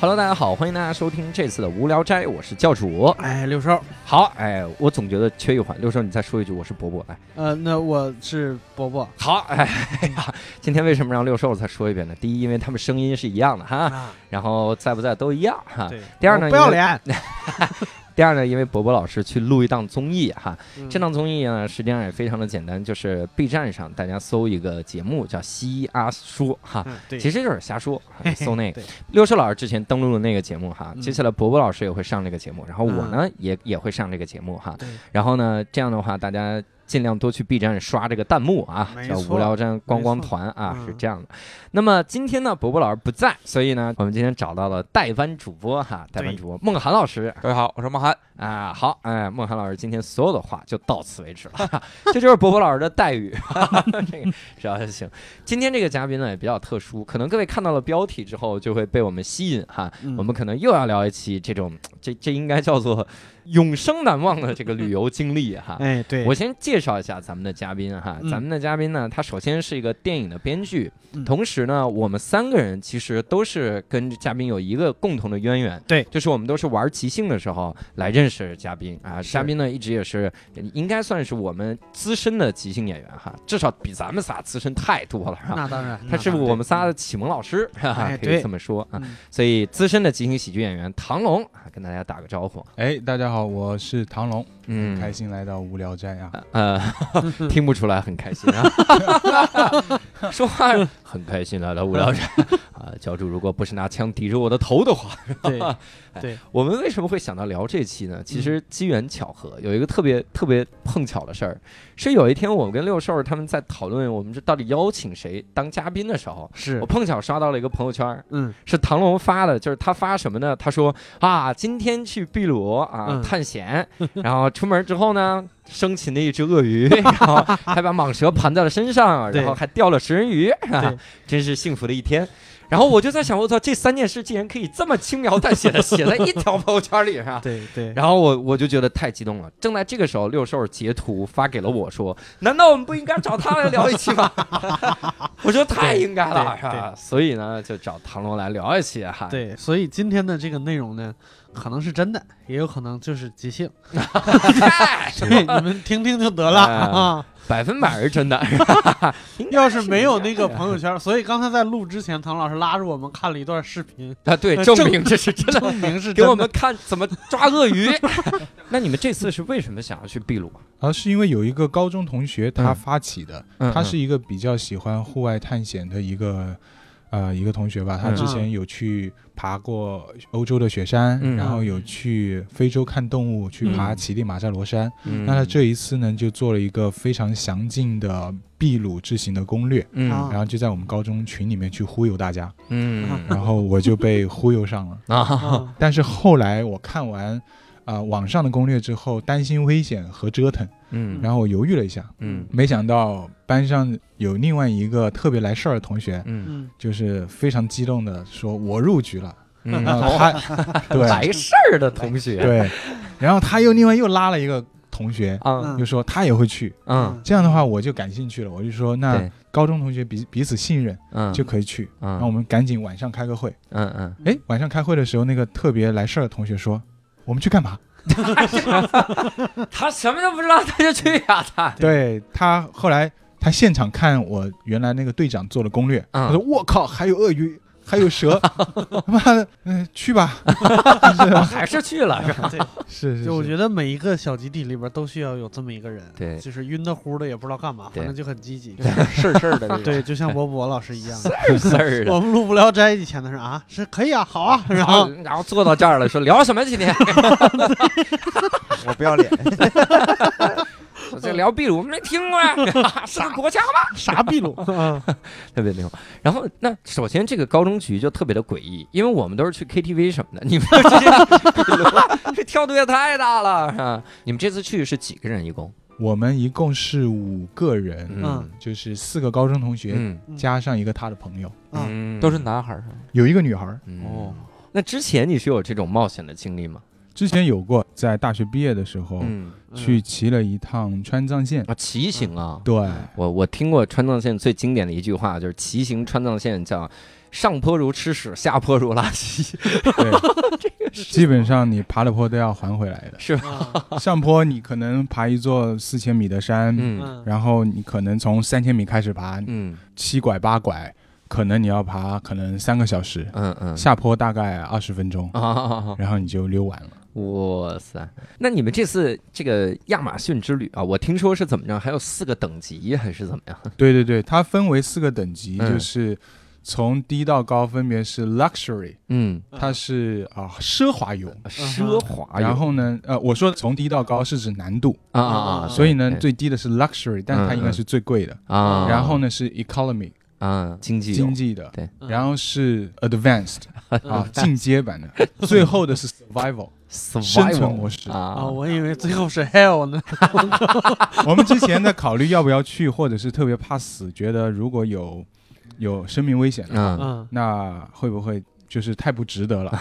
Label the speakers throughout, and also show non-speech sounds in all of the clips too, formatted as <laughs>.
Speaker 1: Hello，大家好，欢迎大家收听这次的无聊斋，我是教主。
Speaker 2: 哎，六少，
Speaker 1: 好，哎，我总觉得缺一环，六叔你再说一句，我是伯伯，来，
Speaker 2: 呃，那我是伯伯
Speaker 1: 好，哎 <laughs> 哎呀，今天为什么让六兽再说一遍呢？第一，因为他们声音是一样的哈，
Speaker 2: 啊，
Speaker 1: 然后在不在都一样哈。
Speaker 2: 对，
Speaker 1: 第二呢
Speaker 2: 我不要脸，
Speaker 1: 第二呢，因为伯伯老师去录一档综艺哈，
Speaker 2: 嗯
Speaker 1: 这档综艺呢，实际上也非常的简单，就是 B 站上大家搜一个节目叫《西阿说》哈，
Speaker 2: 嗯对，
Speaker 1: 其实就是瞎
Speaker 2: <laughs>
Speaker 1: 说，啊你搜那个
Speaker 2: 对。
Speaker 1: 六兽老师之前登录了那个节目哈，
Speaker 2: 嗯啊
Speaker 1: 接下来伯伯老师也会上这个节目，然后我呢也也会上这个节目哈
Speaker 2: 对。
Speaker 1: 然后呢，这样的话大家。尽量多去 B 站刷这个弹幕啊，
Speaker 2: 没
Speaker 1: 叫
Speaker 2: 错
Speaker 1: 无聊站观光
Speaker 2: 没错
Speaker 1: 团啊，
Speaker 2: 嗯
Speaker 1: 是这样的。那么今天呢，伯伯老师不在，所以呢，我们今天找到了代班主播哈，代班
Speaker 2: 对
Speaker 1: 主播孟涵老师，
Speaker 3: 各位好，我是孟涵。
Speaker 1: 啊，好，哎，孟涵老师今天所有的话就到此为止了， <laughs> 这就是伯伯老师的待遇， <laughs> 这个只要行。今天这个嘉宾呢也比较特殊，可能各位看到了标题之后就会被我们吸引哈，
Speaker 2: 嗯
Speaker 1: 我们可能又要聊一期这种，这这应该叫做永生难忘的这个旅游经历哈。
Speaker 2: 哎，对，
Speaker 1: 我先介绍一下咱们的嘉宾哈，
Speaker 2: 嗯
Speaker 1: 咱们的嘉宾呢，他首先是一个电影的编剧，
Speaker 2: 嗯
Speaker 1: 同时呢，我们三个人其实都是跟嘉宾有一个共同的渊源，
Speaker 2: 对
Speaker 1: 就是我们都是玩即兴的时候来认识嘉宾啊，
Speaker 2: 是
Speaker 1: 嘉宾呢一直也是应该算是我们资深的即兴演员哈，至少比咱们仨资深太多了哈。
Speaker 2: 那当然，
Speaker 1: 嗯他是
Speaker 2: 那当然嗯
Speaker 1: 我们仨的启蒙老师， <laughs> 哈哈
Speaker 2: 哎
Speaker 1: 可以
Speaker 2: 对
Speaker 1: 这么说啊。
Speaker 2: 嗯
Speaker 1: 所以资深的即兴喜剧演员唐龙啊，跟大家打个招呼。
Speaker 3: 哎，大家好，我是唐龙，
Speaker 1: 嗯，
Speaker 3: 开心来到无聊斋啊。
Speaker 1: 呃，听不出来很开心啊，说话很开心来了，无聊斋啊，教主如果不是拿枪抵着我的头的话， <laughs>
Speaker 2: 对，
Speaker 1: 我们为什么会想到聊这期呢？其实机缘巧合，有一个特别特别碰巧的事儿，是有一天我们跟六兽他们在讨论我们这到底邀请谁当嘉宾的时候，
Speaker 2: 是
Speaker 1: 我，碰巧刷到了一个朋友圈，
Speaker 2: 嗯，
Speaker 1: 是唐龙发的，就是他发什么呢？他说啊，今天去秘鲁啊、
Speaker 2: 嗯
Speaker 1: 探
Speaker 2: <laughs>
Speaker 1: 险，然后出门之后呢，生擒了一只鳄
Speaker 2: <laughs>
Speaker 1: 鱼，然后还把蟒蛇盘在了身上，
Speaker 2: 对
Speaker 1: 然后还钓了食人鱼，啊
Speaker 2: 对、
Speaker 1: 真是幸福的一天。然后我就在想，我操，这三件事竟然可以这么轻描淡写的写在一条朋友圈里啊！
Speaker 2: 对对，
Speaker 1: 然后我我就觉得太激动了。正在这个时候，六兽截图发给了我说：“ <laughs> 难道我们不应该找他来聊一期 <laughs> 吗？”我说太应该了，
Speaker 2: 对
Speaker 1: 是吧？所以呢，就找唐龙来聊一期哈。
Speaker 2: 对，所以今天的这个内容呢，可能是真的，也有可能就是即
Speaker 1: <laughs>
Speaker 2: 兴，
Speaker 1: 嗨，
Speaker 2: 对，你们听听就得了
Speaker 1: 哎
Speaker 2: 啊。
Speaker 1: 百分百是真 <laughs> 的。
Speaker 2: 要是没有那个
Speaker 1: 友
Speaker 2: 朋友圈，所以刚才在录之前，唐老师拉着我们看了一段
Speaker 1: <laughs>
Speaker 2: 视频，
Speaker 1: 啊，对，
Speaker 2: 证
Speaker 1: 证明这是真的。
Speaker 2: 证明是
Speaker 1: 给
Speaker 2: 真
Speaker 1: 我
Speaker 2: 的
Speaker 1: 们看怎么抓鳄 <laughs> 鱼。那你们这次是为什么想要去秘鲁啊？
Speaker 3: 啊，是因为有一个高中同学他
Speaker 1: 嗯
Speaker 3: 发起的，
Speaker 1: 嗯
Speaker 3: 他是一个比较喜欢户外探险的一个呃一个同学吧。他
Speaker 1: 嗯
Speaker 3: 之前有去爬过欧洲的雪山，
Speaker 1: 嗯
Speaker 3: 然后有去非洲看动物，去爬
Speaker 1: 嗯
Speaker 3: 乞力马扎罗山。
Speaker 1: 嗯
Speaker 3: 那他这一次呢，就做了一个非常详尽的秘鲁之行的攻略，
Speaker 1: 嗯
Speaker 2: 啊
Speaker 3: 然后就在我们高中群里面去忽悠大家，
Speaker 1: 嗯
Speaker 3: 然后我就被忽悠上了。
Speaker 1: 啊
Speaker 2: 啊，
Speaker 3: 但是后来我看完啊、呃网上的攻略之后，担心危险和折腾，
Speaker 1: 嗯
Speaker 3: 然后我犹豫了一下，
Speaker 1: 嗯
Speaker 3: 没想到班上有另外一个特别来事儿的同学，
Speaker 1: 嗯
Speaker 2: 嗯，
Speaker 3: 就是非常激动的说：“我入
Speaker 1: <laughs>
Speaker 3: 局了。”
Speaker 1: 嗯，
Speaker 3: 然后
Speaker 1: <laughs>
Speaker 3: 他对
Speaker 1: 来事儿的同学。
Speaker 3: 对，然后他又另外又拉了一个同学，
Speaker 1: 啊
Speaker 3: 又说他也会去。
Speaker 1: 嗯
Speaker 3: 这样的话我就感兴趣了，我就说那
Speaker 1: 对
Speaker 3: 高中同学彼彼此信任
Speaker 1: 嗯
Speaker 3: 嗯就可以去。
Speaker 1: 嗯
Speaker 3: 然后我们赶紧晚上开个会。
Speaker 1: 嗯嗯
Speaker 3: 哎，晚上开会的时候，那个特别来事儿的同学说：“我们去干嘛？”
Speaker 1: 嗯，他什么都不知道，他就去呀他。
Speaker 3: 对他后来他现场看我原来那个队长做的攻略，
Speaker 1: 嗯
Speaker 3: 他说我靠，还有鳄鱼，还有蛇，妈的，嗯、去吧，是
Speaker 1: <laughs> 还是去 <laughs> 了是吧？
Speaker 2: 对，
Speaker 3: 是是，
Speaker 2: 就我觉
Speaker 3: 得
Speaker 2: 得每一个小集体里边都需要有这么一个人，
Speaker 1: 对
Speaker 2: 就是晕的乎的也不知道干嘛，
Speaker 1: 对
Speaker 2: 反正就很积
Speaker 3: <laughs>
Speaker 2: 极，
Speaker 1: 事事的
Speaker 2: 对，就像博博老师一样。
Speaker 1: 事事儿的。
Speaker 2: 我们录无聊斋以前的是啊，是可以啊，好啊，然
Speaker 1: 然
Speaker 4: <laughs>
Speaker 2: 后
Speaker 1: 后然后坐到这儿了，说聊什么今天？
Speaker 4: 我不要脸，
Speaker 1: 我在聊秘鲁，没听过 <laughs> 呀，是个国家吗？
Speaker 2: 啥
Speaker 4: <laughs>
Speaker 2: 秘鲁
Speaker 4: 嗯
Speaker 2: 啊，
Speaker 1: 特别牛。然后那首先这个高中局就特别的诡异，因为我们都是去 KTV 什么的，你们 <laughs> 就直接秘鲁这跳度也太大了啊！你们这次去是几个人一共？
Speaker 3: 我们一共是五个人，
Speaker 2: 嗯
Speaker 3: 就是四个高中同学、
Speaker 1: 嗯
Speaker 3: 加上一个他的朋友，
Speaker 2: 嗯
Speaker 1: 嗯
Speaker 4: 都是男孩儿是吧？
Speaker 3: 有一个女孩儿。
Speaker 1: 嗯
Speaker 4: 哦，
Speaker 1: 那之前你是有这种冒险的经历吗？
Speaker 3: 之前有过，在大学毕业的时候、
Speaker 1: 嗯
Speaker 3: <laughs> 去骑了一趟川藏线。
Speaker 1: 啊，骑行啊，
Speaker 3: 对，
Speaker 1: 我我听过川藏线最经典的一句话，就是骑行川藏线叫“上坡如吃屎，下坡如拉稀
Speaker 3: 对基本上你爬了坡都要还回来”，的。
Speaker 1: 是吧？
Speaker 3: <laughs>
Speaker 2: 啊
Speaker 3: 上坡你可能爬一座四千米的山，
Speaker 1: <laughs> 嗯
Speaker 3: 然后你可能从三千米开始爬，
Speaker 1: 嗯
Speaker 3: 七拐八拐，可能你要爬可能三个小时，
Speaker 1: 嗯嗯 <laughs>
Speaker 3: 下坡大概二十分钟，
Speaker 1: 啊！
Speaker 3: 然后你就溜完了。
Speaker 1: 哇塞，那你们这次这个亚马逊之旅啊，我听说是怎么着，还有四个等级还是怎么样？ <laughs>
Speaker 3: 对对对，它分为四个等级，
Speaker 1: 嗯
Speaker 3: 就是从低到高分别是 luxury，
Speaker 1: 嗯，
Speaker 2: 嗯
Speaker 3: 它是啊、奢华游。
Speaker 1: 奢华哟，
Speaker 3: 然后呢，呃，我说从低到高是指难度，
Speaker 1: 啊啊啊，
Speaker 3: 所以呢，
Speaker 1: 对
Speaker 3: 最低的是 luxury，但是
Speaker 1: 嗯
Speaker 3: 它应该是最贵的。
Speaker 1: 啊，
Speaker 3: 然后呢是 economy
Speaker 1: 啊，经济
Speaker 3: 经济的，
Speaker 2: 嗯
Speaker 3: 然后是 advanced 啊
Speaker 2: 嗯
Speaker 3: 进阶版的，最后的是 survival 生存
Speaker 1: survival
Speaker 3: 模式。
Speaker 2: 啊，
Speaker 1: 啊，
Speaker 2: 我以为
Speaker 3: 嗯
Speaker 2: 最后是 hell 呢，
Speaker 3: 我们之前在考虑要不要去，或者是特别怕死，觉得如果有有生命危险的话，
Speaker 1: 嗯，
Speaker 2: 嗯
Speaker 3: 那会不会就是太不
Speaker 2: <laughs>
Speaker 3: 值得了？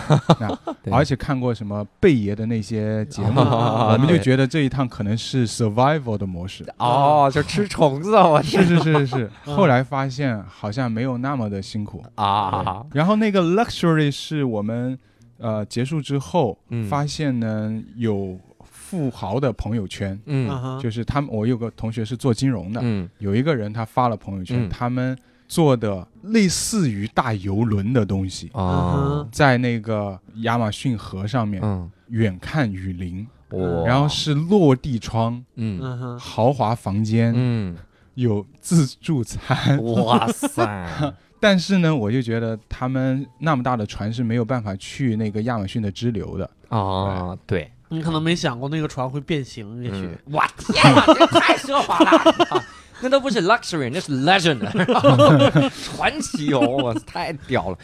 Speaker 1: 对
Speaker 3: 而且看过什么贝爷的那些 <laughs> 节目，
Speaker 2: 啊
Speaker 1: <laughs>
Speaker 3: 我
Speaker 1: 哎
Speaker 3: 们就觉得这一趟可能是 survival 的
Speaker 2: <laughs>
Speaker 3: 模式。
Speaker 1: 哦，就吃虫子，我天
Speaker 3: 是是是是是，
Speaker 2: 嗯
Speaker 3: 后来发现好像没有那么的辛苦。
Speaker 1: 啊，
Speaker 3: 然后那个 luxury 是我们呃结束之后、
Speaker 1: 嗯
Speaker 3: 发现呢有富豪的朋友圈，
Speaker 1: 嗯
Speaker 2: 嗯
Speaker 3: 就是他们我有个同学是做金融的，
Speaker 1: 嗯
Speaker 3: 有一个人他发了朋友圈，
Speaker 1: 嗯
Speaker 3: 他们做的类似于大游轮的东西，
Speaker 2: 嗯
Speaker 1: 啊，
Speaker 3: 在那个亚马逊河上面、
Speaker 1: 嗯，
Speaker 3: 远看雨林，
Speaker 1: 哇
Speaker 3: 然后是落地窗、
Speaker 1: 嗯
Speaker 2: 嗯哼，
Speaker 3: 豪华房间，
Speaker 1: 嗯，
Speaker 3: 有自助餐。 <laughs>
Speaker 1: 哇塞，
Speaker 3: 但是呢，我就觉得他们那么大的船是没有办法去那个亚马逊的支流的。哎
Speaker 1: 啊，对，
Speaker 2: 你可能没想过那个船会变形，也许
Speaker 1: 嗯哇天啊，这太奢华了。啊那都不是 luxury，那是 legend，传奇哦，我太屌了。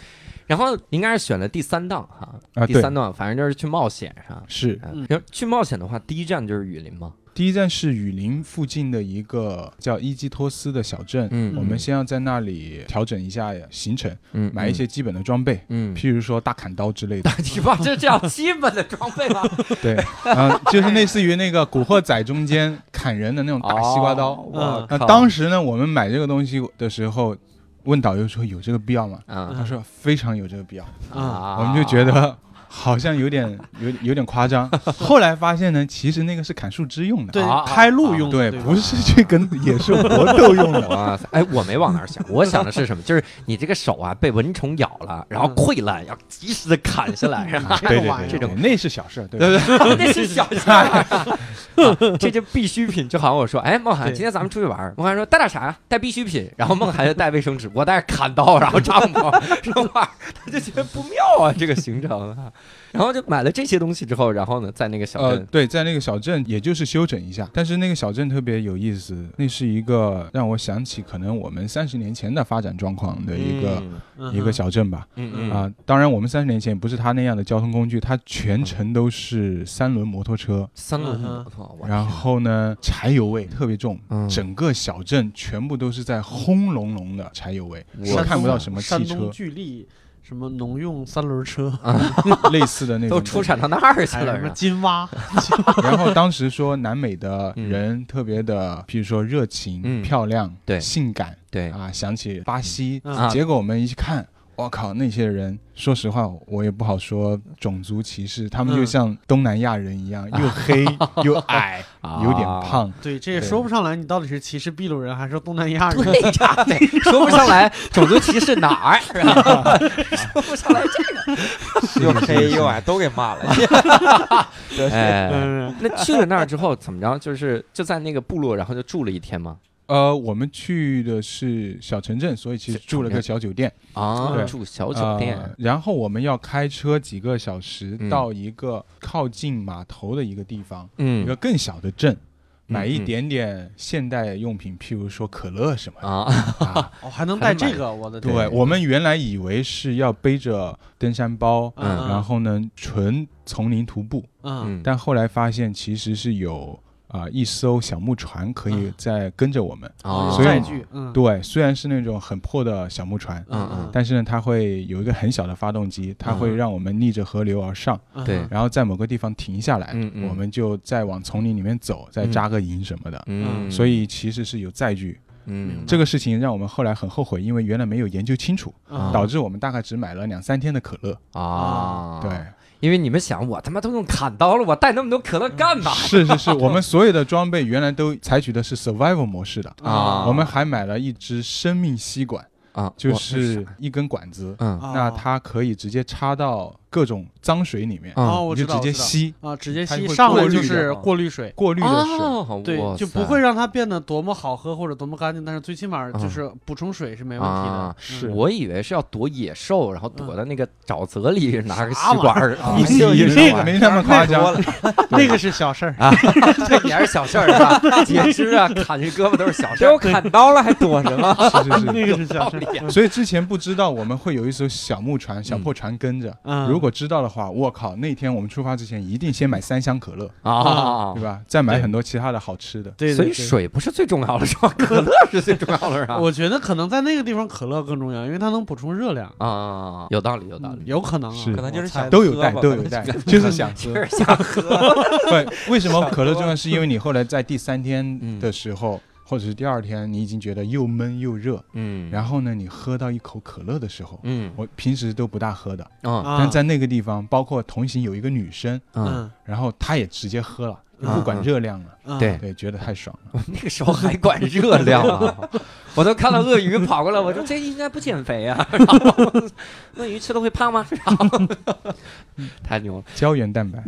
Speaker 1: 然后应该是选了第三档哈，
Speaker 3: 啊
Speaker 1: 第
Speaker 3: 对
Speaker 1: 三档反正就是去冒险哈。
Speaker 3: 是
Speaker 1: 嗯
Speaker 2: 嗯
Speaker 1: 然后去冒险的话，第一站就是雨林嘛。
Speaker 3: 第一站是雨林附近的一个叫伊基托斯的小镇，
Speaker 1: 嗯
Speaker 3: 我们先要在那里调整一下行程，
Speaker 1: 嗯
Speaker 3: 买一些基本的装备，
Speaker 1: 嗯，。
Speaker 3: <laughs> 譬如说大砍刀之类的 <laughs>
Speaker 1: 你放这这样基本的装备吗？
Speaker 3: 对，啊、就是类似于那个《古惑仔》中间砍人的那种大西瓜刀。
Speaker 1: 哦
Speaker 3: 那
Speaker 1: 我靠
Speaker 3: 当时呢，我们买这个东西的时候，问导游说有这个必要吗？
Speaker 1: 啊
Speaker 3: 他说非常有这个必要。
Speaker 2: 啊，
Speaker 1: 啊，
Speaker 3: 我们就觉得好像有点有有点夸张。后来发现呢，其实那个是砍树枝用的，
Speaker 2: 对
Speaker 1: 啊，
Speaker 2: 开路用的
Speaker 3: 对，
Speaker 2: 吧
Speaker 3: 不是去跟 <laughs> 野兽搏斗用
Speaker 1: <laughs>
Speaker 3: 的。
Speaker 1: 哇塞！哎，我没往那儿想，我想的是什么？就是你这个手啊被蚊虫咬了，然后溃烂，要及时的砍下来，是吧？
Speaker 3: 啊对对
Speaker 2: 玩意儿
Speaker 3: 对，对对那是小事，对
Speaker 1: 对
Speaker 3: 吧
Speaker 1: 不对？那是小事儿、啊这就必需品。就好像我说，哎，孟涵，
Speaker 2: 对
Speaker 1: 今天咱们出去玩儿，孟涵说带点啥呀？带必需品。然后孟涵就带卫生纸，我带砍刀，然后帐篷，什么玩意儿？他就觉得不妙啊，这个行程啊。然后就买了这些东西之后，然后呢，在那个小
Speaker 3: 呃，
Speaker 1: 镇，
Speaker 3: 对，在那个小镇，也就是休整一下。但是那个小镇特别有意思，那是一个让我想起可能我们三十年前的发展状况的一个、
Speaker 2: 嗯
Speaker 3: 一个
Speaker 2: 哼
Speaker 3: 小镇吧。
Speaker 1: 嗯
Speaker 2: 嗯
Speaker 1: 嗯
Speaker 3: 啊、当然我们三十年前也不是他那样的交通工具，它全程都是三轮摩托车，
Speaker 1: 三轮
Speaker 2: 嗯
Speaker 1: 摩托，我
Speaker 3: 然后呢柴油味特别重，
Speaker 1: 嗯
Speaker 3: 整个小镇全部都是在轰隆隆的柴油味，
Speaker 1: 我
Speaker 3: 是
Speaker 2: 山
Speaker 3: 看不到
Speaker 2: 东啊
Speaker 3: 什么
Speaker 2: 山
Speaker 3: 汽
Speaker 2: 东
Speaker 3: 车啊
Speaker 2: 巨力什么农用三轮车，
Speaker 3: 类似的那种
Speaker 1: 都
Speaker 3: 东西。
Speaker 1: 出产到那儿去
Speaker 2: 还有
Speaker 1: 了
Speaker 2: 什么
Speaker 1: 是吧，
Speaker 2: 金
Speaker 3: <laughs>
Speaker 2: 蛙，
Speaker 1: <laughs>
Speaker 3: 然后当时说南美的
Speaker 1: 嗯
Speaker 3: 人特别的，譬如说热情、
Speaker 1: 嗯
Speaker 3: 漂亮、
Speaker 1: 对
Speaker 3: 性感
Speaker 1: 对
Speaker 3: 啊，想起巴西。
Speaker 2: 嗯
Speaker 1: 啊
Speaker 3: 结果我们一看。我靠，那些人，说实话，我也不好说种族歧视，他们就
Speaker 2: 嗯
Speaker 3: 像东南亚人
Speaker 1: <laughs>
Speaker 3: 一样，又黑又矮，有点
Speaker 1: 啊
Speaker 3: 胖，
Speaker 2: 对，这也
Speaker 3: 对
Speaker 2: 说不上来，你到底是歧视秘鲁人还是东南亚人？
Speaker 1: <laughs> 对呀，对，说不上来种族歧视哪儿，是吧说不上来这
Speaker 4: 又
Speaker 1: <laughs>
Speaker 4: 黑又矮都给骂了。 <laughs>
Speaker 1: 个。哎，
Speaker 2: 嗯，
Speaker 1: 那去了那儿之后怎么着？就是就在那个部落，然后就住了一天吗？
Speaker 3: 呃，我们去的是小城镇，所以其实住了个小酒店。
Speaker 1: 啊，
Speaker 3: 对
Speaker 1: 住小酒
Speaker 3: 呃
Speaker 1: 店。
Speaker 3: 然后我们要开车几个小时
Speaker 1: 嗯
Speaker 3: 到一个靠近码头的一个地方，一
Speaker 1: 嗯
Speaker 3: 个更小的镇，买一
Speaker 1: 嗯
Speaker 3: 点点现代用品，譬如说可乐什么的。
Speaker 1: 啊，
Speaker 3: 啊、
Speaker 2: 哦，还能带这个，我的
Speaker 3: 对
Speaker 2: 天！
Speaker 3: 我们原来以为是要背着登山包，
Speaker 1: 嗯
Speaker 3: 然后呢纯丛林徒步，
Speaker 2: 嗯
Speaker 1: 嗯
Speaker 3: 但后来发现其实是有啊、一艘小木船可以
Speaker 2: 啊
Speaker 3: 在跟着我们。
Speaker 1: 啊，
Speaker 3: 哦所以
Speaker 2: 载具，嗯，
Speaker 3: 对，虽然是那种很破的小木船，
Speaker 1: 嗯嗯
Speaker 3: 但是呢，它会有一个很小的发动机，它会
Speaker 1: 嗯
Speaker 3: 让我们逆着河流而上，
Speaker 2: 嗯
Speaker 1: 对
Speaker 3: 然后在某个地方停下来，
Speaker 1: 嗯嗯
Speaker 3: 我们就再往丛林里面走，再扎个营什么的。
Speaker 1: 嗯，
Speaker 3: 所以其实是有载具，
Speaker 1: 嗯，
Speaker 3: 这个事情让我们后来很后悔，因为原来没有研究清楚，
Speaker 1: 啊
Speaker 3: 嗯导致我们大概只买了两三天的可乐。
Speaker 1: 啊，
Speaker 3: 对，，
Speaker 1: <laughs> 因为你们想，我他妈都用砍刀了，我带那么多可乐干嘛？
Speaker 3: 是是是，我们所有的装备原来都采取的是 survival 模式的，
Speaker 1: 啊
Speaker 3: 我们还买了一支生命吸管，
Speaker 1: 啊，
Speaker 3: 就
Speaker 1: 我
Speaker 3: 是一根管子，
Speaker 1: 嗯
Speaker 2: 啊
Speaker 3: 那
Speaker 2: 哦
Speaker 3: 它可以直接插到各种脏水里面，
Speaker 2: 哦，
Speaker 1: 嗯，
Speaker 2: 我
Speaker 3: 你
Speaker 2: 知
Speaker 3: 就
Speaker 2: 道，
Speaker 3: 直
Speaker 2: 我
Speaker 3: 接
Speaker 2: 知道
Speaker 3: 吸
Speaker 2: 啊，直接
Speaker 3: 它
Speaker 2: 吸
Speaker 3: 会
Speaker 2: 上来
Speaker 3: 过滤
Speaker 2: 就
Speaker 3: 的
Speaker 2: 是
Speaker 4: 嘛
Speaker 2: 过滤水，
Speaker 3: 过滤的水。
Speaker 1: 哦
Speaker 2: 对
Speaker 1: 哇，
Speaker 2: 就不
Speaker 1: 塞
Speaker 2: 会让它变得多么好喝或者多么干净，但是最起码
Speaker 3: 嗯
Speaker 2: 就是补充水是没问题的
Speaker 1: 啊。
Speaker 3: 是
Speaker 1: 我以为是要躲野兽，然后躲在那个沼泽里，拿个
Speaker 2: 啥
Speaker 1: 吸管儿
Speaker 4: 玩意儿
Speaker 1: 啊
Speaker 2: 你
Speaker 1: 吸
Speaker 2: 你
Speaker 1: 着
Speaker 2: 这
Speaker 1: 玩
Speaker 2: <laughs>
Speaker 3: 没那么
Speaker 4: 太
Speaker 3: 夸
Speaker 4: 多
Speaker 3: 张
Speaker 4: 了，
Speaker 2: 那个是小事儿，
Speaker 1: 这也是小事儿是吧？截肢啊，砍这胳膊都是小事
Speaker 4: 这
Speaker 1: 儿
Speaker 4: 有。砍刀了还躲着吗？
Speaker 3: <laughs> 是是是。
Speaker 2: <laughs> 那个是小事儿。
Speaker 3: 所以之前不知道我们会有一艘小木船、小破船跟着。
Speaker 2: 嗯，
Speaker 3: 如果知道的话，我靠，那天我们出发之前一定先买三箱可乐，
Speaker 1: 啊
Speaker 3: 对，吧？再买
Speaker 2: 对
Speaker 3: 很多其他的好吃的。
Speaker 2: 对，对
Speaker 1: 所以
Speaker 2: 对
Speaker 1: 水不是最重要的是吧？可乐是最重要的是
Speaker 3: 啊
Speaker 1: 吧？
Speaker 2: 我觉得可能在那个地方可乐更重要，因为它能补充热量，
Speaker 1: 啊，有道理，有道理。
Speaker 2: 有可能啊，
Speaker 3: 是
Speaker 4: 嗯可能就是
Speaker 2: 我猜
Speaker 4: 想
Speaker 3: 都有带，
Speaker 4: 喝吧
Speaker 3: 都有带，就是想喝
Speaker 1: 就。是想喝，
Speaker 3: 不，为什
Speaker 1: <laughs>
Speaker 3: 么可乐重要？是因为你后来在第三天
Speaker 1: 嗯
Speaker 3: 的时候，或者是第二天，你已经觉得又闷又热，
Speaker 1: 嗯
Speaker 3: 然后呢，你喝到一口可乐的时候，
Speaker 1: 嗯
Speaker 3: 我平时都不大喝的，
Speaker 1: 啊
Speaker 2: 啊，
Speaker 3: 但在那个地方，包括同行有一个女生，
Speaker 1: 嗯，
Speaker 2: 嗯
Speaker 3: 然后她也直接喝了，
Speaker 1: 啊
Speaker 3: 不管热量了，
Speaker 2: 嗯
Speaker 1: 对
Speaker 3: 对，觉得太爽了。
Speaker 1: 那个时候还管热量啊！ <laughs> 我都看到鳄鱼跑过来，我说这应该不减肥啊。 <laughs> 然后鳄鱼吃了会胖吗？然后 <laughs> 太牛了！
Speaker 3: 胶原
Speaker 1: <laughs>
Speaker 3: 蛋白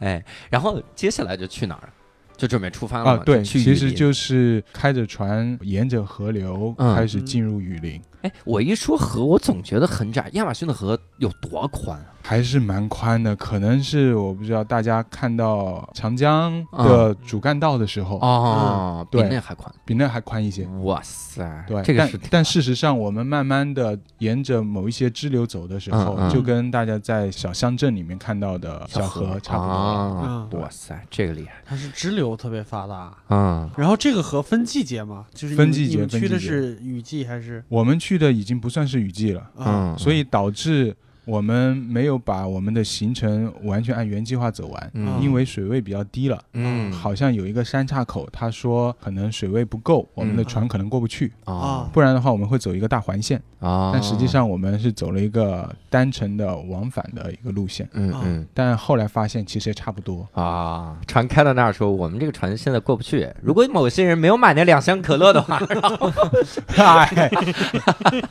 Speaker 1: 哎，然后接下来就去哪儿？就准备出发了
Speaker 3: 啊
Speaker 1: 吗，
Speaker 3: 对，
Speaker 1: 就去
Speaker 3: 其
Speaker 1: 雨
Speaker 3: 实
Speaker 1: 林
Speaker 3: 就是开着船沿着河流
Speaker 1: 嗯
Speaker 3: 开始进入雨林，
Speaker 1: 哎，我一说河，我总觉得很窄。亚马逊的河有多宽啊？
Speaker 3: 还是蛮宽的。可能是我不知道大家看到长江
Speaker 1: 啊
Speaker 3: 的主干道的时候，
Speaker 1: 哦，比
Speaker 3: 对
Speaker 1: 那还宽。
Speaker 3: 比那还宽一些。
Speaker 1: 哇塞，
Speaker 3: 对，
Speaker 1: 这个
Speaker 3: 但
Speaker 1: 是挺
Speaker 3: 但事实上，我们慢慢的沿着某一些支流走的时候，
Speaker 1: 嗯嗯
Speaker 3: 就跟大家在小乡镇里面看到的小河差不多了。
Speaker 1: 啊！
Speaker 3: 嗯
Speaker 1: 哇塞，这个厉害
Speaker 2: 它是支流特别发达。
Speaker 1: 啊！
Speaker 2: 然后这个河分季节嘛，就是你
Speaker 3: 分
Speaker 2: 们
Speaker 3: 季节
Speaker 2: 你们去的
Speaker 3: 分季节
Speaker 2: 是雨季还是
Speaker 3: 我们去的已经不算是雨季了，
Speaker 2: 啊？
Speaker 3: 嗯所以导致我们没有把我们的行程完全按原计划走完，
Speaker 2: 啊
Speaker 1: 嗯
Speaker 3: 因为水位比较低了。
Speaker 1: 嗯
Speaker 3: 好像有一个山岔口，他说可能水位不够，我
Speaker 1: 嗯
Speaker 3: 们的船可能过不去，
Speaker 1: 啊
Speaker 2: 啊
Speaker 3: 不然的话我们会走一个大环线。
Speaker 1: 啊！
Speaker 3: 但实际，上我们是走了一个单程的往返的一个路线，
Speaker 1: 嗯
Speaker 2: 啊
Speaker 1: 嗯。
Speaker 3: 但后来发现其实也差不多。
Speaker 1: 啊，船开到那儿说，我们这个船现在过不去。如果某些人没有买那两箱可乐的话，然后
Speaker 3: <laughs> 哎，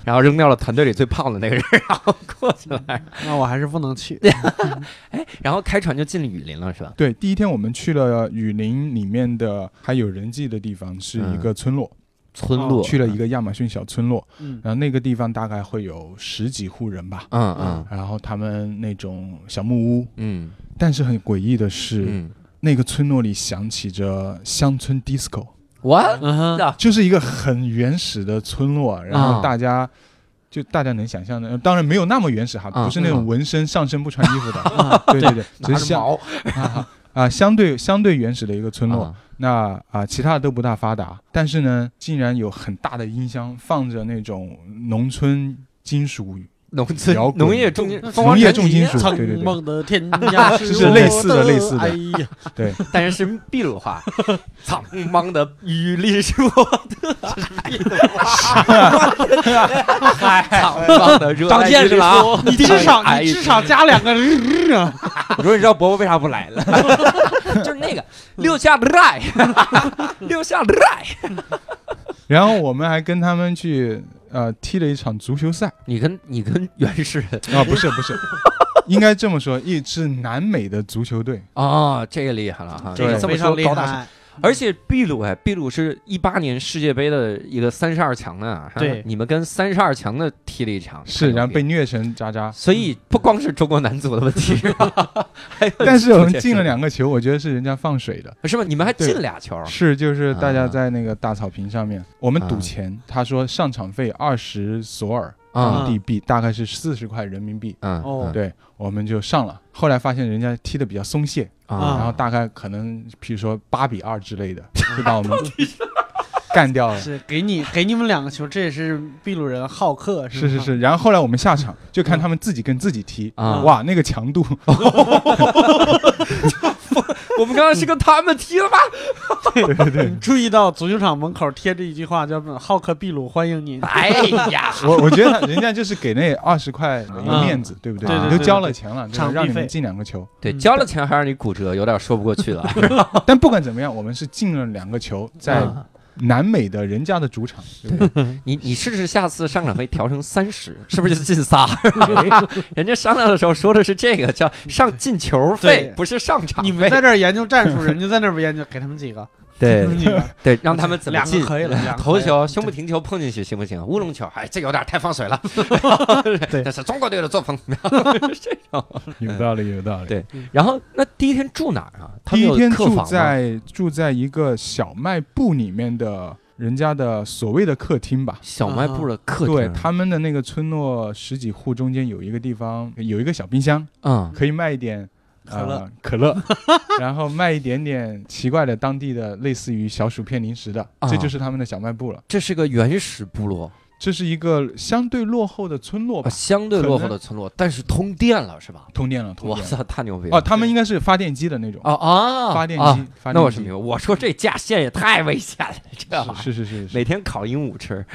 Speaker 1: 然后扔掉了团队里最胖的那个人，然后过去了，
Speaker 2: 那我还是不能去。
Speaker 1: 然后开船就进了雨林了，是吧？
Speaker 3: 对，第一天我们去了雨林里面的还有人迹的地方，是一个村落，
Speaker 1: 村落
Speaker 3: 哦去了一，个亚马逊小村落，
Speaker 2: 嗯
Speaker 3: 然后那个地方大概会有十几户人吧，
Speaker 1: 嗯嗯
Speaker 3: 然后他们那种小木屋，
Speaker 1: 嗯
Speaker 3: 但是很诡异的是，
Speaker 1: 嗯
Speaker 3: 那个村落里响起着乡村 disco，
Speaker 1: ，what
Speaker 2: 嗯哼
Speaker 3: 就是一个很原始的村落，然
Speaker 1: 啊
Speaker 3: 后大家。就大家能想象的，当然没有那么原始哈，
Speaker 1: 啊
Speaker 3: 不是那种纹身、上身不穿
Speaker 1: <laughs>
Speaker 3: 衣服的，对对对，只
Speaker 1: 拿
Speaker 3: 是
Speaker 1: 着
Speaker 3: 相
Speaker 1: 毛
Speaker 3: 啊啊相对相对原始的一个村落。
Speaker 1: 啊
Speaker 3: 那啊，其他的都不大发达，但是呢，竟然有很大的音箱放着那种农村金属，
Speaker 1: 农村
Speaker 3: 摇滚
Speaker 1: 农业重金
Speaker 2: 农
Speaker 1: 凤凰
Speaker 3: 业
Speaker 1: 传
Speaker 3: 重
Speaker 1: 奇
Speaker 3: 金属
Speaker 2: 苍
Speaker 3: 对对对
Speaker 2: 茫的天涯
Speaker 3: <laughs> 是
Speaker 2: 我
Speaker 3: 类似的类似的
Speaker 2: 哎呀，
Speaker 3: 对，
Speaker 1: 但是是秘鲁话，苍茫的嗯雨林是我的，这是秘鲁话，苍茫的热爱
Speaker 4: 长见识了啊
Speaker 1: 雨林是我的！
Speaker 2: 你至少
Speaker 1: 哎
Speaker 2: 你至少加两个日啊！
Speaker 4: 你说你知道伯伯为啥不来了？
Speaker 1: <laughs> 就是那个六下赖， <laughs> 六下赖。
Speaker 3: 然后我们还跟他们去呃踢了一场足球赛
Speaker 1: 你跟你跟袁世
Speaker 3: 啊，不是不 <laughs> 是，应该这么说，一支南美的足球队，
Speaker 1: <laughs> 哦，这个厉害了哈，
Speaker 2: 这个
Speaker 3: 啊对
Speaker 1: 这么
Speaker 2: 非常
Speaker 1: 说
Speaker 2: 厉
Speaker 1: 高大上。
Speaker 2: 害，
Speaker 1: 而且秘鲁哎，秘鲁是一八年世界杯的一个三十二强呢，哈
Speaker 2: 对
Speaker 1: 你们跟三十二强的踢了一场，太
Speaker 3: 是，
Speaker 1: 牛
Speaker 3: 然后
Speaker 1: 逼
Speaker 3: 被
Speaker 1: 了
Speaker 3: 虐成渣
Speaker 1: <laughs>
Speaker 3: 渣。
Speaker 1: 所以不光是中国男足的问
Speaker 2: <laughs>
Speaker 1: 题，还有
Speaker 3: 但是我们进了
Speaker 1: 两。
Speaker 3: 两个球，我觉得是人家放水的。
Speaker 1: 是吗？你们还
Speaker 3: 对
Speaker 1: 进俩球？
Speaker 3: 是，就是大
Speaker 1: 啊
Speaker 3: 家在那个大草坪上面，我们
Speaker 1: 啊
Speaker 3: 赌钱，他说上场费二十索尔，
Speaker 1: 啊
Speaker 3: 地币大概是四十块人民币，
Speaker 1: 嗯
Speaker 2: 哦
Speaker 3: 对，我们就上了。后来发现人家踢的比较松懈，
Speaker 2: 啊
Speaker 3: 然后大概可能比如说八比二之
Speaker 1: <laughs>
Speaker 3: 类的，就把我们干掉了。
Speaker 2: 是给你给你们两个球，这也是秘鲁人好客，
Speaker 3: 是是
Speaker 2: 是吗，
Speaker 3: 是，然后后来我们下场就看他们自己跟自己踢，
Speaker 1: 嗯啊
Speaker 3: 哇，那个强度， <laughs>
Speaker 1: 我们刚刚是跟他们踢了吧？
Speaker 3: 对对对，
Speaker 2: 你注意到足球场门口贴着一句话叫“好客秘鲁欢迎
Speaker 3: 嗯
Speaker 2: 您
Speaker 1: 哎
Speaker 3: <laughs>
Speaker 1: 呀，
Speaker 3: 我我觉得人家就是给那二十块一个面子，对不对？
Speaker 1: 嗯对对
Speaker 3: 你
Speaker 1: 对
Speaker 3: 都
Speaker 1: 对
Speaker 3: 交了钱了，就是
Speaker 2: 场地
Speaker 3: 让你
Speaker 2: 费
Speaker 3: 们进两
Speaker 1: <laughs>
Speaker 3: 个球。
Speaker 1: 对，
Speaker 2: 嗯
Speaker 1: 交了钱还让你骨折，有点说不过去了。
Speaker 3: 但不管怎么样，我们是进了两个球， <laughs> 在
Speaker 2: 嗯
Speaker 3: 南美的人家的主
Speaker 1: <laughs>
Speaker 3: 场，对不对？
Speaker 1: 啊你你试试下次上场费调成三十，是不是就进
Speaker 3: <laughs>
Speaker 1: 仨？ <laughs> 人家商量的时候说的是这个，叫上进球费
Speaker 2: 对，
Speaker 1: 不是上”。场
Speaker 2: 你们
Speaker 1: 费。
Speaker 2: 在这儿研究战术，人家在那边研究，给他们几个，
Speaker 1: 对
Speaker 2: 给 <laughs> 他们几个，
Speaker 1: 对，让他们 <laughs> 怎么
Speaker 2: 两
Speaker 1: 进
Speaker 2: 个？可
Speaker 1: <laughs>
Speaker 2: 以了，两个可
Speaker 1: 头
Speaker 2: 以了
Speaker 1: 球、胸部停球碰进去行不行？乌龙球，哎，这有点太放水 <laughs> 了。
Speaker 2: 对
Speaker 1: 这是中国队的作风。
Speaker 3: 有道理，有道理
Speaker 1: 对 <laughs> 然后，那第一天住哪儿啊？他
Speaker 3: 第
Speaker 1: 们
Speaker 3: 一
Speaker 1: 有
Speaker 3: 天
Speaker 1: 客
Speaker 3: 住
Speaker 1: 房吗
Speaker 3: 在住在一个小卖部里面的人家的所谓的客厅吧。
Speaker 1: 小卖部的客厅，
Speaker 3: 对，他们的那个村落十几户中间有一个地方，有一个小冰箱，
Speaker 1: 嗯
Speaker 3: 可以卖一点
Speaker 2: 可乐
Speaker 3: 呃、可乐， <laughs> 然后卖一点点奇怪的当地的类似于小薯片零食的，
Speaker 1: 啊
Speaker 3: 这就是他们的小卖部了。
Speaker 1: 这是个原始部落，
Speaker 3: 这是一个相对落后的村落
Speaker 1: 啊
Speaker 3: 吧？
Speaker 1: 相对落后的村落，但是通电了是吧？
Speaker 3: 通电了，通
Speaker 1: 我
Speaker 3: 电了。
Speaker 1: 操，太牛逼了！
Speaker 3: 哦，他们应该是发电机的那种，
Speaker 1: 啊啊，
Speaker 3: 发电
Speaker 1: 啊
Speaker 3: 机，发电
Speaker 1: 那我是
Speaker 3: 机
Speaker 1: 明白，我说这下线也太危险了，这玩意儿
Speaker 3: 是是是是
Speaker 1: 每
Speaker 3: 是。
Speaker 1: 天烤鹦鹉吃。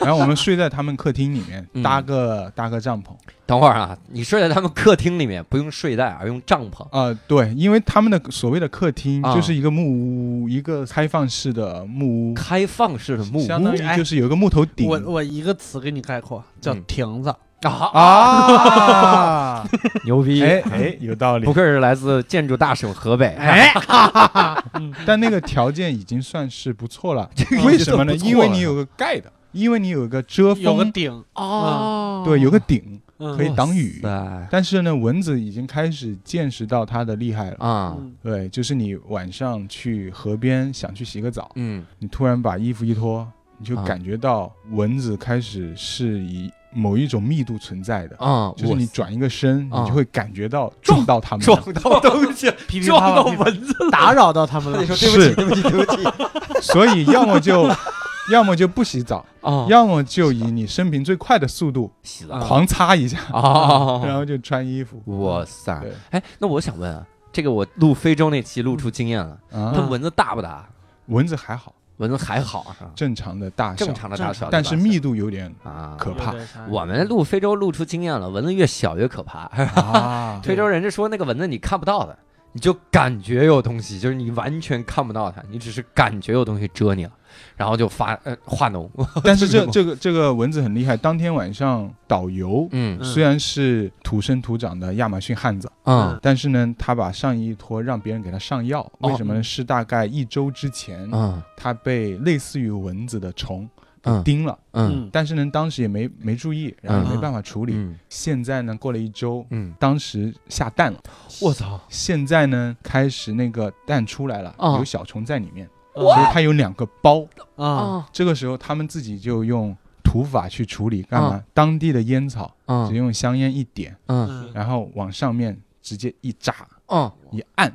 Speaker 3: 然后我们睡在他们客厅里面
Speaker 1: 嗯，
Speaker 3: 搭个搭个帐篷。
Speaker 1: 等会儿啊，你睡在他们客厅里面，不用睡袋，而用帐篷。
Speaker 3: 啊、对，因为他们的所谓的客厅
Speaker 1: 啊
Speaker 3: 就是一个木屋，一个开放式的木屋，
Speaker 1: 开放式的木
Speaker 3: 相当
Speaker 1: 屋
Speaker 3: 于就是有一个木头顶。 <laughs>
Speaker 2: 我我一个词给你概括，叫
Speaker 1: 嗯
Speaker 2: 亭子。
Speaker 1: 啊，
Speaker 3: 啊，
Speaker 1: 牛逼！
Speaker 3: 哎哎，有道理
Speaker 1: 不。愧是来自建筑大省河北。
Speaker 2: 哎，
Speaker 1: <laughs>
Speaker 3: 但那个条件已经算是不错了
Speaker 1: 个，
Speaker 3: 为
Speaker 1: 已经
Speaker 3: 什么呢？
Speaker 1: 不错了
Speaker 3: 因为你有个盖的，因为你有个遮
Speaker 2: 有个
Speaker 3: 风，
Speaker 2: 顶，
Speaker 1: 哦，
Speaker 3: 对，有个顶
Speaker 2: 嗯
Speaker 3: 可以挡雨。
Speaker 1: 对
Speaker 3: 但是呢，蚊子已经开始见识到它的厉害了。
Speaker 1: 啊，
Speaker 2: 嗯
Speaker 3: 对，就是你晚上去河边想去洗个澡，
Speaker 1: 嗯
Speaker 3: 你突然把衣服一脱，你就
Speaker 1: 啊
Speaker 3: 感觉到蚊子开始是以某一种密度存在的，
Speaker 1: 啊，
Speaker 3: 就是你转一个身，你
Speaker 1: 啊
Speaker 3: 就会感觉到撞到它们 <laughs> 了。
Speaker 1: 撞到东西，
Speaker 2: 噼噼
Speaker 1: 撞
Speaker 2: 啪
Speaker 1: 到
Speaker 2: 啪噼啪，
Speaker 1: 蚊子。
Speaker 2: 打扰到他们了
Speaker 1: 你。说对
Speaker 3: 是
Speaker 1: 不起，对不起，对不起。
Speaker 3: 所以要
Speaker 1: <laughs>
Speaker 3: 么就，要么就不洗澡，
Speaker 1: 啊，
Speaker 3: 要么就以你生平最快的速度
Speaker 1: 洗了
Speaker 2: 啊。
Speaker 3: 哦狂擦一下，然
Speaker 1: 啊！
Speaker 3: 后就穿衣服。
Speaker 1: 哇塞！
Speaker 3: 对
Speaker 1: 哎，那我想问啊，这个我录非洲那期录出经验了，它
Speaker 3: 啊，
Speaker 1: 蚊子大不大？
Speaker 3: 蚊子还好，
Speaker 1: 蚊子还好是吧？
Speaker 3: 正常的大小，
Speaker 1: 正常的大小，
Speaker 3: 但是
Speaker 1: 对吧
Speaker 3: 密度有点
Speaker 1: 啊
Speaker 3: 可怕
Speaker 1: 我们录非洲录出经验了，蚊子越小越可怕。
Speaker 3: <laughs> 啊
Speaker 2: 对
Speaker 1: 非洲人是说那个蚊子你看不到的，你就感觉有东西，就是你完全看不到它，你只是感觉有东西蛰你了，然后就发呃化脓。
Speaker 3: 但是 <laughs> 这
Speaker 1: 这
Speaker 3: 这个这个蚊子很厉害，当天晚上导游
Speaker 1: 嗯
Speaker 3: 虽然是土生土长的亚马逊汉子，
Speaker 1: 嗯
Speaker 3: 但是呢，他把上衣一脱，让别人给他上药。
Speaker 1: 哦
Speaker 3: 为什么呢？是大概一周之前，
Speaker 1: 嗯
Speaker 3: 他被类似于蚊子的虫
Speaker 1: 嗯
Speaker 3: 叮了，
Speaker 1: 嗯
Speaker 3: 但是呢，当时也没没注意，然后也没办法处理。
Speaker 1: 嗯
Speaker 3: 现在呢，过了一周，
Speaker 1: 嗯，
Speaker 3: 当时下蛋了，
Speaker 1: 我操！
Speaker 3: 现在呢开始那个蛋出来了，
Speaker 1: 哦
Speaker 3: 有小虫在里面，
Speaker 1: 啊
Speaker 3: 所以
Speaker 2: 哇
Speaker 3: 它有两个包。
Speaker 1: 嗯
Speaker 2: 啊，
Speaker 1: 哦
Speaker 3: 这个时候他们自己就用土法去处理，干
Speaker 1: 啊
Speaker 3: 嘛？当地的烟草，只
Speaker 1: 嗯
Speaker 3: 用香烟一点，
Speaker 1: 嗯
Speaker 2: 嗯
Speaker 3: 然后往上面直接一扎
Speaker 1: 嗯，
Speaker 3: 一按，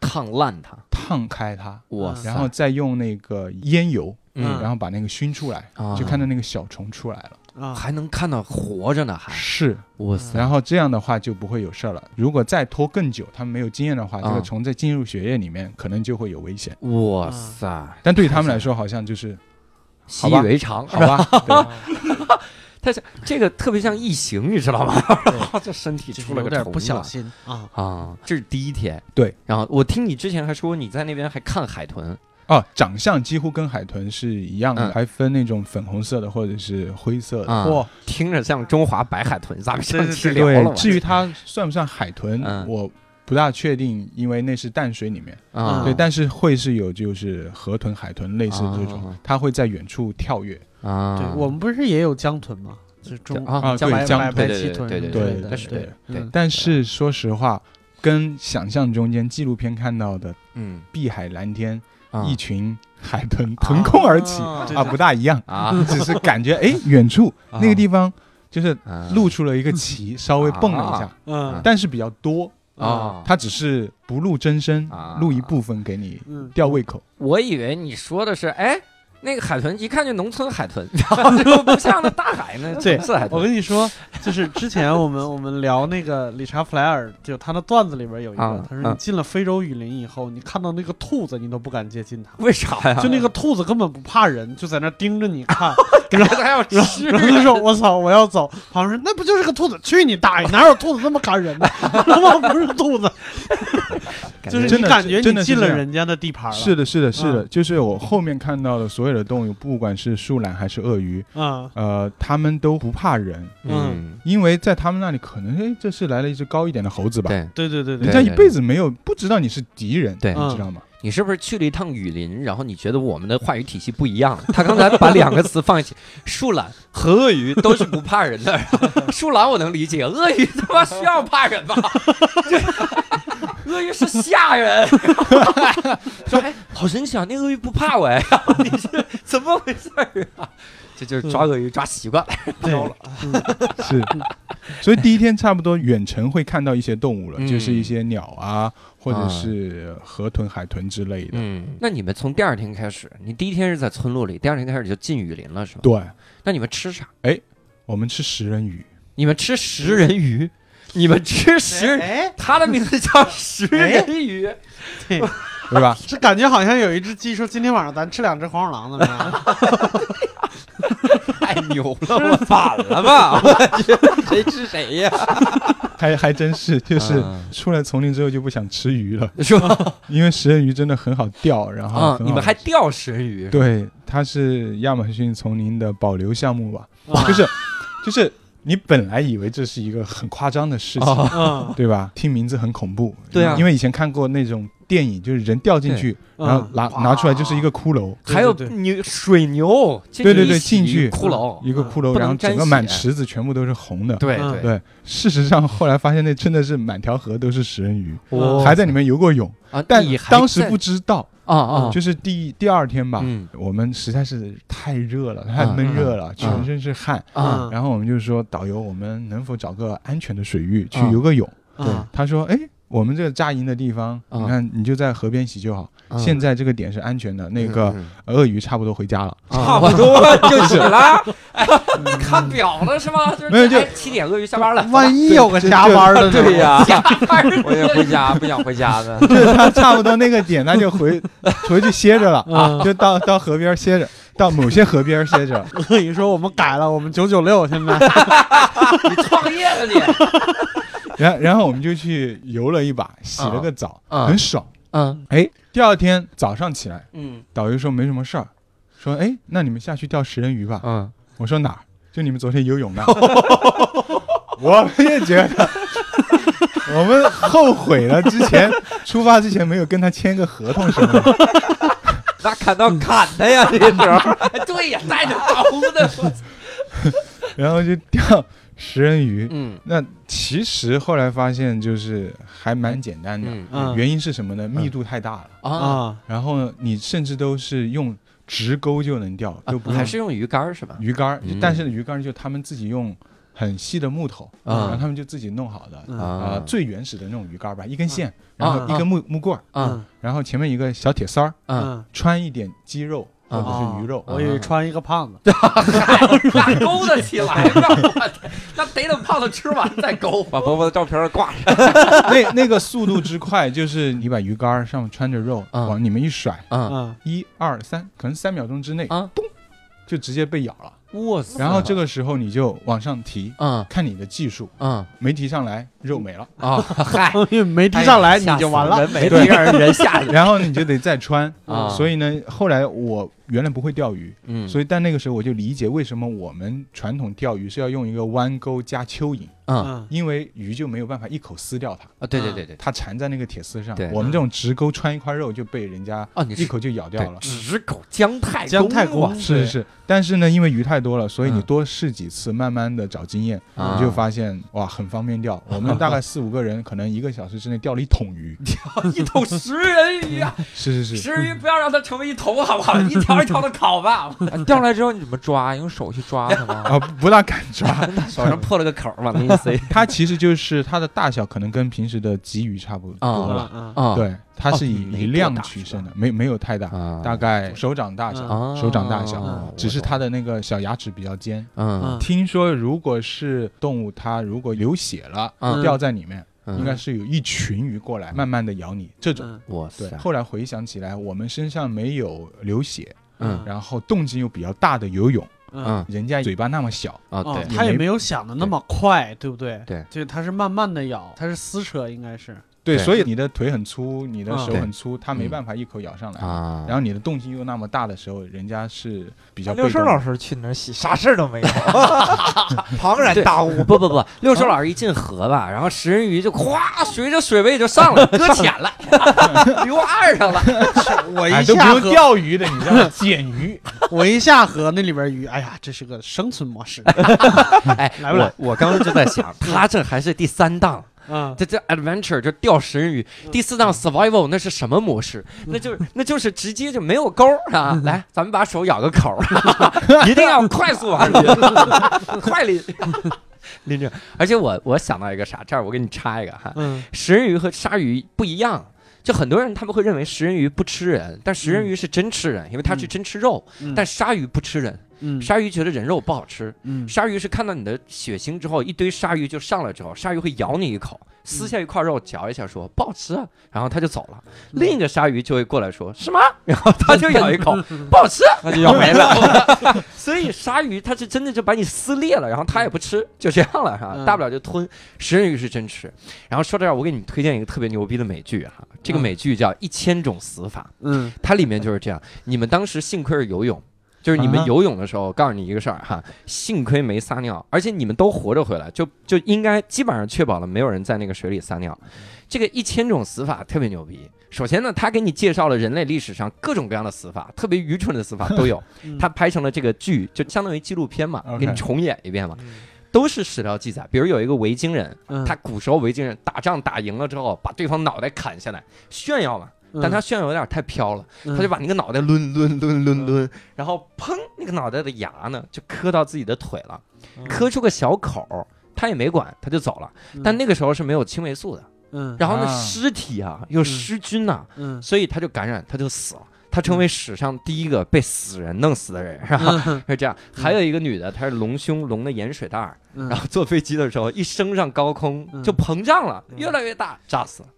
Speaker 1: 烫烂它！
Speaker 3: 烫开它，
Speaker 1: 哇塞！
Speaker 3: 然后再用那个烟油，
Speaker 1: 嗯
Speaker 3: 然后把那个熏出来，
Speaker 1: 啊
Speaker 3: 就看到那个小虫出来了。
Speaker 2: 啊，
Speaker 1: 还能看到活着呢，还
Speaker 3: 是，
Speaker 1: 哇塞！
Speaker 3: 然后这样的话就不会有事儿了。如果再拖更久，他们没有经验的话，
Speaker 1: 啊
Speaker 3: 这个虫在进入血液里面，可能就会有危险。
Speaker 1: 哇塞！
Speaker 3: 但对于他们来说，好像就是
Speaker 1: 习以
Speaker 3: 好吧
Speaker 1: 为常，
Speaker 3: 好吧，对
Speaker 1: 这个特别像异形，你知道吗？
Speaker 2: 对
Speaker 1: <laughs> 这身体
Speaker 2: 就是
Speaker 1: 出了
Speaker 2: 有
Speaker 1: 个
Speaker 2: 点
Speaker 1: 虫
Speaker 2: 不小
Speaker 1: 子
Speaker 2: 心啊，
Speaker 1: 啊，这是第一天。
Speaker 3: 对，
Speaker 1: 然后我听你之前还说你在那边还看海豚
Speaker 3: <laughs> 哦，长相几乎跟海豚是一样的，
Speaker 1: 嗯
Speaker 3: 还分那种粉红色的或者是灰色的。
Speaker 1: 啊，
Speaker 2: 嚯，
Speaker 1: 听着像中华白海豚，咱们上期
Speaker 2: 对
Speaker 1: 聊了嘛
Speaker 3: 呃对，至于它算不算海豚
Speaker 1: 嗯，
Speaker 3: 我不大确定，因为那是淡水里面。
Speaker 1: 啊，
Speaker 3: 嗯对，但是会是有就是河豚、海豚类似这种
Speaker 1: 啊，
Speaker 3: 它会在远处跳跃。
Speaker 1: 啊，
Speaker 2: 对我们不是也有江豚吗？就是中
Speaker 1: 啊
Speaker 3: 啊对
Speaker 2: 白
Speaker 3: 江
Speaker 2: 白白
Speaker 1: 豚
Speaker 2: 鳍豚
Speaker 1: 对对
Speaker 2: 之类
Speaker 3: 对
Speaker 2: 的
Speaker 3: 对
Speaker 2: 对
Speaker 3: 对
Speaker 1: 对
Speaker 2: 嗯
Speaker 3: 但是说实话，跟想象中间纪录片看到的
Speaker 1: 嗯
Speaker 3: 碧海蓝天，
Speaker 1: 啊
Speaker 3: 嗯一群海豚腾空而起
Speaker 1: 啊
Speaker 2: 对
Speaker 3: 啊，不大一样，
Speaker 1: 啊
Speaker 3: 只是感觉哎，远处
Speaker 1: <laughs> 啊
Speaker 3: 那个地方就是
Speaker 1: 啊
Speaker 3: 露出了一个鳍，稍微蹦了一下，
Speaker 2: 嗯
Speaker 3: 但是比较多，
Speaker 1: 啊，
Speaker 3: 它只是不露真身
Speaker 1: 啊，
Speaker 3: 露一部分给你
Speaker 2: 嗯，
Speaker 3: 吊胃口。
Speaker 1: 我以为你说的是哎。那个海豚一看就农村海豚，然后就不像那大海
Speaker 3: <laughs>
Speaker 1: 那
Speaker 2: 对
Speaker 1: 城市海
Speaker 2: 我
Speaker 1: 豚
Speaker 2: 跟你说，就是之前我们 <laughs> 我们聊那个理查弗莱尔，就他的段子里边有一个
Speaker 1: 啊，
Speaker 2: 他说你
Speaker 1: 啊
Speaker 2: 进了非洲雨林以后，你看到那个兔子，你都不敢接近它，
Speaker 1: 为啥
Speaker 3: 啊
Speaker 1: 呀？
Speaker 2: 就那个兔子根本不怕人，就在那盯着你
Speaker 3: <laughs>
Speaker 2: 看，然后
Speaker 1: 还要
Speaker 2: 然后然后他说：“我操，我要走。”旁边说：“那不就是个兔子？去你大爷！哪有兔子那么砍
Speaker 3: <laughs>
Speaker 2: 人的？他妈不是兔子，就是
Speaker 3: 真
Speaker 2: 你
Speaker 3: 的
Speaker 2: 感
Speaker 3: 是
Speaker 2: 觉
Speaker 3: 真
Speaker 2: 你
Speaker 3: 的是
Speaker 2: 进
Speaker 3: 这
Speaker 2: 了
Speaker 3: 样
Speaker 2: 人家的地
Speaker 1: 啊
Speaker 2: 盘了。”
Speaker 3: 是的，是的，是的，
Speaker 2: 嗯
Speaker 3: 就是我后面看到的所有的动物，不管是树懒还是鳄鱼，
Speaker 2: 啊，
Speaker 3: 呃，它们都不怕人，
Speaker 1: 嗯，
Speaker 3: 因为在它们那里可能，哎，这是来了一只高一点的猴子吧，
Speaker 1: 对
Speaker 2: 对对对
Speaker 3: 人
Speaker 2: 对，
Speaker 3: 家一辈子没有不知道你是敌人，
Speaker 1: 对嗯
Speaker 3: 你知道吗？
Speaker 1: 你是不是去了一趟雨林，然后你觉得我们的话语体系不一样？ <laughs> 他刚才把两个词放一起，树懒和鳄鱼都是不怕人的。 <laughs> 树懒我能理解，鳄鱼他妈需要怕人吧？ <laughs> 这鳄鱼是吓人。 <laughs> 说哎，好神奇啊，那鳄鱼不怕我哎， <laughs> 你是怎么回事儿啊？这就是抓鳄鱼抓习惯了。
Speaker 2: 对，
Speaker 3: 是， <laughs> 所以第一天差不多远程会看到一些动物了，
Speaker 1: 嗯
Speaker 3: 就是一些鸟啊，或者
Speaker 1: 啊
Speaker 3: 是河豚、海豚之类的。
Speaker 1: 嗯，那你们从第二天开始，你第一天是在村落里，第二天开始就进雨林了是吧？
Speaker 3: 对，
Speaker 1: 那你们吃啥？
Speaker 3: 我们吃食人鱼，
Speaker 1: 你们吃食人鱼？你们吃食人？
Speaker 2: 哎，
Speaker 1: 它的名字叫食人鱼，
Speaker 3: 对
Speaker 1: <laughs>
Speaker 3: 吧？
Speaker 2: 这感觉好像有一只鸡说：“今天晚上咱吃两只黄鼠狼怎么样
Speaker 1: 太牛了！
Speaker 4: 这反哎了吧？我去， <laughs> 谁吃谁呀？
Speaker 3: 还还真是，就是
Speaker 1: 啊
Speaker 3: 出来丛林之后就不想吃鱼了， <laughs>
Speaker 1: 是吧？
Speaker 3: 因为食人鱼真的很好钓，然后
Speaker 1: 啊，
Speaker 3: 很好
Speaker 1: 你们还钓食人鱼？
Speaker 3: 对，它是亚马逊丛林的保留项目吧？
Speaker 2: 啊
Speaker 3: 就是就是你本来以为这是一个很夸张的事情。
Speaker 1: 啊？”
Speaker 3: <laughs>
Speaker 2: 嗯
Speaker 3: 对吧？听名字很恐怖，
Speaker 1: 对啊
Speaker 3: 因为以前看过那种电影，就是人掉进去，
Speaker 2: 对
Speaker 3: 然后
Speaker 2: 嗯
Speaker 3: 拿拿出来就是一个骷髅，
Speaker 2: 对
Speaker 1: 还有
Speaker 2: 对对
Speaker 1: 牛水牛，进去
Speaker 3: 对对对
Speaker 1: 一洗
Speaker 3: 进去嗯
Speaker 1: 骷髅，
Speaker 3: 一个骷
Speaker 1: 不
Speaker 3: 髅，
Speaker 1: 能
Speaker 3: 然后整
Speaker 1: 沾
Speaker 3: 个
Speaker 1: 血
Speaker 3: 满池子全部都是红的。
Speaker 1: 对
Speaker 2: 嗯
Speaker 1: 对，
Speaker 3: 对，事实上后来发现那真的是满条河都是食人鱼，
Speaker 2: 哦
Speaker 3: 还在里面游过泳，
Speaker 1: 啊，
Speaker 3: 但
Speaker 1: 你还
Speaker 3: 当时
Speaker 1: 在
Speaker 3: 不知道，
Speaker 1: 啊啊，
Speaker 3: 就是第一第二天吧。
Speaker 1: 嗯
Speaker 3: 我们实在是太热了，太闷热了，全身是汗。
Speaker 1: 啊
Speaker 2: 嗯
Speaker 3: 然后我们就说，导游，我们能否找个安全的水域去
Speaker 1: 嗯
Speaker 3: 游个泳？
Speaker 2: 啊
Speaker 3: 他说：“哎，我们这个扎营的地方，
Speaker 1: 嗯
Speaker 3: 你看你就在河边洗就
Speaker 1: 嗯
Speaker 3: 好。现在这个点是安全的，那个
Speaker 1: 嗯
Speaker 3: 鳄鱼差不多回家了。 <laughs>
Speaker 1: 嗯
Speaker 4: 差
Speaker 1: 啊
Speaker 4: 不多就洗了。 <laughs>
Speaker 1: 我哎看表了是吗？就是
Speaker 3: 没有就
Speaker 1: 哎七点鳄鱼下班 <laughs> 了，
Speaker 2: 万一有个加班的呢？
Speaker 4: 对呀，
Speaker 1: <laughs> 下班
Speaker 4: 我也回家，不想回家呢。
Speaker 3: 就是他差不多那个点，他就回回去歇着了，
Speaker 1: 啊
Speaker 2: 嗯
Speaker 3: 就到到河边歇着，到某些河边歇着。
Speaker 2: 鳄鱼说：“我们改了，我们九九六现在。
Speaker 1: 你 <laughs> 创业了你？
Speaker 3: <laughs> 然然后我们就去游了一把，洗了个澡，
Speaker 2: 啊
Speaker 1: 嗯
Speaker 3: 很爽。
Speaker 1: 嗯
Speaker 3: 哎，第二天早上起来，
Speaker 1: 嗯
Speaker 3: 导游说没什么事儿，说哎，那你们下去钓食人鱼吧。
Speaker 2: 啊
Speaker 1: 嗯，
Speaker 3: 我说哪儿？就你们昨天游泳
Speaker 2: <laughs>
Speaker 3: 那儿。 <laughs> 我们也觉得，我们后悔了，之前出发之前没有跟他签个合同什么的。
Speaker 4: 那砍刀砍
Speaker 1: 嗯
Speaker 4: 他呀，这时候
Speaker 1: 哎对呀，带着刀的，我操
Speaker 3: 然后就钓食人鱼。
Speaker 1: 嗯
Speaker 3: 那其实后来发现就是还蛮简单的，
Speaker 1: 嗯”
Speaker 2: 嗯
Speaker 3: 原因是什么呢？密度太大了，
Speaker 1: 啊，
Speaker 2: 啊，
Speaker 3: 然后呢，你甚至都是用直钩就能钓，
Speaker 1: 啊
Speaker 3: 都不
Speaker 1: 还
Speaker 3: 用
Speaker 1: 是用鱼竿儿是吧？
Speaker 3: 鱼竿儿，
Speaker 1: 嗯
Speaker 3: 但是鱼竿儿就他们自己用很细的木头，
Speaker 1: 啊
Speaker 3: 然后他们就自己弄好的。
Speaker 2: 嗯
Speaker 1: 啊
Speaker 3: 啊，最原始的那种鱼竿儿吧，一根线，然
Speaker 1: 啊
Speaker 3: 后一根木木棍儿，
Speaker 1: 啊
Speaker 2: 嗯
Speaker 3: 然后前面一个小铁丝儿，
Speaker 1: 啊，
Speaker 3: 穿一点鸡肉或者是鱼肉
Speaker 1: 啊，
Speaker 2: 哦我以为穿一个胖子。
Speaker 1: <laughs> 那勾得起来吗？我天，那得等胖子吃完再勾。
Speaker 4: 把伯伯的照片挂上。
Speaker 3: <laughs> 那那个速度之快，就是你把鱼竿儿上面穿着肉
Speaker 1: 啊
Speaker 3: 往里面一甩，
Speaker 1: 啊
Speaker 2: 嗯
Speaker 3: 一二三，可能三秒钟之内
Speaker 1: 啊，
Speaker 3: 就直接被咬了。
Speaker 1: 哇塞
Speaker 3: 然后这个时候你就往上提，
Speaker 1: 啊
Speaker 3: 看你的技术，
Speaker 1: 啊
Speaker 3: 没提上来肉没了，
Speaker 1: 啊，
Speaker 2: <laughs>
Speaker 1: 嗨，
Speaker 2: 没提上来你就完了。
Speaker 1: 人没地让人吓人
Speaker 3: 然后你就得再穿。
Speaker 1: 嗯啊。嗯
Speaker 3: 所以呢，后来我原来不会钓鱼，
Speaker 1: 以
Speaker 3: 所
Speaker 1: 以
Speaker 3: 以但那个时候我就理解为什么我们传统钓鱼是要用一个弯钩加蚯蚓。
Speaker 1: 啊
Speaker 2: 嗯
Speaker 3: 因为鱼就没有办法一口撕掉它，
Speaker 1: 啊，对对对对，
Speaker 3: 它缠在那个铁丝上
Speaker 1: 对。
Speaker 3: 我们这种直钩穿一块肉就被人家
Speaker 1: 哦，你
Speaker 3: 一
Speaker 1: 是
Speaker 3: 口就咬掉了
Speaker 1: 对。直口姜太
Speaker 2: 姜太公
Speaker 1: 啊
Speaker 3: 是是是，但是呢，因为鱼太多了，所以你
Speaker 1: 嗯
Speaker 3: 多试几次，慢慢的找经验，
Speaker 1: 啊
Speaker 3: 你就发现哇，很方
Speaker 1: <laughs>
Speaker 3: 便钓。我们大概四五个人，可能一个小时之内钓了一桶鱼。
Speaker 1: 一头食人鱼啊，
Speaker 3: 是是是，
Speaker 4: 嗯 <laughs>
Speaker 1: 食人鱼不要让它成为一头好不好？一条
Speaker 4: 烤一烤的烤吧。 <laughs> 掉下来之后你怎么抓？用手去抓它吗？
Speaker 3: 啊，不大敢抓。
Speaker 1: <laughs> 手上破了个口儿，往那一塞
Speaker 3: 它其实就是它的大小可能跟平时的鲫鱼差不多了，
Speaker 2: 啊
Speaker 4: <laughs> 啊，
Speaker 3: 对，它是
Speaker 1: 哦
Speaker 3: 以
Speaker 1: 没
Speaker 3: 以
Speaker 1: 多
Speaker 3: 量
Speaker 1: 大
Speaker 3: 取
Speaker 1: 是
Speaker 3: 胜的，没没有太大，
Speaker 4: 啊，
Speaker 3: 大概手掌大小，
Speaker 4: 啊
Speaker 3: 手掌大小
Speaker 4: 我
Speaker 3: 只是
Speaker 4: 懂
Speaker 3: 它的那个小牙齿比较尖。
Speaker 4: 嗯
Speaker 2: 啊
Speaker 3: 听说如果是动物，它如果流血了
Speaker 4: 嗯
Speaker 3: 掉在里面，
Speaker 4: 嗯
Speaker 3: 应该是有一群鱼过来慢慢的咬你。这种
Speaker 2: 嗯
Speaker 1: 哇
Speaker 3: 对
Speaker 1: 塞，，
Speaker 3: 后来回想起来，我们身上没有流血，
Speaker 1: 嗯
Speaker 3: 然后动静又比较大的游泳，
Speaker 2: 嗯
Speaker 4: 啊
Speaker 1: 嗯
Speaker 3: 人家嘴巴那么小，
Speaker 1: 啊
Speaker 2: 哦
Speaker 1: 对，
Speaker 2: 他也没有想的那么快，对不对？
Speaker 1: 对
Speaker 2: 就是他是慢慢的咬，他是撕扯，应该是
Speaker 3: 对，
Speaker 1: 对
Speaker 3: 所以你的腿很粗，你的
Speaker 2: 嗯
Speaker 3: 手
Speaker 1: 对
Speaker 3: 很粗，它没
Speaker 1: 嗯
Speaker 3: 办法一口咬上来。
Speaker 1: 啊，
Speaker 3: 然后你的动静又那么大的时候，人家是比较被
Speaker 4: 六
Speaker 3: 动
Speaker 4: 兽
Speaker 3: 的。
Speaker 4: 老师去那儿洗，啥事儿
Speaker 1: <laughs>
Speaker 4: 都没有，庞然大物。
Speaker 1: 不不不，六叔老师一进河吧，然后食人鱼就咵随着水位就
Speaker 4: <laughs>
Speaker 1: 上来，搁浅
Speaker 3: <laughs>
Speaker 1: 了，溜岸上了。
Speaker 2: 我
Speaker 3: 哎，
Speaker 2: 一
Speaker 3: 都不
Speaker 2: 下
Speaker 3: 用
Speaker 2: 河，
Speaker 3: 钓鱼的，你
Speaker 2: <laughs>
Speaker 3: 知道吗？捡鱼，
Speaker 2: 我一下河，那里边鱼，哎呀，这是个生存模式
Speaker 1: 哎，
Speaker 2: 来不来
Speaker 1: 我我刚刚就在想，他这还是第三档，
Speaker 2: 啊！
Speaker 1: 这这 adventure 就钓食人鱼，第四档 survival 那是什么模式？
Speaker 2: 嗯
Speaker 1: 那就是那就是直接就没有钩儿啊！ <laughs> 来，咱们把手咬个口儿， <laughs> 一定要快速玩
Speaker 2: <laughs>
Speaker 1: 儿， <laughs> 快拎拎着。而且我我想到一个啥，这儿我给你插一个哈，
Speaker 2: 嗯
Speaker 1: 食人鱼和鲨鱼不一样。就很多人他们会认为食人鱼不吃人，但食人鱼是真吃人，因为它是真吃肉。
Speaker 2: 嗯，
Speaker 1: 但鲨鱼不吃人，
Speaker 2: 嗯
Speaker 1: 鲨鱼觉得人肉不好吃。
Speaker 2: 嗯
Speaker 1: 鲨鱼是看到你的血腥之后，一堆鲨鱼就上来之后，鲨鱼会咬你一口，撕下一块肉嚼一下说不好吃啊，然后它就走了。
Speaker 2: 嗯
Speaker 1: 另一个鲨鱼就会过来说什么，然后它就咬一口
Speaker 2: 嗯
Speaker 1: 不好吃，
Speaker 4: 那就要没了。
Speaker 1: <laughs> 所以鲨鱼它是真的就把你撕裂了，然后它也不吃，就这样了哈，
Speaker 2: 嗯
Speaker 1: 大不了就吞。食人鱼是真吃。然后说到这儿，我给你推荐一个特别牛逼的美剧哈，这个
Speaker 2: 嗯
Speaker 1: 美剧叫《一千种死法》。
Speaker 2: 嗯
Speaker 1: 它里面就是这样。你们当时幸亏是游泳，就是你们
Speaker 3: 啊
Speaker 1: 游泳的时候，我告诉你一个事儿哈，幸亏没撒尿，而且你们都活着回来，就就应该基本上确保了没有人在那个水里撒尿。这个一千种死法特别牛逼。首先呢，他给你介绍了人类历史上各种各样的死法，特别愚蠢的死法都
Speaker 3: <laughs>
Speaker 1: 有
Speaker 2: 嗯。
Speaker 1: 他拍成了这个剧，就相当于纪录片嘛，
Speaker 3: OK
Speaker 1: 给你重演一遍嘛，都是史料记载。比如有一个维京人，
Speaker 2: 嗯，
Speaker 1: 他古时候维京人打仗打赢了之后，把对方脑袋砍下来炫耀嘛，
Speaker 2: 嗯
Speaker 3: 嗯
Speaker 1: 但他炫耀有点太飘了。
Speaker 2: 他
Speaker 1: 他就把那个脑袋抡抡抡
Speaker 2: 嗯
Speaker 1: 抡抡，然后砰，那个脑袋的牙呢就磕到自己的腿了，
Speaker 2: 嗯
Speaker 1: 磕出个小口儿，他也没管，他就走了。但那个时候是没有青霉素的，
Speaker 2: 嗯
Speaker 1: 然后呢
Speaker 3: 啊
Speaker 1: 尸体啊又湿菌呐、
Speaker 2: 嗯
Speaker 1: 所以他就感染，他就死了。他成为史上第一个被死人弄死的人，是吧？
Speaker 2: 嗯
Speaker 1: 是这样。还有一个女的，她是隆胸隆的盐水袋儿，
Speaker 2: 嗯
Speaker 1: 然后坐飞机的时候一升上高空
Speaker 2: 嗯
Speaker 1: 就膨胀了，越来越大，炸死了。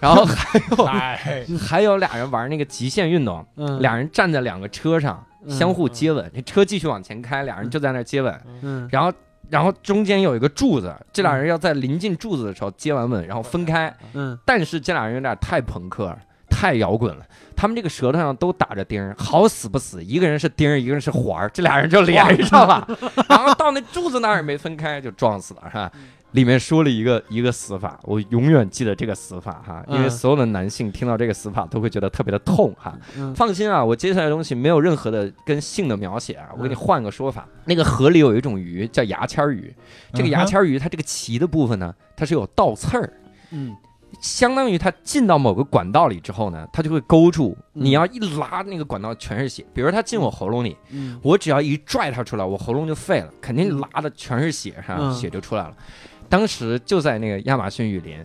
Speaker 1: 然后还
Speaker 2: <laughs>
Speaker 3: 哎，
Speaker 1: 还有俩人玩那个极限运动，
Speaker 2: 嗯
Speaker 1: 俩人站在两个车上
Speaker 2: 嗯
Speaker 1: 相互接吻，这车继续往前开，俩人就在那儿接吻，
Speaker 2: 嗯
Speaker 1: 然后然后中间有一个柱子，这俩人要在临近柱子的时候接完吻，然后分开。
Speaker 2: 嗯
Speaker 1: 但是这俩人有点太朋克了，太摇滚了，他们这个舌头上都打着钉儿，好死不死，一个人是钉儿，一个人是环儿，这俩人就连上了， <laughs> 然后到那柱子那儿也没分开，就撞死了，是
Speaker 2: 嗯
Speaker 1: 吧？里面说了一个一个死法，我永远记得这个死法哈，因为
Speaker 2: 嗯
Speaker 1: 所有的男性听到这个死法都会觉得特别的痛哈。
Speaker 2: 嗯
Speaker 1: 放心啊，我接下来的东西没有任何的跟性的描写啊，我给你
Speaker 2: 嗯
Speaker 1: 换个说法。那个河里有一种鱼叫牙签儿鱼，这个牙
Speaker 3: 嗯哼
Speaker 1: 签儿鱼它这个鳍的部分呢，它是有倒刺儿，
Speaker 2: 嗯
Speaker 1: 相当于它进到某个管道里之后呢，它就会勾住。
Speaker 2: 嗯
Speaker 1: 你要一拉那个管道全是血，比如它进我喉咙里，
Speaker 2: 嗯
Speaker 1: 我只要一拽它出来，我喉咙就废了，肯定拉的全是血，哈、
Speaker 2: 嗯
Speaker 1: 血就出来了。当时就在那个亚马逊雨林，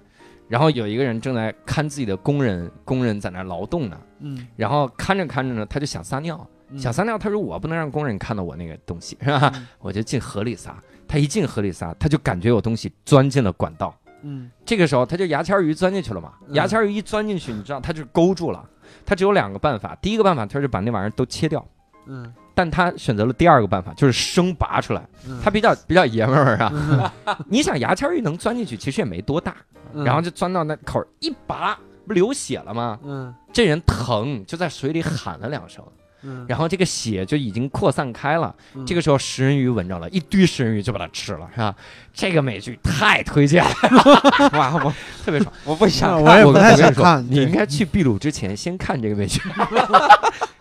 Speaker 1: 然后有一个人正在看自己的工人，工人在那劳动呢，
Speaker 2: 嗯
Speaker 1: 然后看着看着呢，他就想撒尿，
Speaker 2: 嗯
Speaker 1: 想撒尿，他说我不能让工人看到我那个东西，是吧？ <laughs>
Speaker 2: 嗯
Speaker 1: 我就进河里撒，他一进河里撒，他就感觉有东西钻进了管道。
Speaker 2: 嗯
Speaker 1: 这个时候，他就牙签鱼钻进去了嘛。
Speaker 2: 嗯
Speaker 1: 牙签鱼一钻进去，你知道，他就勾住了。他只有两个办法，第一个办法就是把那玩意儿都切掉，
Speaker 2: 嗯
Speaker 1: 但他选择了第二个办法，就是生拔出来。
Speaker 2: 嗯
Speaker 1: 他比较比较爷们儿啊。 <laughs>
Speaker 2: <laughs>
Speaker 1: 你想，牙签鱼能钻进去，其实也没多大，
Speaker 2: 嗯
Speaker 1: 然后就钻到那口儿一拔，不流血了吗？
Speaker 2: 嗯
Speaker 1: 这人疼，就在水里喊了两声，
Speaker 2: 嗯
Speaker 1: 然后这个血就已经扩散开了。
Speaker 2: 嗯
Speaker 1: 这个时候食人鱼闻着了，一堆食人鱼就把它吃了，是吧？这个美剧太推荐了，哇，我特
Speaker 2: <laughs>
Speaker 1: 别爽。
Speaker 4: 我不想
Speaker 2: 啊
Speaker 4: 看，
Speaker 2: 我也
Speaker 1: 我
Speaker 2: 不
Speaker 1: 跟
Speaker 2: 太
Speaker 1: 我跟
Speaker 2: 想
Speaker 1: 你说
Speaker 2: 看，
Speaker 1: 你
Speaker 2: 对
Speaker 1: 应该去秘鲁之前先看这个
Speaker 2: <laughs>
Speaker 1: 美剧，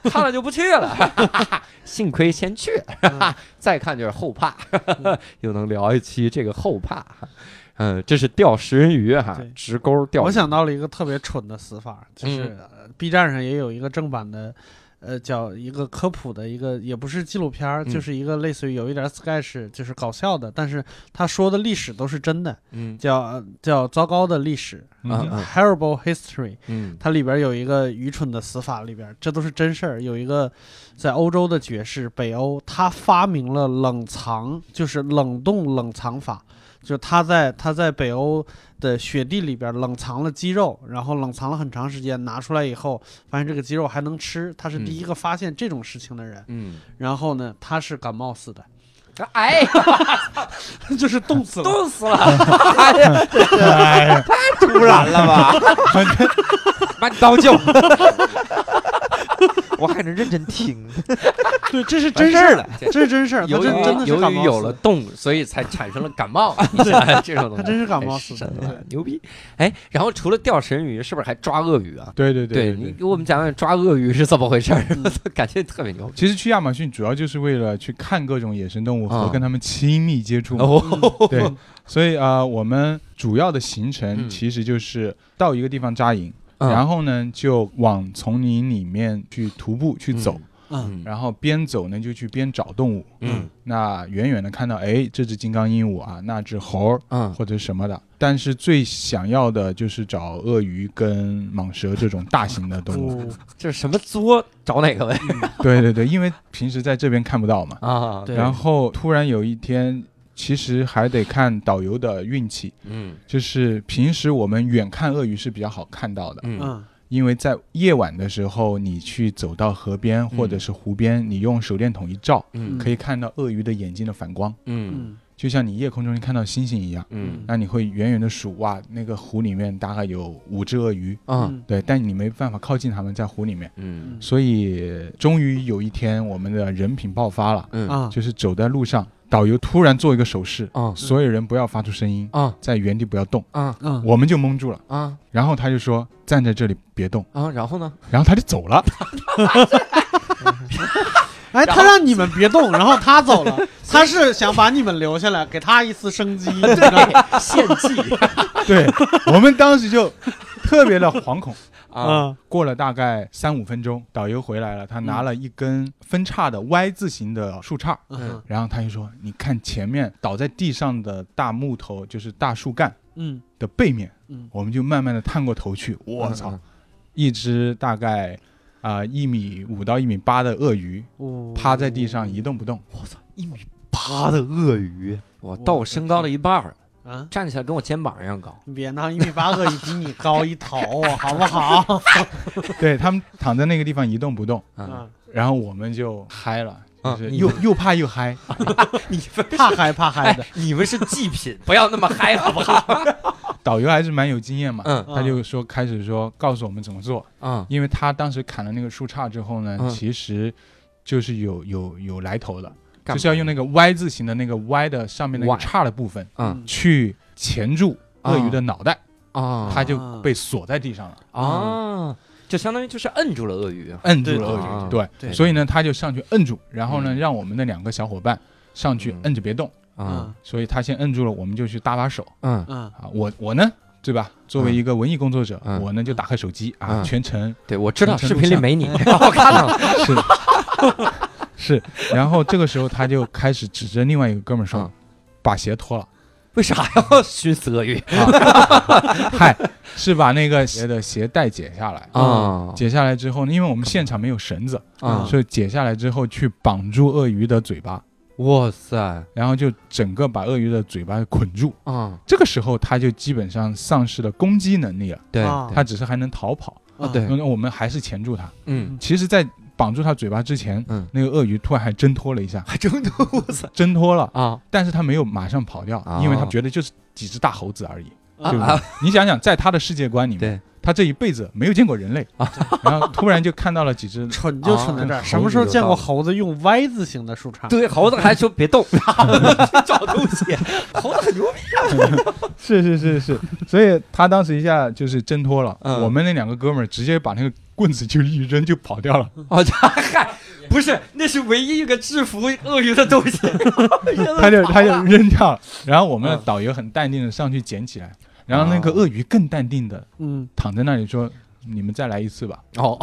Speaker 1: 看了就不去了。 <laughs> 幸亏先去，
Speaker 2: 嗯
Speaker 1: <laughs> 再看就是后怕， <laughs> 又能聊一期这个后怕。嗯，这是钓食人鱼哈
Speaker 2: 对，
Speaker 1: 直钩钓鱼。嗯
Speaker 2: 我想到了一个特别蠢的死法，就是呃 B 站上也有一个正版的。呃叫一个科普的一个，也不是纪录片儿，
Speaker 1: 嗯
Speaker 2: 就是一个类似于有一点 sketch，就是搞笑的，但是他说的历史都是真的，
Speaker 1: 嗯
Speaker 2: 叫呃叫糟糕的历史
Speaker 1: 啊
Speaker 3: 嗯
Speaker 1: 啊
Speaker 2: （Terrible History）。
Speaker 1: 嗯
Speaker 2: 它里边有一个愚蠢的死法，里边这都是真事儿。有一个在欧洲的爵士，北欧，他发明了冷藏，就是冷冻冷藏法，就是他在他在北欧的雪地里边冷藏了鸡肉，然后冷藏了很长时间，拿出来以后发现这个鸡肉还能吃，他是第一个发现这种事情的人。
Speaker 1: 嗯，
Speaker 2: 然后呢，他是感冒死的， <laughs>
Speaker 4: 哎，
Speaker 2: 就是冻死了。
Speaker 4: 冻死了！哎呀，
Speaker 3: 哎呀，
Speaker 4: 突然了
Speaker 1: <laughs>
Speaker 4: 吧？
Speaker 3: 反正
Speaker 4: 把你当救！我还能认真听，
Speaker 2: 对，这是
Speaker 4: 完
Speaker 2: 真
Speaker 4: 事
Speaker 2: 事
Speaker 4: 儿
Speaker 2: 儿，
Speaker 4: 了。
Speaker 2: 这是真事儿，他
Speaker 1: 由于
Speaker 2: 真真的是
Speaker 1: 由
Speaker 2: 感冒
Speaker 1: 于
Speaker 2: 死
Speaker 1: 有了
Speaker 2: 的，
Speaker 1: 动，所以才产生了感
Speaker 2: <laughs>
Speaker 1: 冒，你想想这种东
Speaker 2: 他
Speaker 1: 西，
Speaker 2: 真是感
Speaker 1: 哎
Speaker 2: 冒死的
Speaker 1: 神。
Speaker 2: 对
Speaker 1: 了，牛逼！哎，然后除了钓神鱼，是不是还抓鳄鱼啊？
Speaker 3: 对对
Speaker 1: 你
Speaker 3: 对。
Speaker 1: 给我们讲讲抓鳄鱼是怎么回事儿，
Speaker 2: 嗯
Speaker 1: <laughs> 感觉特别牛。
Speaker 3: 其实去亚马逊主要就是为了去看各种野生动物和
Speaker 1: 啊
Speaker 3: 跟它们亲密接触嘛。
Speaker 2: 嗯
Speaker 1: 哦，
Speaker 3: 对，所以啊、呃我们主要的行
Speaker 1: 嗯
Speaker 3: 程其实就是到一个地方扎营，
Speaker 1: 嗯
Speaker 3: 然后呢就往丛林里面去徒步去走，
Speaker 2: 嗯
Speaker 3: 然后边走呢就去边找动物。
Speaker 1: 嗯
Speaker 3: 那远远的看到，哎，这只金刚鹦鹉啊，那只猴儿
Speaker 1: 嗯
Speaker 3: 或者什么的，但是最想要的就是找鳄鱼跟蟒蛇这种大型的动物。
Speaker 2: 哦
Speaker 1: 这是什么作？找哪个位
Speaker 2: 嗯
Speaker 3: 对对对，因为平时在这边看不到嘛。
Speaker 1: 啊？
Speaker 3: <laughs>
Speaker 2: 对
Speaker 3: 然后突然有一天，其实还得看导游的运气。
Speaker 1: 嗯
Speaker 3: 就是平时我们远看鳄鱼是比较好看到的，
Speaker 1: 嗯
Speaker 2: 嗯
Speaker 3: 因为在夜晚的时候，你去走到河边或
Speaker 2: 嗯
Speaker 3: 者是湖边，你用手电筒一照，
Speaker 1: 嗯
Speaker 3: 可以看到鳄鱼的眼睛的反光，
Speaker 1: 嗯
Speaker 2: 嗯
Speaker 3: 就像你夜空中看到星星一样。
Speaker 1: 嗯
Speaker 3: 那你会远远的数，哇，那个湖里面大概有五只鳄鱼，
Speaker 1: 嗯
Speaker 3: 对，但你没办法靠近它们，在湖里面。
Speaker 1: 嗯
Speaker 3: 所以，终于有一天，我们的人品爆发了，
Speaker 1: 嗯
Speaker 2: 啊，
Speaker 3: 就是走在路上，导游突然做一个手势，
Speaker 1: 啊
Speaker 3: 所有人不要发出声音，
Speaker 1: 啊
Speaker 3: 在原地不要动，
Speaker 1: 啊
Speaker 2: 嗯，
Speaker 3: 我们就懵住了。
Speaker 1: 啊
Speaker 3: 然后他就说站在这里别动，
Speaker 1: 啊！然后呢？
Speaker 3: 然后他就走了。
Speaker 2: 哎，他让你们别动，然后他走了，他是想把你们留下来，给他一次生机，你知道吗？
Speaker 1: 献祭
Speaker 2: <laughs>
Speaker 3: 对 <laughs> 我们当时就特别的惶恐。
Speaker 2: 嗯
Speaker 1: 啊！
Speaker 3: 过了大概三五分钟，导游回来了，他拿了一根分叉的 Y 字形的树杈，
Speaker 2: 嗯
Speaker 3: 然后他就说：“你看前面倒在地上的大木头，就是大树干
Speaker 2: 嗯
Speaker 3: 的背面。”
Speaker 2: 嗯
Speaker 3: 我们就慢慢的探过头去，
Speaker 1: 嗯
Speaker 3: 我操，一只大概啊一、米五到一米八的鳄鱼
Speaker 1: 哦
Speaker 2: 嗯，
Speaker 3: 趴在地上一动不动。
Speaker 4: 一米八的鳄鱼，
Speaker 1: 我到我身高的一半儿，
Speaker 2: 啊！
Speaker 1: 站起来跟我肩膀一样高。
Speaker 2: 你别闹，一米八鳄鱼比你高一头啊，好不好？
Speaker 3: 对他们躺在那个地方一动不动。
Speaker 1: 啊，
Speaker 2: 嗯
Speaker 3: 然后我们就嗨了，就
Speaker 1: 啊
Speaker 3: 是
Speaker 1: 你
Speaker 3: 又、又怕
Speaker 2: <laughs>
Speaker 3: 又嗨。
Speaker 1: 你们
Speaker 2: 怕嗨怕嗨的，
Speaker 1: 你们是祭
Speaker 2: <laughs>
Speaker 1: 品，不要那么嗨好不好？
Speaker 3: 导游还是蛮有经验嘛，
Speaker 1: 嗯
Speaker 3: 他就说开始说告诉我们怎么做，
Speaker 1: 啊
Speaker 3: 因为他当时砍了那个树杈之后呢，
Speaker 1: 嗯
Speaker 3: 其实就是有有有来头的，
Speaker 1: 干嘛
Speaker 3: 就是要用那个 Y 字形的那个 Y 的上面那个
Speaker 1: Y
Speaker 3: 叉的部分
Speaker 1: 嗯
Speaker 3: 去钳住鳄鱼的脑袋，
Speaker 1: 啊
Speaker 3: 它就被锁在地上了，
Speaker 1: 啊！就相当于就是摁住了鳄鱼。
Speaker 3: 摁住了
Speaker 2: 对
Speaker 3: 鳄
Speaker 1: 啊
Speaker 3: 鱼。对，
Speaker 2: 对
Speaker 3: 所以呢，他就上去摁住，然后呢，
Speaker 1: 嗯
Speaker 3: 让我们的两个小伙伴上去
Speaker 1: 嗯
Speaker 3: 摁着别动。
Speaker 1: 啊
Speaker 3: 所以他先摁住了，我们就去搭把手。
Speaker 1: 嗯，
Speaker 2: 嗯
Speaker 3: 啊，我我呢，对吧？作为一个文艺工作者，
Speaker 1: 嗯
Speaker 3: 我呢就打开手机啊，
Speaker 1: 嗯
Speaker 3: 全程
Speaker 1: 对，我知道
Speaker 3: 全程
Speaker 1: 视频里没你， <laughs> 我看到了。
Speaker 3: 是 <laughs> 是。然后这个时候他就开始指着另外一个哥们儿说：“
Speaker 1: 嗯
Speaker 3: 把鞋脱了。 <laughs>
Speaker 1: 为啥要熏死鳄鱼
Speaker 3: 啊”嗨，是把那个
Speaker 1: <laughs>
Speaker 3: 鞋的鞋带解下来。
Speaker 1: 啊
Speaker 3: 解下来之后呢，因为我们现场没有绳子，
Speaker 1: 啊！
Speaker 3: 所以解下来之后去绑住鳄鱼的嘴巴，
Speaker 1: 哇塞
Speaker 3: 然后就整个把鳄鱼的嘴巴捆住。
Speaker 1: 啊！
Speaker 3: 这个时候他就基本上丧失了攻击能力了，
Speaker 1: 对，
Speaker 2: 啊
Speaker 1: 对
Speaker 3: 他只是还能逃跑。
Speaker 2: 啊
Speaker 1: 嗯对
Speaker 3: 那我们还是钳住他。
Speaker 1: 嗯
Speaker 3: 其实，在绑住他嘴巴之前，
Speaker 1: 嗯
Speaker 3: 那个鳄鱼突然还挣脱了一下，
Speaker 1: 还真肚子
Speaker 3: <laughs> 挣脱了，
Speaker 1: 啊
Speaker 3: 但是他没有马上跑掉，
Speaker 1: 啊
Speaker 3: 因为他觉得就是几只大猴子而已，
Speaker 2: 啊。
Speaker 3: 对不对？你想想，在他的世界观里面
Speaker 1: 对，
Speaker 3: 他这一辈子没有见过人类，然后突然就看到了几只
Speaker 2: 蠢就蠢在这
Speaker 3: 啊
Speaker 2: 儿，什么时候见过猴子用 Y 字形的树杈？
Speaker 1: 对，猴子还说别动，找东西，猴子很牛逼。
Speaker 3: 是是是是，所以他当时一下就是挣脱了，
Speaker 1: 嗯
Speaker 3: 我们那两个哥们儿直接把那个棍子就一扔就跑掉了。
Speaker 1: <laughs> 哦，这嗨，不是，那是唯一一个制服鳄鱼的东西，
Speaker 3: <laughs> 他就他就扔掉了，然后我们的
Speaker 1: 嗯
Speaker 3: 导游很淡定的上去捡起来，然后那个鳄鱼更淡定的
Speaker 2: 嗯，
Speaker 3: 躺在那里说：“你们再来一次吧。
Speaker 1: <laughs> 哦，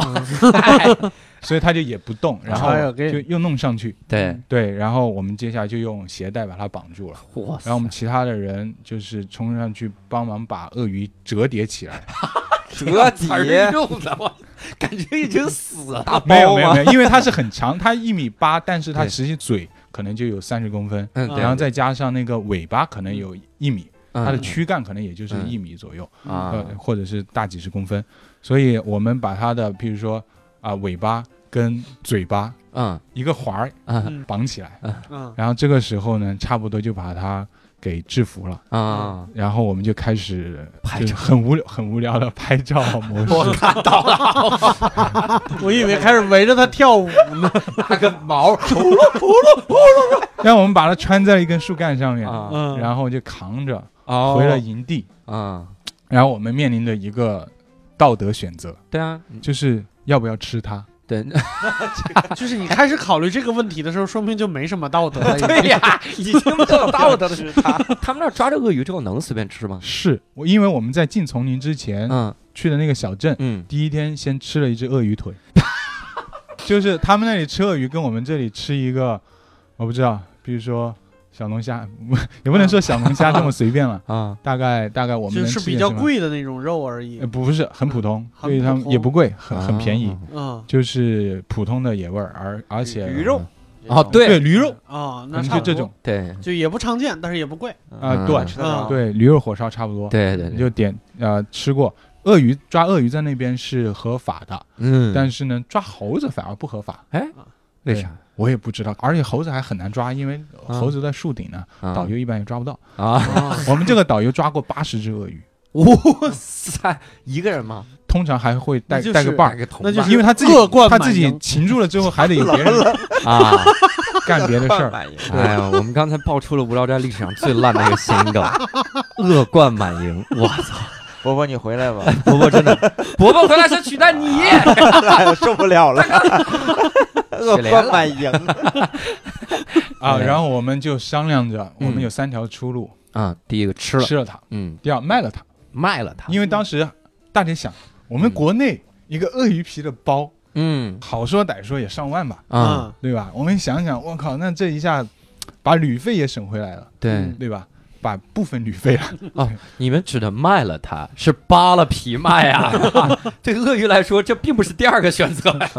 Speaker 3: 所以他就也不动，然后
Speaker 2: 哎呦给
Speaker 3: 就又弄上去。
Speaker 1: 对，
Speaker 3: 对，然后我们接下来就用鞋带把它绑住了，
Speaker 1: 哇
Speaker 3: 然后我们其他的人就是冲上去帮忙把鳄鱼折叠起来。
Speaker 4: 折叠
Speaker 1: 用的，我感觉已经死了。
Speaker 4: 大包
Speaker 3: <laughs> 没有没有
Speaker 4: 吗？
Speaker 3: 没有，因为它是很
Speaker 1: <laughs>
Speaker 3: 长，它一米八，但是它
Speaker 1: 对
Speaker 3: 实际嘴可能就有三十公分，
Speaker 1: 嗯，
Speaker 2: 对
Speaker 3: 然后再加上那个尾巴可能有一米，它的躯干可能也就是
Speaker 1: 嗯
Speaker 3: 一米左右，
Speaker 4: 啊
Speaker 3: 呃，或者是大几十公分。所以我们把它的，譬如说啊、尾巴跟嘴巴
Speaker 1: 嗯
Speaker 3: 一个环儿
Speaker 1: 嗯
Speaker 3: 绑起来，
Speaker 2: 嗯
Speaker 3: 然后这个时候呢，差不多就把它给制服了。
Speaker 1: 啊，
Speaker 3: 然后我们就开始
Speaker 1: 拍
Speaker 3: 就是
Speaker 1: 照
Speaker 3: 很无聊、很无聊的拍照模式。
Speaker 2: 我以为开始围着他跳舞呢，
Speaker 4: 那个毛，
Speaker 3: 让我们把它穿在一根树干上面，
Speaker 1: 啊
Speaker 2: 嗯，
Speaker 3: 然后就扛着
Speaker 1: 哦
Speaker 3: 回了营地。
Speaker 1: 啊，
Speaker 3: 然后我们面临的一个道德选择，
Speaker 1: 对啊，
Speaker 3: 就是要不要吃它。
Speaker 1: <laughs> 对
Speaker 2: <laughs> 就是你开始考虑这个问题的时候，说明就没什么道德了。已经
Speaker 4: 对呀，已
Speaker 1: <laughs>
Speaker 4: 经没有道德的是他，
Speaker 1: 他们那儿抓着鳄鱼之后能随便
Speaker 2: 嗯
Speaker 1: 吃吗？
Speaker 3: 是我，因为我们在进丛林之前、
Speaker 1: 嗯
Speaker 3: 去的那个小镇，
Speaker 1: 嗯，
Speaker 3: 第一天先吃了一只鳄鱼腿， <laughs> 就是他们那里吃鳄鱼跟我们这里吃一个，我不知道，比如说小龙虾， <laughs> 也不能说小龙虾这么随便了，
Speaker 1: 啊
Speaker 3: 大概大 <laughs> 概我
Speaker 2: 嗯
Speaker 3: 们
Speaker 2: 就
Speaker 3: 能
Speaker 2: 是
Speaker 3: 吃
Speaker 2: 比
Speaker 3: 点
Speaker 2: 较
Speaker 3: 什么。
Speaker 2: 贵的那种肉而已
Speaker 3: 呃，。不是很普通，
Speaker 2: 很
Speaker 3: 对于他们
Speaker 2: 普
Speaker 3: 也不
Speaker 2: 通
Speaker 3: 贵，很很便宜
Speaker 1: 啊，
Speaker 2: 嗯
Speaker 3: 就是普通的野味儿，而而且啊
Speaker 4: 驴肉
Speaker 1: 哦，
Speaker 3: 对
Speaker 1: 对
Speaker 3: 驴肉，
Speaker 2: 哦，
Speaker 3: 可
Speaker 2: 那
Speaker 3: 能
Speaker 2: 差
Speaker 3: 就
Speaker 2: 不
Speaker 3: 这
Speaker 2: 多
Speaker 3: 种
Speaker 1: 对
Speaker 2: 就也不常见，但是也不贵。
Speaker 3: 啊，
Speaker 1: 嗯
Speaker 3: 对
Speaker 4: 吃得着
Speaker 3: 对，驴肉火烧差不多，
Speaker 1: 对对
Speaker 3: 你
Speaker 1: 对，
Speaker 3: 就点呃吃过。鳄鱼抓鳄鱼在那边是合法的，
Speaker 1: 嗯，
Speaker 3: 但是呢，抓猴子反而不合法，
Speaker 1: 为啥
Speaker 3: 我也不知道。而且猴子还很难抓，因为
Speaker 1: 啊
Speaker 3: 猴子在树顶呢，
Speaker 1: 啊
Speaker 3: 导游一般也抓不到。
Speaker 1: 啊？
Speaker 3: 我们这个导游抓过八十只鳄鱼，
Speaker 1: 哇 <laughs> 塞，一个人吗？
Speaker 3: 通常还会带
Speaker 2: 那就是
Speaker 3: 带个伴儿，
Speaker 1: 个同
Speaker 2: 那就是
Speaker 3: 因为他自己
Speaker 2: 恶贯
Speaker 3: 他
Speaker 2: 满
Speaker 3: 自己
Speaker 2: 盈
Speaker 3: 擒住了之后，
Speaker 2: <laughs>
Speaker 3: 还得有别人
Speaker 1: 啊。
Speaker 3: 干别的事儿。
Speaker 1: 哎呀，我们刚才爆出了《无聊斋》历史上最烂的一个谐音 <laughs> 梗，恶贯满 <laughs> 盈。我操，
Speaker 4: 伯伯你回来吧， <laughs>
Speaker 1: 伯伯真的， <laughs> 伯伯回来想取代你。
Speaker 4: 受不了
Speaker 1: <laughs>
Speaker 4: 了，恶 <laughs> 贯满盈，
Speaker 3: 啊，
Speaker 1: 对
Speaker 3: 然后我们就商量着，我
Speaker 1: 嗯
Speaker 3: 们有三条出路：
Speaker 1: 啊，第一个吃了，
Speaker 3: 吃了它，
Speaker 1: 嗯，
Speaker 3: 第二卖了它。
Speaker 1: 卖了它，
Speaker 3: 因为当时大家想，我们国内一个鳄鱼皮的包，
Speaker 1: 嗯
Speaker 3: 好说歹说也上万吧，
Speaker 1: 啊，
Speaker 2: 嗯，
Speaker 3: 对吧？我们想想，我靠，那这一下把旅费也省回来了，
Speaker 1: 对
Speaker 2: 嗯，
Speaker 3: 对吧？把部分旅费了，
Speaker 1: 你们指的卖了它是扒了皮卖啊？ <laughs> 对鳄鱼来说，这并不是第二个选择呀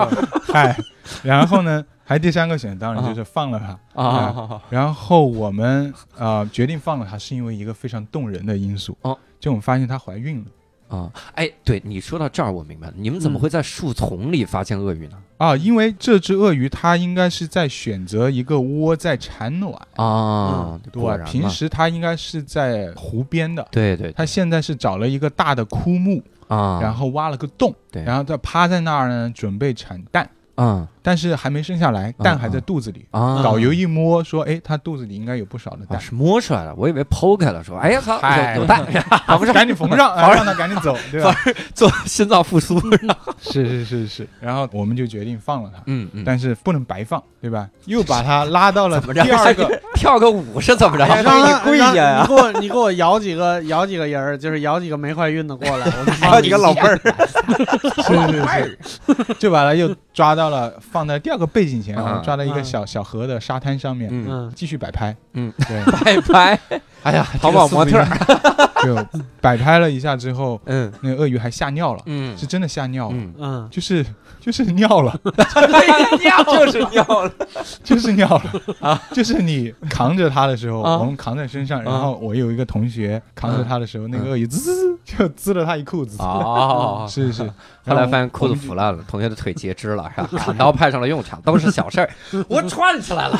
Speaker 3: 嗨，哎然后呢，还第三个选，当然就是放了它。
Speaker 1: <laughs> 啊！
Speaker 3: 然后我们啊决定放了它，是因为一个非常动人的因素
Speaker 1: 哦，
Speaker 3: 就我们发现它怀孕了
Speaker 1: 啊，哎，对你说到这儿，我明白了，你们怎么会在树丛里发现鳄鱼呢？
Speaker 3: 啊，因为这只鳄鱼它应该是在选择一个窝在产卵。
Speaker 1: 啊，
Speaker 3: 对
Speaker 1: 果
Speaker 3: 吧
Speaker 1: 然？嘛
Speaker 3: 平时它应该是在湖边的，
Speaker 1: 对对
Speaker 3: 它现在是找了一个大的枯木，
Speaker 1: 啊，
Speaker 3: 然后挖了个洞，
Speaker 1: 对
Speaker 3: 然后再趴在那儿呢，准备产蛋，
Speaker 1: 啊
Speaker 3: 但是还没生下来，
Speaker 1: 嗯
Speaker 3: 蛋还在肚子里。
Speaker 1: 啊，
Speaker 3: 导游一摸说：“哎，它肚子里应该有不少的
Speaker 1: 啊，
Speaker 3: 蛋，
Speaker 1: 是摸出来了，我以为剖开了，说，哎呀操，
Speaker 3: 嗨
Speaker 1: 有有蛋，啊不是，
Speaker 3: <laughs> 赶紧缝上，哎让它赶紧走，对吧
Speaker 1: 做心脏复苏，？”
Speaker 3: <laughs> 是是是是。然后我们就决定放了它，
Speaker 1: 嗯嗯，
Speaker 3: 但是不能白放，对吧？又把它拉到了
Speaker 1: 怎么着
Speaker 3: 第二个，
Speaker 1: <laughs> 跳个舞是怎么着？
Speaker 4: 哎呀
Speaker 2: 让
Speaker 4: 让
Speaker 2: 他
Speaker 4: 你跪
Speaker 2: 让
Speaker 4: 下呀
Speaker 2: 你给我你给我摇几个摇几个人儿，就是摇几个没怀孕的过来，
Speaker 3: <laughs>
Speaker 2: 我就
Speaker 4: 还有
Speaker 1: 哎
Speaker 2: 放
Speaker 4: 你个老妹儿，
Speaker 3: 是是是，就把它又抓到了，放在第二个背景前，
Speaker 1: 嗯
Speaker 3: 我们抓到一个
Speaker 2: 嗯
Speaker 3: 小小河的沙滩上面，
Speaker 1: 嗯，
Speaker 2: 嗯
Speaker 3: 继续摆拍。
Speaker 1: 嗯 <laughs>
Speaker 3: 对，
Speaker 1: 拜拜，
Speaker 3: 哎 <laughs> 呀，
Speaker 4: 淘宝模特儿，
Speaker 3: 就摆拍了一下之后，
Speaker 1: 嗯
Speaker 3: 那个鳄鱼还吓尿了，
Speaker 1: 嗯
Speaker 3: 是真的吓尿了，
Speaker 1: 嗯，
Speaker 2: 嗯，
Speaker 3: 就是就是尿了，
Speaker 4: 尿 <laughs> 就是尿了，
Speaker 3: <laughs> 就是尿了啊！就是你扛着它的时候，
Speaker 1: 啊
Speaker 3: 我们扛在身上，然后我有一个同学扛着它的时候，那
Speaker 1: 啊
Speaker 3: 个鳄鱼滋就滋了他一裤子。
Speaker 1: 哦。
Speaker 3: 是是，
Speaker 1: 后
Speaker 3: 然
Speaker 1: 来
Speaker 3: 我
Speaker 1: 发现裤子腐烂了，同学的腿截肢了，然后然后派上了用场，都是小事儿。
Speaker 2: 嗯
Speaker 1: 我串起来了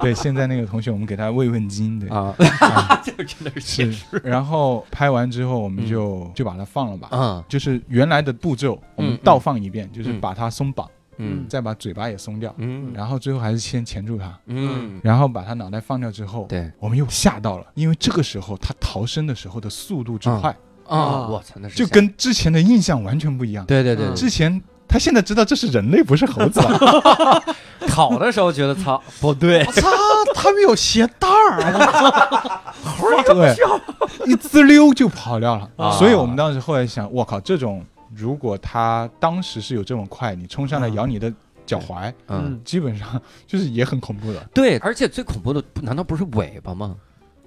Speaker 3: 对，现在那个同学我们给他慰问金，对，
Speaker 1: 啊，
Speaker 3: 啊
Speaker 1: 这真的是嗯
Speaker 3: 是。然后拍完之后，我们就就把它放了吧。
Speaker 1: 啊，
Speaker 3: 就是原来的步骤，我们
Speaker 1: 嗯
Speaker 3: 倒放一遍，就是
Speaker 1: 嗯
Speaker 3: 把它松绑，
Speaker 1: 嗯
Speaker 3: 再把嘴巴也松掉，
Speaker 1: 嗯
Speaker 3: 然后最后还是先钳住它，
Speaker 1: 嗯，
Speaker 3: 然后把它脑袋放掉之后，
Speaker 1: 对
Speaker 3: 我们又吓到了，因为这个时候它逃生的时候的速度之快，
Speaker 1: 啊，我操，那是
Speaker 3: 就跟嗯之前的印象完全不一样。
Speaker 1: 对对对对 <laughs>
Speaker 3: 之前它现在知道这是人类，不是猴子了。
Speaker 1: 烤的时候觉得操不对
Speaker 2: 我，操，他们有鞋带儿，
Speaker 3: <laughs> 对，一滋溜就跑掉了。
Speaker 1: 啊
Speaker 3: 所以我们当时后来想，我靠，这种如果它当时是有这么快，你冲上来咬你的脚踝，
Speaker 1: 嗯，
Speaker 3: 基本上就是也很恐怖的。
Speaker 1: 对，而且最恐怖的不难道不是尾巴吗？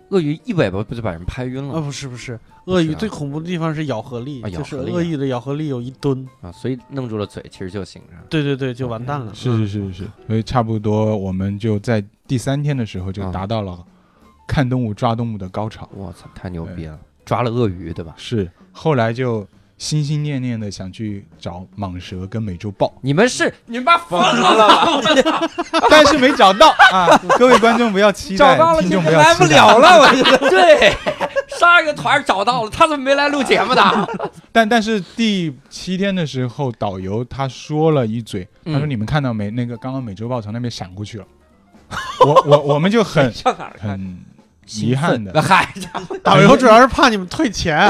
Speaker 1: 鳄鱼一尾巴不就把人拍晕
Speaker 2: 啊，
Speaker 1: 了
Speaker 2: 不是不是，
Speaker 1: 不
Speaker 2: 鳄
Speaker 1: 是
Speaker 2: 鱼
Speaker 1: 啊
Speaker 2: 最恐怖的地方是咬合力，
Speaker 1: 啊咬
Speaker 2: 就是
Speaker 1: 合力
Speaker 2: 鳄
Speaker 1: 啊
Speaker 2: 鱼的咬合力有一吨，
Speaker 1: 啊？所以弄住了嘴其实就行了。
Speaker 2: 对对对，就完蛋了。
Speaker 3: 是是是是是，嗯所以差不多我们就在第三天的时候就
Speaker 1: 嗯
Speaker 3: 达到了看动物抓动物的高潮。
Speaker 1: 我操，太牛逼了！抓了鳄鱼对吧？
Speaker 3: 是，后来就心心念念的想去找蟒蛇跟美洲豹，
Speaker 1: 你们是 <laughs> 你们把疯了 <laughs>
Speaker 3: 但是没找到啊！ <laughs> 各位观众不要期待，听众不要期待。
Speaker 1: 了了，我觉 <laughs> 得对，上一个团找到了，他怎么没来录节目呢？
Speaker 3: 但但是第七天的时候，导游他说了一嘴，
Speaker 1: 嗯
Speaker 3: 他说你们看到没？那个刚刚美洲豹从那边闪过去了，我我我们就 <laughs> 很
Speaker 4: 上哪儿看？
Speaker 3: 很遗憾的，
Speaker 1: 嗨，
Speaker 2: <laughs> 导游主要是怕你们退钱，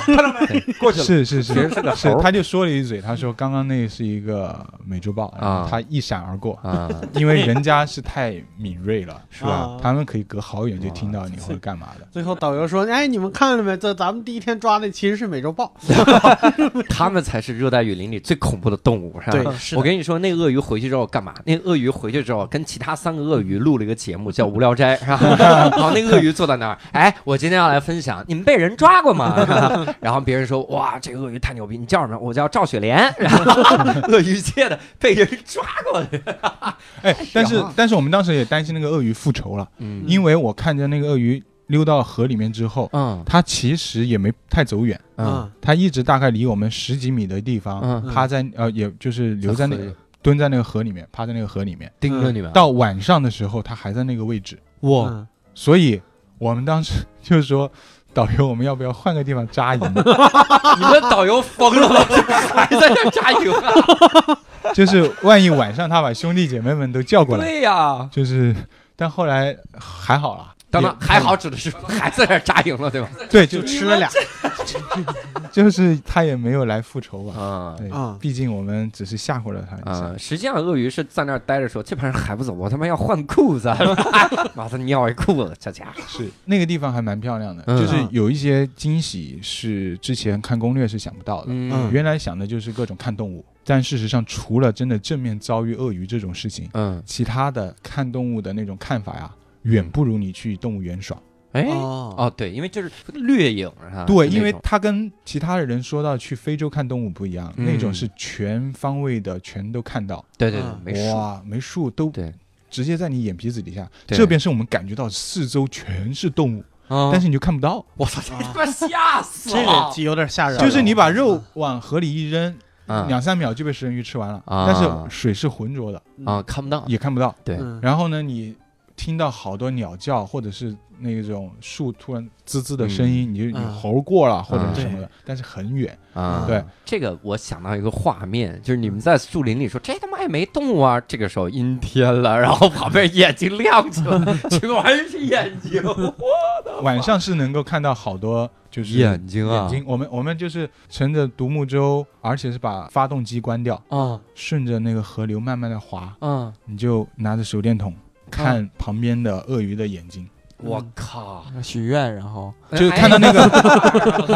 Speaker 2: <laughs>
Speaker 4: 过去了，
Speaker 3: 是是
Speaker 1: 其实
Speaker 3: 是。
Speaker 1: <laughs> 是个
Speaker 3: 是
Speaker 1: 猴，
Speaker 3: 他就说了一嘴，他说刚刚那是一个美洲豹，然后
Speaker 1: 啊
Speaker 3: 他一闪而过，
Speaker 1: 啊，
Speaker 3: 因为人家是太敏锐了，
Speaker 1: <laughs> 是吧？
Speaker 2: 啊
Speaker 3: 他们可以隔好远就听到你
Speaker 2: 哇
Speaker 3: 会干嘛的。
Speaker 2: 最后导游说：“哎，你们看了没？这咱们第一天抓的其实是美洲豹。
Speaker 1: 他们才是热带雨林里最恐怖的动物，是吧？
Speaker 2: <laughs> <laughs> 对，是
Speaker 1: 我
Speaker 2: 的
Speaker 1: 跟你说，那鳄鱼回去之后干嘛？那鳄鱼回去之后跟其他三个鳄鱼录了一个节目，
Speaker 2: <laughs>
Speaker 1: 叫《无聊斋》，是吧？然后那鳄鱼坐在那儿，哎，我今天要来分享，你们被人抓过
Speaker 2: <laughs>
Speaker 1: 吗？是吧然后别人说，哇，这个鳄鱼太牛逼，你叫什么？我叫赵雪莲。然
Speaker 2: <laughs>
Speaker 1: 后鳄鱼界的被人抓过，
Speaker 3: 哎，但是
Speaker 2: 啊
Speaker 3: 但是我们当时也担心那个鳄鱼复仇了，
Speaker 1: 嗯
Speaker 3: 因为我看见那个鳄鱼溜到河里面之后，
Speaker 1: 嗯
Speaker 3: 它其实也没太走远，
Speaker 1: 嗯
Speaker 2: 啊，
Speaker 3: 它一直大概离我们十几米的地方，
Speaker 1: 嗯，
Speaker 3: 趴在呃也就是留在那
Speaker 1: 在河
Speaker 3: 个
Speaker 1: 里
Speaker 3: 蹲在那个河里面，趴在那个河里面。
Speaker 1: 盯着你们啊，
Speaker 3: 到晚上的时候，它还在那个位置，
Speaker 1: 哇，
Speaker 2: 嗯
Speaker 3: 所以我们当时就说。导游，我们要不要换个地方扎营？ <laughs>
Speaker 1: 你们导游疯了吧？还在这扎营啊？
Speaker 3: 就是万一晚上他把兄弟姐妹们都叫过来，
Speaker 1: 对呀，
Speaker 3: 就是，但后来还好啦，
Speaker 1: 当然
Speaker 3: 也
Speaker 1: 还好，指的是还在这扎营了，对吧？
Speaker 3: 对，就
Speaker 2: 就吃了俩
Speaker 3: 就是他也没有来复仇吧？
Speaker 1: 啊
Speaker 3: 对，
Speaker 2: 啊
Speaker 3: 毕竟我们只是吓唬了他一下。
Speaker 1: 啊！实际上，鳄鱼是在那儿待着说：“这帮人还不走，我 <laughs> 他妈要换裤子啊！”把他尿一裤子，这家伙
Speaker 3: 是那个地方还蛮漂亮的，
Speaker 1: 嗯
Speaker 3: 就是有一些惊喜是之前看攻略是想不到的。
Speaker 1: 嗯
Speaker 3: 原来想的就是各种看动物，但事实上除了真的正面遭遇鳄鱼这种事情，
Speaker 1: 嗯，
Speaker 3: 其他的看动物的那种看法呀，远不如你去动物园爽。
Speaker 1: 哎
Speaker 2: 哦，
Speaker 1: 哦，对，因为就是掠影啊，
Speaker 3: 对，
Speaker 1: 就那
Speaker 3: 因为
Speaker 1: 种
Speaker 3: 他跟其他的人说到去非洲看动物不一样，
Speaker 1: 嗯
Speaker 3: 那种是全方位的全都看到，
Speaker 1: 对对对
Speaker 2: 嗯，
Speaker 1: 没数，
Speaker 3: 哇，没数都
Speaker 1: 对，
Speaker 3: 直接在你眼皮子底下。
Speaker 1: 对哦
Speaker 3: 这边是我们感觉到四周全是动物，
Speaker 1: 但
Speaker 3: 但是你就看不到，
Speaker 1: 我操，这
Speaker 2: 啊
Speaker 1: 他妈吓死
Speaker 2: <laughs> 这
Speaker 1: 了
Speaker 2: 个！有点吓人。
Speaker 3: 就是你把肉往河里一扔，
Speaker 1: 啊
Speaker 3: 两三秒就被食人鱼吃完了，
Speaker 1: 啊
Speaker 3: 但是水是浑浊的，
Speaker 1: 啊，看不到，
Speaker 3: 也看不到。
Speaker 1: 对，
Speaker 2: 嗯
Speaker 3: 然后呢，你听到好多鸟叫，或者是那种树突然滋滋的声音，你就你
Speaker 2: 嗯
Speaker 3: 猴过了或者
Speaker 1: 嗯
Speaker 3: 是什么的，但是很远。
Speaker 1: 啊，
Speaker 3: 对，
Speaker 1: 这个我想到一个画面，就是你们在树林里说这他妈也没动物啊，这个时候阴天了，然后旁边眼睛亮起
Speaker 3: <laughs>
Speaker 1: 来，全是眼 <laughs> 睛，
Speaker 3: 晚上是能够看到好多就是
Speaker 1: 眼睛啊
Speaker 3: 眼，睛，我们我们就是乘着独木舟，而且是把发动机关掉，
Speaker 1: 啊
Speaker 3: 顺着那个河流慢慢的滑，
Speaker 1: 啊，
Speaker 3: 你就拿着手电筒看旁边的鳄鱼的眼睛，
Speaker 1: 我靠！
Speaker 4: 许愿，然后
Speaker 1: 哎
Speaker 3: 就是看到那
Speaker 1: <laughs>
Speaker 3: 个，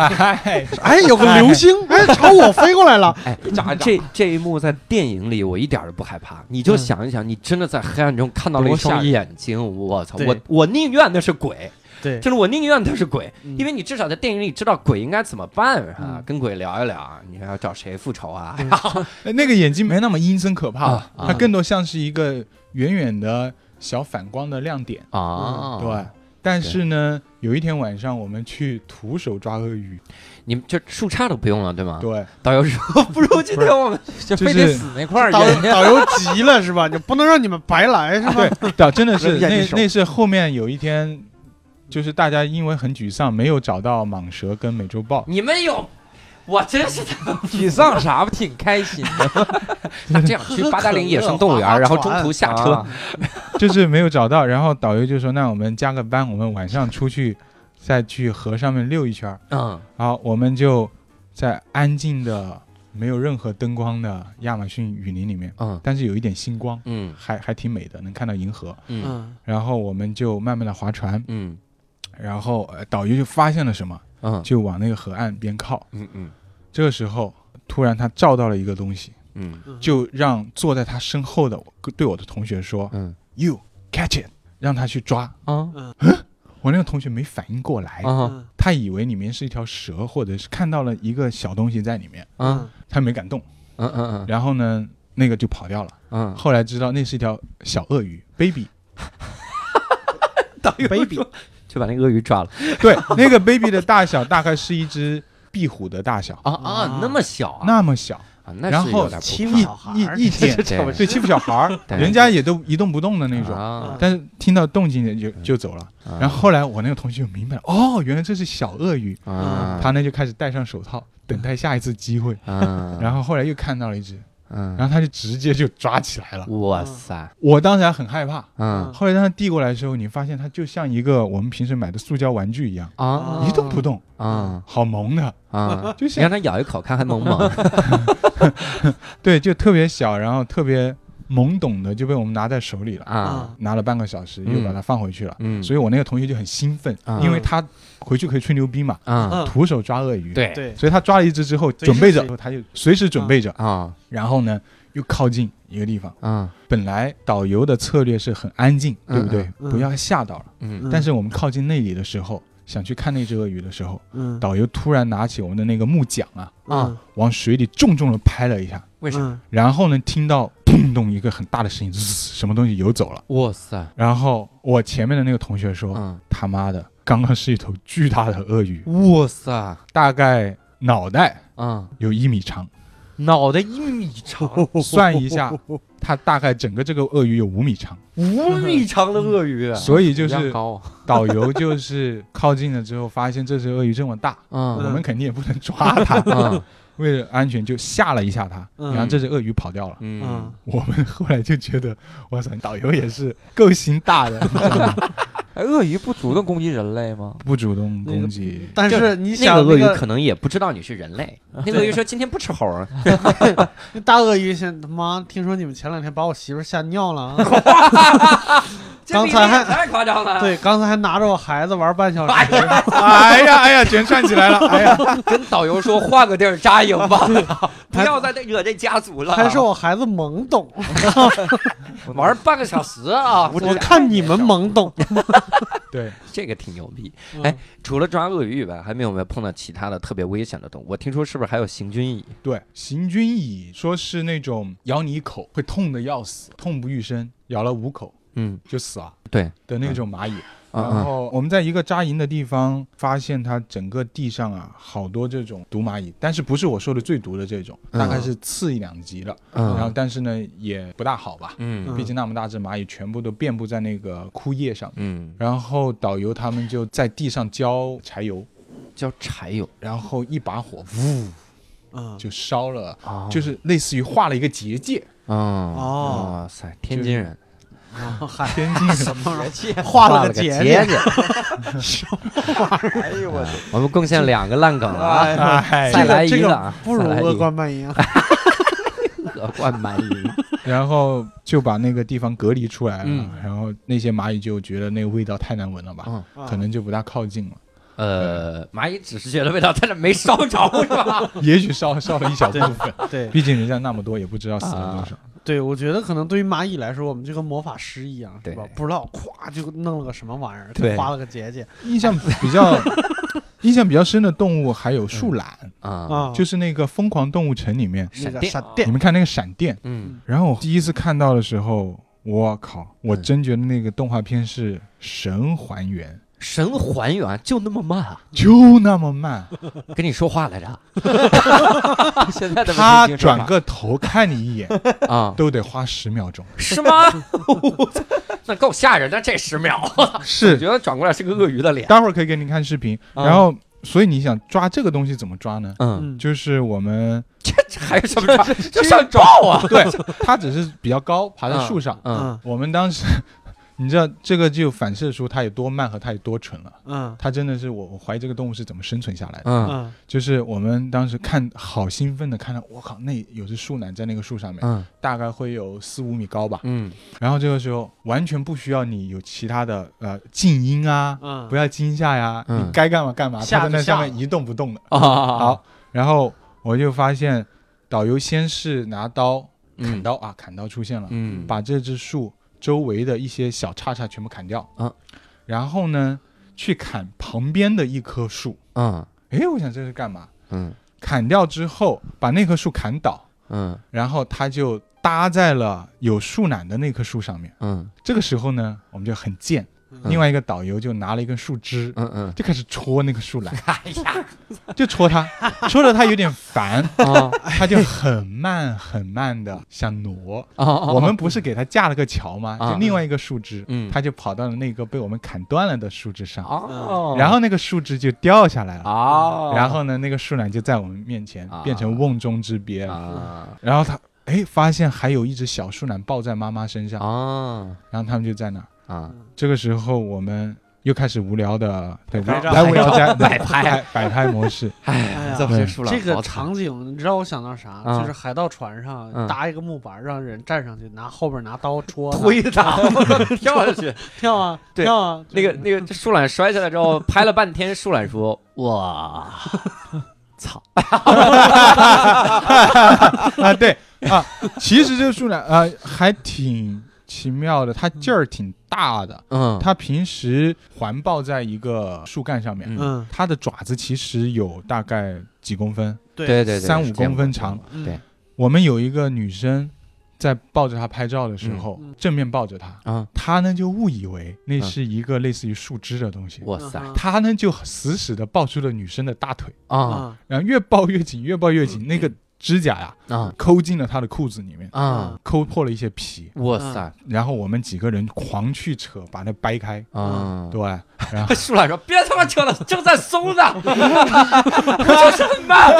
Speaker 3: 哎，
Speaker 2: 哎，有个流星， <laughs> 哎，朝我飞过来了。
Speaker 4: <laughs>
Speaker 1: 哎，这这一幕在电影里，我一点儿都不害怕。你就想一想，你真的在黑暗中看到了一
Speaker 4: 多吓
Speaker 1: 双
Speaker 4: 人
Speaker 1: 眼睛，我操！
Speaker 2: 对
Speaker 1: 我我宁愿那是鬼，
Speaker 2: <laughs> 对，
Speaker 1: 就是我宁愿那是鬼，
Speaker 2: 嗯
Speaker 1: 因为你至少在电影里知道鬼应该怎么办啊
Speaker 2: 嗯，
Speaker 1: 跟鬼聊一聊，你要找谁复仇啊？
Speaker 4: 嗯
Speaker 1: <laughs>
Speaker 3: 哎那个眼睛没那么阴森可怕
Speaker 1: 啊
Speaker 3: 了，
Speaker 1: 啊
Speaker 3: 它更多像是一个远远的小反光的亮点，
Speaker 1: 啊，
Speaker 3: 对。但是呢，有一天晚上我们去徒手抓鳄鱼，
Speaker 1: 你们这树杈都不用了，对吗？
Speaker 3: <laughs> 对，
Speaker 1: 导游说不如今天我们
Speaker 4: 就
Speaker 3: 就
Speaker 4: 非得
Speaker 3: 是
Speaker 4: 死那块儿
Speaker 2: 导
Speaker 4: 人家
Speaker 2: 导游急了是吧？你不能让你们白来是吧？
Speaker 3: 对，导真的 <laughs> 是
Speaker 4: 不是眼
Speaker 3: 那
Speaker 4: 睛手
Speaker 3: 那是后面有一天，就是大家因为很沮丧，没有找到蟒蛇跟美洲豹， <laughs>
Speaker 1: 你们有，我真是
Speaker 4: 沮丧啥不挺开心的？
Speaker 1: <laughs> 那这样去八达岭野生动
Speaker 4: <laughs>
Speaker 1: 物园，然后中途下车
Speaker 4: 啊，
Speaker 3: 就是没有找到。然后导游就说：“那我们加个班，我们晚上出去，再去河上面溜一圈。
Speaker 1: 嗯”
Speaker 3: 好，我们就在安静的、没有任何灯光的亚马逊雨林里面，
Speaker 1: 嗯
Speaker 3: 但是有一点星光，
Speaker 1: 嗯
Speaker 3: 还还挺美的，能看到银河。
Speaker 1: 嗯
Speaker 2: 嗯
Speaker 3: 然后我们就慢慢的划船，
Speaker 1: 嗯
Speaker 3: 然后、呃、导游就发现了什么，
Speaker 1: 嗯
Speaker 3: 就往那个河岸边靠。
Speaker 1: 嗯嗯，
Speaker 3: 这个时候，突然他照到了一个东西，
Speaker 1: 嗯
Speaker 3: 就让坐在他身后的我对我的同学说
Speaker 1: 嗯
Speaker 3: ：“You catch it！” 让他去抓。
Speaker 1: 啊
Speaker 3: 我那个同学没反应过来，
Speaker 2: 嗯
Speaker 1: 啊
Speaker 3: 他以为里面是一条蛇，或者是看到了一个小东西在里面，
Speaker 1: 啊
Speaker 3: 他没敢动。
Speaker 1: 嗯嗯
Speaker 3: 然后呢，那个就跑掉了。
Speaker 1: 嗯
Speaker 3: 后来知道那是一条小鳄鱼，baby。
Speaker 2: 嗯，baby，
Speaker 1: 就把那个鳄鱼抓了 <laughs>
Speaker 3: 对，那个 baby 的大小大概是一只壁虎的大小，
Speaker 1: 啊啊，那么小啊，
Speaker 3: 那么小，
Speaker 1: 啊那
Speaker 3: 然
Speaker 1: 是有
Speaker 3: 后
Speaker 1: 点不
Speaker 2: 欺负
Speaker 3: 一
Speaker 2: 小孩
Speaker 1: <laughs>
Speaker 2: 儿
Speaker 3: 一一点，
Speaker 1: 这不是
Speaker 3: 对，欺负小孩儿，
Speaker 1: 对
Speaker 3: 人家也都一动不动的那种。
Speaker 1: 啊，
Speaker 3: 但是听到动静也就就走了。
Speaker 1: 啊
Speaker 3: 然后后来我那个同学就明白了，哦，原来这是小鳄鱼，
Speaker 1: 啊，
Speaker 3: 他呢就开始戴上手套，等待下一次机会。
Speaker 1: 啊，
Speaker 3: 然后后来又看到了一只，
Speaker 1: 嗯，
Speaker 3: 然后他就直接就抓起来了。
Speaker 1: 哇塞，
Speaker 3: 我当时还很害怕。
Speaker 1: 嗯
Speaker 3: 后来当他递过来的时候，你发现它就像一个我们平时买的塑胶玩具一样，
Speaker 1: 啊，
Speaker 3: 一动不动，
Speaker 1: 啊
Speaker 3: 好萌的。
Speaker 1: 啊，
Speaker 3: 就
Speaker 1: 你
Speaker 3: 像
Speaker 1: 让它咬一口看看萌不萌，
Speaker 3: 对，就特别小，然后特别懵懂的就被我们拿在手里了，
Speaker 1: 啊，
Speaker 3: 拿了半个小时又把它放回去了。
Speaker 1: 嗯，
Speaker 3: 所以我那个同学就很兴奋，
Speaker 1: 啊
Speaker 3: 因为他回去可以吹牛逼嘛，
Speaker 1: 啊，
Speaker 2: 嗯
Speaker 3: 徒手抓鳄鱼。，
Speaker 1: 对
Speaker 2: 对，
Speaker 3: 所以他抓了一只之后，
Speaker 2: 随时嗯
Speaker 3: 准备着
Speaker 2: 随，
Speaker 3: 他就随时准备着，
Speaker 1: 啊
Speaker 3: 然后呢又靠近一个地方。
Speaker 1: 啊，
Speaker 3: 本来导游的策略是很安静，
Speaker 1: 嗯
Speaker 3: 对不对？
Speaker 2: 嗯
Speaker 3: 不要吓到了。
Speaker 1: 嗯
Speaker 3: 但是我们靠近那里的时候，想去看那只鳄鱼的时候，
Speaker 2: 嗯
Speaker 3: 导游突然拿起我们的那个木桨啊，
Speaker 1: 啊，
Speaker 3: 往水里重重的拍了一下，
Speaker 1: 为啥？
Speaker 2: 嗯
Speaker 3: 然后呢听到砰咚一个很大的声音，嘶什么东西游走了。
Speaker 1: 哇塞，
Speaker 3: 然后我前面的那个同学说：“
Speaker 1: 嗯，
Speaker 3: 他妈的，刚刚是一头巨大的鳄鱼，
Speaker 1: 哇塞，
Speaker 3: 大概脑袋
Speaker 1: 嗯，
Speaker 3: 有一
Speaker 1: <laughs>
Speaker 3: 米长。”
Speaker 1: 脑袋一米长，
Speaker 3: 算一下，它大概整个这个鳄鱼有五米长，
Speaker 1: 五米长的鳄
Speaker 3: <laughs>
Speaker 1: 鱼，
Speaker 3: 所以就
Speaker 1: 啊一样
Speaker 3: 是
Speaker 1: 高 <laughs> 啊，
Speaker 3: 导游就是靠近了之后，发现这只鳄鱼这么大，我
Speaker 1: 嗯
Speaker 3: 们肯定也不能抓它，
Speaker 1: <laughs> 嗯
Speaker 3: 为了安全就吓了一下它，
Speaker 2: 嗯
Speaker 3: 然后这只鳄鱼跑掉了。
Speaker 1: 嗯
Speaker 2: 嗯。
Speaker 3: 我们后来就觉得，哇塞，导游也是够心
Speaker 1: <laughs>
Speaker 3: 大的， <laughs>
Speaker 1: 嗯
Speaker 4: 哎鳄鱼不主动攻击人类吗？
Speaker 3: 不主动攻击。
Speaker 2: 但是你
Speaker 1: 那
Speaker 2: 想
Speaker 1: 个鳄鱼
Speaker 2: 那个
Speaker 1: 可能也不知道你是人类， <laughs> 那个鳄鱼说今天不吃猴儿，
Speaker 2: 那大鳄鱼现在他妈，听说你们前两天把我媳妇儿吓尿了啊！刚才还
Speaker 4: 太夸张 <laughs> 了，
Speaker 2: 啊对，刚才还拿着我孩子玩半小时，
Speaker 3: <laughs> 哎呀哎呀，全串起 <laughs> 来了！哎呀，
Speaker 4: 跟导游说
Speaker 1: <laughs>
Speaker 4: 换个地儿扎营吧，不要再惹这家族了。
Speaker 2: 还是我孩子懵懂，
Speaker 4: 玩半个小时啊！
Speaker 2: 我看
Speaker 1: <laughs>
Speaker 2: 你们懵懂。
Speaker 3: 对，
Speaker 1: 这个挺牛逼。哎，除了抓鳄鱼以外，还没有没有碰到其他的特别危险的动物？我听说是不是还有行军蚁？
Speaker 3: 对，行军蚁说是那种咬你一口会痛的要死，痛不欲生，咬了五口
Speaker 1: 嗯，
Speaker 3: 就死了
Speaker 1: 对，
Speaker 3: 的那种蚂蚁。
Speaker 1: 啊
Speaker 3: 然
Speaker 1: 啊
Speaker 3: 后我们在一个扎营的地方发现它整个地上啊好多这种毒蚂蚁，但是不是我说的最毒的这种，
Speaker 1: 嗯
Speaker 3: 大概是次一两级的。然后
Speaker 1: 嗯
Speaker 3: 但是呢也不大好吧，
Speaker 1: 嗯
Speaker 2: 嗯
Speaker 3: 毕竟那么大只蚂蚁全部都遍布在那个枯叶上。
Speaker 1: 嗯，
Speaker 3: 然后导游他们就在地上浇柴油，
Speaker 1: 叫柴油
Speaker 3: 然后一把火呜
Speaker 2: 嗯，
Speaker 3: 就烧了，
Speaker 1: 啊
Speaker 3: 就是类似于画了一个
Speaker 1: <laughs>
Speaker 3: 结界。
Speaker 1: 嗯
Speaker 2: 哦
Speaker 1: 哇塞，天津人
Speaker 2: 啊嗨，
Speaker 3: 天津人
Speaker 2: 画了
Speaker 1: 画
Speaker 2: 个结
Speaker 1: 结
Speaker 2: 界，
Speaker 1: 界，
Speaker 4: 哎呦我
Speaker 1: 哎我们贡献两个烂梗了啊，
Speaker 3: 哎
Speaker 1: 再来一
Speaker 2: 这个
Speaker 1: 个啊，
Speaker 2: 不如
Speaker 1: 再来一个
Speaker 2: 恶贯啊
Speaker 1: <laughs>
Speaker 2: 满盈。
Speaker 1: 恶贯满盈。
Speaker 3: 然后就把那个地方隔离出来了，
Speaker 1: 嗯
Speaker 3: 然后那些蚂蚁就觉得那个味道太难闻了吧，
Speaker 1: 嗯
Speaker 3: 可能就不大靠近了。 <laughs>
Speaker 1: 呃，蚂蚁只是觉得味道，但是没烧着是吧？
Speaker 3: 也许烧烧了一小部
Speaker 1: <laughs>
Speaker 3: 分，
Speaker 2: 啊对
Speaker 3: 毕竟人家那么多，也不知道死
Speaker 1: 啊
Speaker 3: 了多少。
Speaker 2: 对，我觉得可能对于蚂蚁来说，我们就跟魔法师一样，是
Speaker 1: 对
Speaker 2: 吧？不知道，咵就弄了个什么玩意儿，
Speaker 1: 对
Speaker 2: 就画了个结界
Speaker 3: 印象
Speaker 1: <laughs>
Speaker 3: 比较印象比较深的动物还有树懒，
Speaker 1: <laughs> 啊，
Speaker 2: 啊，
Speaker 3: 就是那个《疯狂动物城》里面，
Speaker 2: 那
Speaker 1: 闪
Speaker 2: 个
Speaker 1: 电
Speaker 2: 闪
Speaker 3: 你
Speaker 2: 电，
Speaker 3: 们看那个闪电，
Speaker 1: 嗯
Speaker 3: 然后我第一次看到的时候。我靠！我
Speaker 1: 嗯
Speaker 3: 真觉得那个动画片是神还原，
Speaker 1: 神还原就那么慢啊，
Speaker 3: 就那么
Speaker 1: <laughs>
Speaker 3: 慢。
Speaker 1: 跟你说话来 <laughs> 着，
Speaker 4: 现在的
Speaker 3: 他转个头看你一眼，
Speaker 1: <laughs> 啊，
Speaker 3: 都得花十秒
Speaker 1: <laughs>
Speaker 3: 钟。
Speaker 1: 是吗？我操那够吓人的，这十秒， <laughs> 我
Speaker 3: 是
Speaker 1: 觉得转过来是个鳄鱼的脸。
Speaker 3: 待会儿可以给你看视频。
Speaker 1: 啊
Speaker 3: 然后，所以你想抓这个东西怎么抓呢？
Speaker 1: 嗯，
Speaker 2: 嗯，
Speaker 3: 就是我
Speaker 1: <laughs>
Speaker 3: 们
Speaker 1: 这这还有什 <laughs> 么抓？就上照啊！
Speaker 3: 对它只是比较高，爬在树上。
Speaker 1: 嗯
Speaker 2: 嗯
Speaker 3: 我们当时， <laughs> 你知道这个就反射出它有多慢和它有多蠢了。
Speaker 2: 嗯
Speaker 3: 它真的是我，我怀疑这个动物是怎么生存下来的。
Speaker 1: 嗯
Speaker 2: 嗯
Speaker 3: 就是我们当时看，好兴奋的看到，我靠，那有只树懒在那个树上面，
Speaker 1: 嗯
Speaker 3: 大概会有四五米高吧。
Speaker 1: 嗯
Speaker 3: 然后这个时候完全不需要你有其他的呃静音啊，
Speaker 2: 嗯，
Speaker 3: 不要惊吓呀，
Speaker 1: 嗯
Speaker 3: 你该干嘛干嘛，它
Speaker 2: 吓
Speaker 3: 在
Speaker 2: 就
Speaker 3: 那上
Speaker 2: 吓
Speaker 3: 面一动不动的。
Speaker 1: 啊，
Speaker 3: 好，然后我就发现导游先是拿刀砍
Speaker 1: 嗯
Speaker 3: 刀啊，砍刀出现了，
Speaker 1: 嗯
Speaker 3: 把这只树周围的一些小叉叉全部砍掉
Speaker 1: 啊，
Speaker 3: 然后呢去砍旁边的一棵树。
Speaker 1: 嗯
Speaker 3: 哎，我想这是干嘛？
Speaker 1: 嗯
Speaker 3: 砍掉之后把那棵树砍倒，
Speaker 1: 嗯
Speaker 3: 然后它就搭在了有树懒的那棵树上面。
Speaker 1: 嗯
Speaker 3: 这个时候呢，我们就很贱，
Speaker 2: 嗯
Speaker 3: 另外一个导游就拿了一根树枝，
Speaker 1: 嗯哎
Speaker 3: 就开始戳那个树懒， <laughs> 就戳它，戳的它有点烦，
Speaker 1: 嗯 <laughs> 啊
Speaker 3: 它就很慢很慢的想挪。
Speaker 1: 啊！
Speaker 3: 我们不是给它架了个桥吗？
Speaker 1: 啊
Speaker 3: 就另外一个树枝
Speaker 1: 嗯，
Speaker 3: 它就跑到了那个被我们砍断了的树枝上，
Speaker 1: 哦，
Speaker 3: 然后那个树枝就掉下来了。
Speaker 1: 啊，
Speaker 3: 然后呢，那个树懒就在我们面前
Speaker 1: 啊
Speaker 3: 变成瓮中之鳖了。
Speaker 1: 啊
Speaker 3: 然后它哎，发现还有一只小树懒抱在妈妈身上，
Speaker 1: 啊
Speaker 3: 然后他们就在那儿。
Speaker 1: 啊
Speaker 3: 这个时候我们又开始无聊的对
Speaker 2: 拍照
Speaker 3: 来无聊斋
Speaker 1: 摆拍
Speaker 3: 摆摆拍模式，
Speaker 2: 哎呀
Speaker 1: 哎，这么
Speaker 3: 对
Speaker 1: 说了，
Speaker 2: 这个
Speaker 1: 好惨
Speaker 2: 场景，你知道我想到啥？
Speaker 1: 嗯
Speaker 2: 就是海盗船
Speaker 1: 嗯
Speaker 2: 上搭一个木板，让人站上去，拿后边拿刀戳他，
Speaker 1: 推他 <laughs> 跳下去，
Speaker 2: 跳啊，
Speaker 1: <laughs> 对
Speaker 2: 跳啊，
Speaker 1: 那个
Speaker 2: 就是
Speaker 1: 那个树懒摔下来之后，拍了半天，树懒说：“哇，操
Speaker 3: 啊，对啊，其实这树懒啊还挺奇妙的，它劲儿挺大的，！”
Speaker 1: 嗯，
Speaker 3: 它平时环抱在一个树干上面，
Speaker 1: 嗯
Speaker 2: 嗯，
Speaker 3: 它的爪子其实有大概几公分，
Speaker 2: 对
Speaker 1: 对对对，
Speaker 3: 三
Speaker 1: 是
Speaker 3: 五
Speaker 1: 这样
Speaker 3: 公
Speaker 1: 的
Speaker 3: 分长。
Speaker 2: 嗯
Speaker 1: 对
Speaker 3: 我们有一个女生在抱着它拍照的时候，
Speaker 2: 嗯嗯
Speaker 3: 正面抱着它，
Speaker 1: 啊！
Speaker 3: 它呢就误以为
Speaker 1: 嗯
Speaker 3: 那是一个类似于树枝的东西，
Speaker 1: 哇塞
Speaker 2: 嗯
Speaker 3: 它呢就死死的抱住了女生的大腿。
Speaker 1: 啊
Speaker 2: 啊
Speaker 3: 然后越抱越紧，越抱越紧，那个指甲呀、
Speaker 1: 啊
Speaker 3: 抠进了他的裤子里面，
Speaker 1: 啊！
Speaker 3: 抠破了一些皮。
Speaker 1: 哇塞
Speaker 3: 然后我们几个人狂去扯，把它掰开。
Speaker 1: 啊！
Speaker 3: 对，
Speaker 1: <laughs>
Speaker 4: 树懒说：“别他妈扯了，正在搜呢，就是很慢，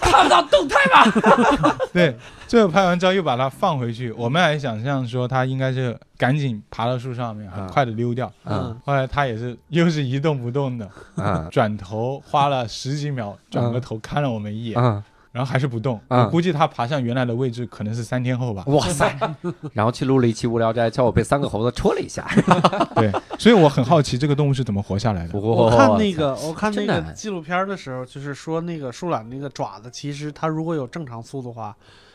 Speaker 4: 看不到动态吗？
Speaker 3: <laughs> 对，最后拍完照又把它放回去。我们还想象说它应该是赶紧爬到树上面，很快的溜掉。
Speaker 1: 嗯
Speaker 3: 后来它也是又是一动不动的，
Speaker 1: 嗯
Speaker 3: 转头花了十几秒，转个头看了我们一眼，
Speaker 1: 嗯，
Speaker 3: 然后还是不动。
Speaker 1: 嗯
Speaker 3: 我估计它爬上原来的位置可能是三天后吧。 <laughs>
Speaker 1: 哇塞！ <laughs> 然后去录了一期《无聊斋》，叫我被三个猴子戳了一下。
Speaker 3: 对，所以我很好奇这个动物是怎么活下来的。
Speaker 1: 我
Speaker 2: 我
Speaker 1: <laughs>
Speaker 2: 看那个，我看那
Speaker 1: 真的
Speaker 2: 个纪录片的时候，就是说那个树懒那个爪子，其实它如果有正常速度的话，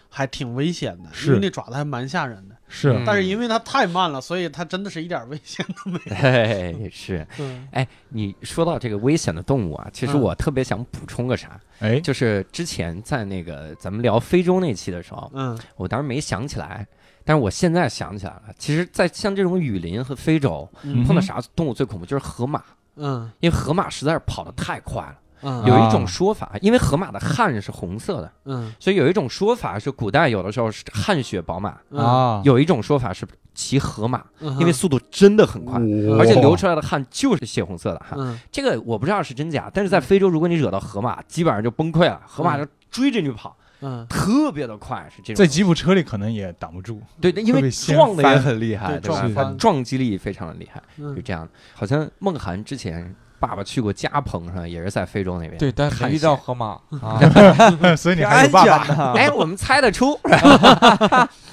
Speaker 2: 还挺危险的，
Speaker 3: 是
Speaker 2: 因为那爪子还蛮吓人的。
Speaker 3: 是，
Speaker 1: 嗯
Speaker 2: 但是因为它太慢了，所以它真的是一点危险都没有。
Speaker 1: 哎，是
Speaker 2: 嗯
Speaker 1: 哎，你说到这个危险的动物啊，其实
Speaker 2: 嗯
Speaker 1: 我特别想补充个啥，
Speaker 3: 哎，
Speaker 1: 就是之前在那个咱们聊非洲那期的时候，
Speaker 2: 嗯
Speaker 1: 我当时没想起来，但是我现在想起来了。其实，在像这种雨林和非洲，
Speaker 2: 嗯
Speaker 1: 碰到啥动物最恐怖？就是河马，
Speaker 2: 嗯
Speaker 1: 因为河马实在是跑得太快了。
Speaker 2: 嗯
Speaker 1: 有一种说法，因为河马的汗是红色的，
Speaker 2: 嗯
Speaker 1: 所以有一种说法是古代有的时候是汗血宝马，
Speaker 2: 嗯
Speaker 3: 啊，
Speaker 1: 有一种说法是骑河马，
Speaker 2: 嗯
Speaker 1: 因为速度真的很快。
Speaker 3: 哇
Speaker 1: 而且流出来的汗就是血红色的汗，
Speaker 2: 嗯
Speaker 1: 这个我不知道是真假，但是在非洲，如果你惹到河马，基本上就崩溃了，河马就追着你跑，
Speaker 2: 嗯
Speaker 1: 特别的快，是这种
Speaker 3: 在。吉普车里可能也挡
Speaker 1: <laughs>
Speaker 3: 不住，
Speaker 1: 对，因为撞的也很厉害，
Speaker 2: 对
Speaker 1: 对吧
Speaker 3: 撞？
Speaker 1: 它
Speaker 2: 翻
Speaker 1: 撞击力非常的厉害，就
Speaker 2: 嗯，
Speaker 1: 这样的。好像梦涵之前爸爸去过嘉鹏上，也是在非洲那边。
Speaker 4: 对，但
Speaker 1: 是
Speaker 4: 是
Speaker 1: 没
Speaker 4: 没
Speaker 1: 遇
Speaker 4: 遇
Speaker 1: 到
Speaker 4: 到河马啊，
Speaker 3: 所以你
Speaker 4: 挺
Speaker 3: 还
Speaker 4: 安
Speaker 3: 有爸爸。啊
Speaker 4: 全的。
Speaker 1: 哎，我们猜得出。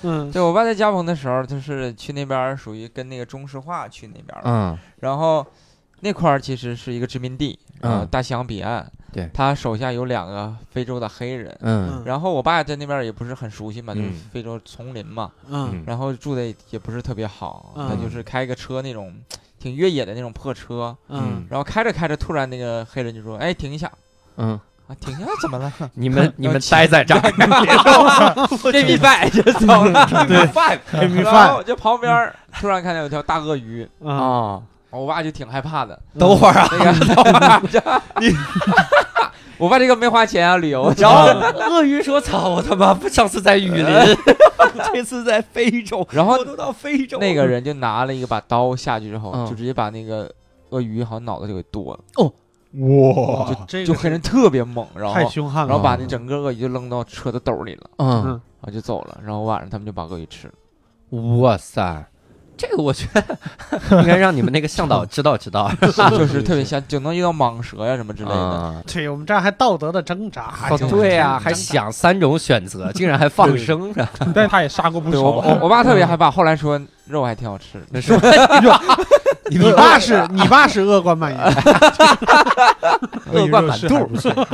Speaker 2: 嗯
Speaker 4: 对我爸在加盟的时候，就是去那边儿属于跟那个中石化去那边儿了，
Speaker 1: 嗯
Speaker 4: 然后那块儿其实是一个殖民地，
Speaker 1: 嗯
Speaker 4: 呃大西洋彼岸。
Speaker 1: 对
Speaker 4: 他手下有两个非洲的黑人，
Speaker 1: 嗯
Speaker 4: 然后我爸在那边儿也不是很熟悉嘛，就是
Speaker 1: 嗯
Speaker 4: 非洲丛林嘛，
Speaker 2: 嗯
Speaker 1: 嗯
Speaker 4: 然后住的也不是特别好，
Speaker 2: 嗯
Speaker 4: 他就是开个车那种挺越野的那种破车，
Speaker 2: 嗯
Speaker 4: 然后开着开着，突然那个黑人就说：“哎，停一下
Speaker 1: 嗯，
Speaker 4: 啊，停一下怎么
Speaker 2: <laughs>
Speaker 4: 了？
Speaker 1: 你 <laughs> 们你们待在这儿，
Speaker 4: 这米饭就走了，
Speaker 2: <laughs> 对
Speaker 4: 饭，
Speaker 2: 黑哎米
Speaker 4: 然后
Speaker 2: 饭嗯
Speaker 4: 我就旁边儿突然看见有条大鳄鱼，
Speaker 2: 啊，
Speaker 1: 哦，
Speaker 4: 我爸就挺害怕的。
Speaker 1: 等会儿啊，
Speaker 4: 那个等会儿啊，这 <laughs> 我爸这个没花钱啊，旅
Speaker 2: <laughs>
Speaker 4: 游，
Speaker 1: 然后嗯鳄鱼说：“操，我他妈不上次在雨林， <laughs> 这次在非洲，
Speaker 4: 然后
Speaker 1: 我都到非洲了
Speaker 4: 那个人就拿了一个把刀下去之后，
Speaker 1: 嗯
Speaker 4: 就直接把那个鳄鱼好像脑袋就给剁了，
Speaker 1: <laughs>
Speaker 3: 哇，
Speaker 2: 就这
Speaker 4: 就
Speaker 2: 个
Speaker 4: 黑人特别猛，然后
Speaker 2: 太凶悍
Speaker 4: 然
Speaker 2: 了
Speaker 4: 后把那整个鳄鱼就扔到车的兜里了，
Speaker 1: 嗯，
Speaker 4: 然后就走了。然后晚上他们就把鳄鱼 <laughs> 吃了。
Speaker 1: 哇塞，这个我觉得应该让你们那个向导知道知 <laughs> 道
Speaker 4: 就是特别吓，就能遇到蟒蛇呀什么之类的。
Speaker 1: 啊。
Speaker 2: 对我们这儿还道德的挣扎，
Speaker 1: 哦，
Speaker 2: 就
Speaker 1: 对呀、还
Speaker 2: 挣扎
Speaker 1: 想三种选择，竟然还放生 <laughs> 着，
Speaker 3: 但是他也杀过不
Speaker 4: 对我
Speaker 3: <laughs> 少
Speaker 4: 我我爸特别害怕，后来说肉还挺好吃的。
Speaker 1: 是吧？
Speaker 2: 你爸 <laughs> 是你爸是恶贯满盈，
Speaker 3: 鳄鱼
Speaker 1: 恶贯
Speaker 3: 肉
Speaker 1: 满
Speaker 3: 是啊
Speaker 1: 肚
Speaker 3: 还不错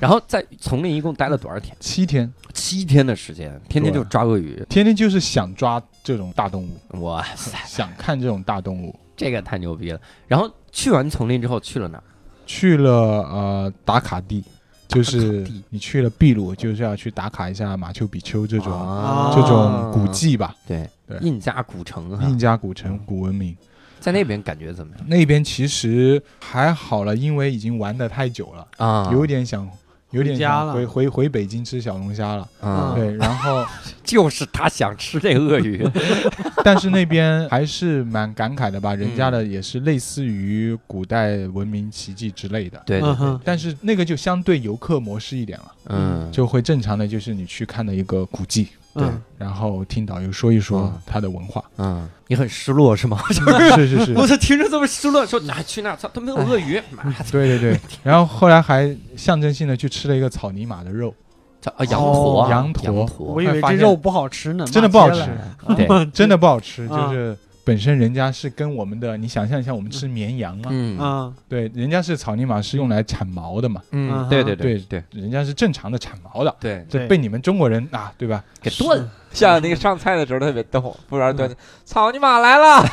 Speaker 1: 然后在丛林一共待了多少天？
Speaker 3: 七天，
Speaker 1: 七天的时间，天天就
Speaker 3: 对
Speaker 1: 抓鳄鱼。
Speaker 3: 天天就是想抓这种
Speaker 1: <laughs>
Speaker 3: 大动物，
Speaker 1: 哇塞，
Speaker 3: 想看这种大动物。
Speaker 1: 这个太牛逼了！然后去完丛林之后去了哪儿？
Speaker 3: 去了呃打卡地，就是
Speaker 1: 打卡地
Speaker 3: 你去了秘鲁，就是要去打卡一下马丘比丘这种、
Speaker 1: 啊
Speaker 3: 这种古，迹吧，
Speaker 1: 对
Speaker 3: 对
Speaker 1: 印加古城哈
Speaker 3: 印，加古城古文明。
Speaker 1: 在那边感觉怎么样
Speaker 3: 那边其实还好了，因为已经玩的太久了，
Speaker 1: 啊？
Speaker 3: 有点想。有点
Speaker 2: 家
Speaker 3: 想
Speaker 2: 了
Speaker 3: 回回回北京吃小龙虾了，
Speaker 1: 啊，
Speaker 3: 对，然 <laughs> 后
Speaker 1: 就是他想吃这鳄鱼
Speaker 3: 但是那边还是蛮感慨的吧，人家的也是类似于古代文明奇迹之类的，
Speaker 1: <laughs> 对对
Speaker 2: 嗯
Speaker 1: 对，
Speaker 2: 哼，
Speaker 3: 但是那个就相对游客模式一点了，
Speaker 1: 嗯，
Speaker 3: 就会正常的就是你去看的一个古迹，
Speaker 1: 对
Speaker 2: 嗯，
Speaker 3: 然后听导游说一说
Speaker 1: 嗯
Speaker 3: 他的文化。
Speaker 1: 嗯，你很失落是吗？
Speaker 3: 啊 <laughs> 是是是，
Speaker 1: 我就听着这么失落，说哪去那儿，操，都没有鳄
Speaker 3: 哎
Speaker 1: 鱼，妈的，
Speaker 3: <laughs> 对对 <laughs> 对。然后后来还象征性的去吃了一个草泥马的肉，
Speaker 1: 操啊，羊驼啊，
Speaker 3: 哦羊驼
Speaker 1: 羊
Speaker 2: 我
Speaker 1: 驼，
Speaker 2: 以为
Speaker 3: 发
Speaker 2: 这
Speaker 3: 现
Speaker 2: 肉不好吃呢，
Speaker 3: 真的
Speaker 2: 骂
Speaker 3: 不好
Speaker 2: 街了
Speaker 3: 吃，
Speaker 1: 对，
Speaker 3: 真的不好
Speaker 1: 嗯
Speaker 3: 吃，
Speaker 2: 啊
Speaker 3: 就是。本身人家是跟我们的，你想象一下，我们吃绵羊嘛，
Speaker 1: 嗯
Speaker 2: 嗯
Speaker 3: 对，人家是草泥马是用来铲毛的嘛，
Speaker 1: 嗯，对对对对
Speaker 3: 人家是正常的铲毛的，
Speaker 1: 对，
Speaker 2: 对，
Speaker 3: 被你们中国人啊，对吧？
Speaker 1: 给炖了，
Speaker 4: 像
Speaker 5: <laughs>
Speaker 4: 那个上菜的时候特别逗，服务
Speaker 5: 嗯
Speaker 4: 员端起，草泥马来了，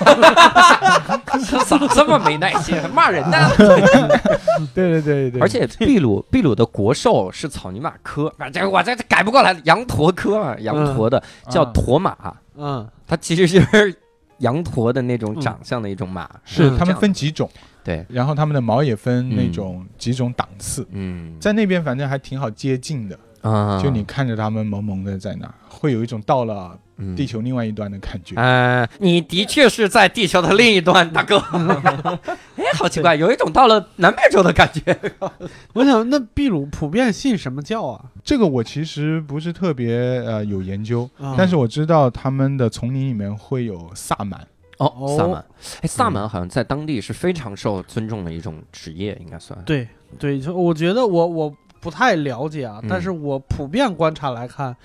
Speaker 1: 这咋这么没耐
Speaker 3: <laughs>
Speaker 1: 心，还骂人呢？
Speaker 3: 对对对对
Speaker 1: 嗯而且秘鲁秘鲁的国兽是草泥马科，啊这我这这改不过来，羊驼科嘛，
Speaker 3: 嗯
Speaker 1: 羊驼的
Speaker 3: 啊
Speaker 1: 叫驼马，
Speaker 2: 嗯
Speaker 1: 它其实就是羊驼的那种长相的一种马，
Speaker 3: 是
Speaker 2: 嗯
Speaker 3: 他
Speaker 1: 这
Speaker 3: 们
Speaker 1: 样
Speaker 3: 分几种，
Speaker 1: 对，
Speaker 3: 然后他们的毛也分那
Speaker 1: 嗯
Speaker 3: 种几种档次，
Speaker 1: 嗯，
Speaker 3: 在那边反正还挺好接近的，
Speaker 1: 啊，
Speaker 3: 就你看着他们萌萌的在那儿，会有一种到了
Speaker 1: 嗯
Speaker 3: 地。球另外一端的感觉。
Speaker 1: 呃，你的确是在地球的另一端，
Speaker 3: <laughs>
Speaker 1: 大哥。哎，好奇怪，有一种到了南美洲的感觉。
Speaker 2: 我想那秘鲁普遍信什么教啊？
Speaker 3: 这个我其实不是特别呃有研究，
Speaker 2: 嗯
Speaker 3: 但是我知道他们的丛林里面会有萨满，
Speaker 1: 哦，萨
Speaker 2: 哦
Speaker 1: 满，哎，萨满好像在当地是非常受尊重的一种职业，应该算。
Speaker 2: 对对，就我觉得我我不太了解啊，
Speaker 1: 嗯
Speaker 2: 但是我普遍观察来看，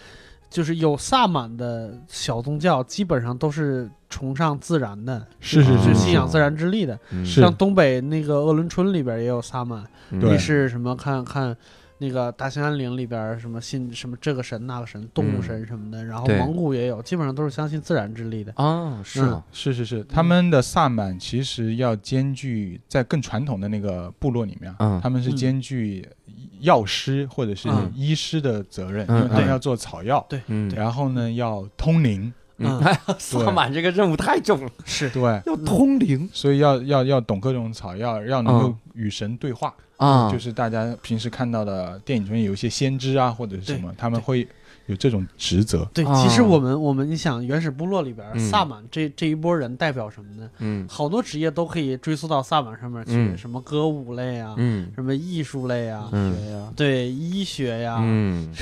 Speaker 2: 就是有萨满的小宗教基本上都是崇尚自然的，
Speaker 3: 是
Speaker 1: 是
Speaker 2: 就是信仰自然之力的。
Speaker 1: 嗯，
Speaker 3: 是
Speaker 2: 像东北那个鄂伦春里边也有萨满，
Speaker 1: 嗯
Speaker 3: 对
Speaker 2: 你是什么看看。那个大兴安岭里边什么信什么这个神那个神动物
Speaker 1: 嗯
Speaker 2: 神什么的，然后
Speaker 1: 对
Speaker 2: 蒙古也有，基本上都是相信自然之力的。
Speaker 1: 哦，是吗？
Speaker 3: 是是是，他们的萨满其实要兼具在更传统的那个部落里面啊，
Speaker 1: 嗯
Speaker 3: 他们是兼具药师或者是
Speaker 2: 嗯
Speaker 3: 医师的责任，
Speaker 1: 嗯
Speaker 3: 因为他们
Speaker 2: 对
Speaker 3: 要做草药，
Speaker 1: 嗯，
Speaker 3: 然后呢要通灵，
Speaker 1: 嗯
Speaker 2: 嗯，
Speaker 1: 哎呀萨满这个任务太重了，
Speaker 2: 是
Speaker 3: 对，
Speaker 1: 要通灵
Speaker 3: 所以要要要懂各种草药，要能够
Speaker 1: 嗯
Speaker 3: 与神对话。
Speaker 1: 啊
Speaker 3: 嗯就是大家平时看到的电影中有一些先知啊，或者是什么，他们会有这种职责。
Speaker 2: 对，
Speaker 1: 哦
Speaker 2: 其实我们我们你想原始部落里边、
Speaker 1: 嗯
Speaker 2: 萨满这这一波人代表什么呢？
Speaker 1: 嗯
Speaker 2: 好多职业都可以追溯到萨满上面去，
Speaker 1: 嗯
Speaker 2: 什么歌舞类啊，
Speaker 1: 嗯
Speaker 2: 什么艺术类啊，
Speaker 1: 嗯
Speaker 2: 对，医学
Speaker 3: 啊
Speaker 2: 呀、
Speaker 1: 嗯，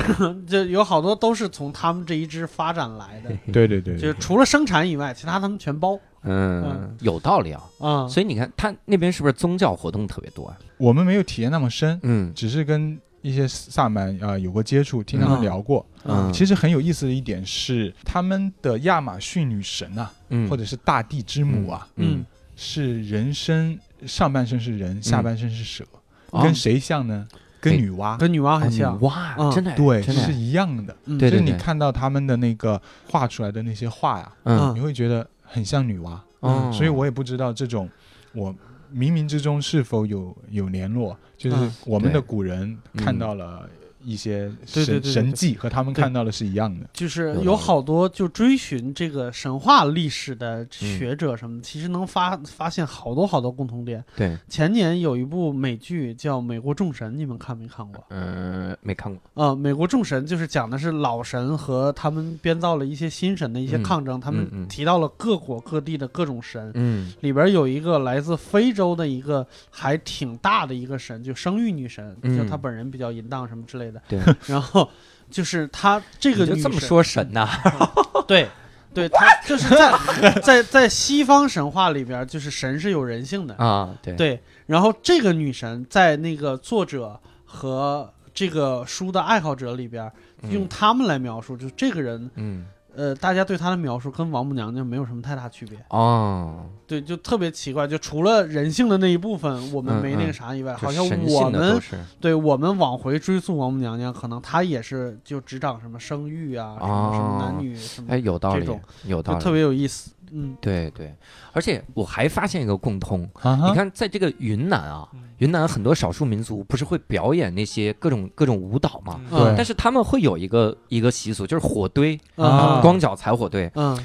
Speaker 2: 就有好多都是从他们这一支发展来的。
Speaker 3: <laughs> 对对对
Speaker 2: 就除了生产以外，其他他们全包
Speaker 1: 嗯，有道理啊。
Speaker 2: 啊。
Speaker 1: 所以你看，他那边是不是宗教活动特别多啊？
Speaker 3: 我们没有体验那么深，
Speaker 1: 嗯
Speaker 3: 只是跟一些萨满啊、呃有过接触，听他们
Speaker 2: 嗯
Speaker 3: 聊过。
Speaker 1: 嗯，
Speaker 3: 啊其实很有意思的一点是，他们的亚马逊女神啊，
Speaker 1: 嗯
Speaker 3: 或者是大地之母啊，
Speaker 1: 嗯
Speaker 2: 嗯，
Speaker 3: 是人身上半身是人，下半身是蛇，
Speaker 1: 哦
Speaker 3: 跟谁像呢？跟女娲。
Speaker 2: 跟女娲很
Speaker 1: 啊
Speaker 2: 像
Speaker 1: 女，哇，
Speaker 2: 嗯
Speaker 1: 真的
Speaker 3: 对，
Speaker 1: 真的
Speaker 3: 是一样的，
Speaker 2: 嗯
Speaker 1: 对
Speaker 3: 就是你看到他们的那个画出来的那些画呀、
Speaker 1: 嗯
Speaker 2: 嗯
Speaker 3: 你会觉得很像女娲。
Speaker 1: 哦
Speaker 3: 所以我也不知道这种我冥冥之中是否有有联络，就是
Speaker 2: 嗯
Speaker 3: 我们
Speaker 1: 对
Speaker 3: 的古人看到了一些
Speaker 2: 对对对
Speaker 3: 神
Speaker 2: 对
Speaker 3: 神
Speaker 2: 对
Speaker 3: 迹和他们
Speaker 2: 对
Speaker 3: 看到的是一样的。
Speaker 2: 就是
Speaker 1: 有道
Speaker 2: 有
Speaker 1: 理
Speaker 2: 好多就追寻这个神话历史的学者
Speaker 1: 嗯
Speaker 2: 什么的，其实能发发现好多好多共同点。
Speaker 1: 对，
Speaker 2: 前年有一部美剧叫《美国众神》，你们看没看过？
Speaker 1: 嗯，没看过，
Speaker 2: 呃，《美国众神》就是讲的是老神和他们编造了一些新神的一些
Speaker 1: 嗯
Speaker 2: 抗争，他
Speaker 1: 嗯嗯
Speaker 2: 们提到了各国各地的各种神。
Speaker 1: 嗯
Speaker 2: 里边有一个来自非洲的一个还挺大的一个神，就生育女神，
Speaker 1: 嗯
Speaker 2: 就她本人比较淫荡什么之类的。
Speaker 1: 对，
Speaker 2: 然后就是她 <laughs> 这个
Speaker 1: 你
Speaker 2: 女
Speaker 1: 就这么
Speaker 2: 神
Speaker 1: 说神呐，
Speaker 2: <laughs> 对，对，他就是在在在西方神话里边，就是神是有人性的，
Speaker 1: 啊，对，
Speaker 2: 对。然后这个女神在那个作者和这个书的爱好者里边，
Speaker 1: 嗯
Speaker 2: 用他们来描述，就是这个人
Speaker 1: 嗯
Speaker 2: 呃，大家对她的描述跟王母娘娘没有什么太大区别，
Speaker 1: 哦，
Speaker 2: 对，就特别奇怪，就除了人性的那一部分我们
Speaker 1: 嗯
Speaker 2: 没那
Speaker 1: 嗯
Speaker 2: 个啥以外，
Speaker 1: 就
Speaker 2: 好像
Speaker 1: 神
Speaker 2: 我
Speaker 1: 性的
Speaker 2: 们
Speaker 1: 都是
Speaker 2: 对我们往回追溯王母娘娘，可能她也是就执掌什么生育啊，什么什么
Speaker 1: 哦
Speaker 2: 男女什么
Speaker 1: 哎，，有道
Speaker 2: 这
Speaker 1: 理
Speaker 2: 种，
Speaker 1: 有道
Speaker 2: 就
Speaker 1: 理，
Speaker 2: 特别有意思。嗯，
Speaker 1: 对对，而且我还发现一个共通，
Speaker 3: 啊
Speaker 1: 你
Speaker 3: 哈，
Speaker 1: 看，在这个云南啊，
Speaker 5: 嗯
Speaker 1: 云南很多少数民族不是会表演那些各种各种舞蹈嘛？
Speaker 4: 嗯
Speaker 3: 对
Speaker 1: 但是他们会有一个一个习俗，就是火堆，
Speaker 3: 啊
Speaker 1: 光脚踩火堆。
Speaker 2: 嗯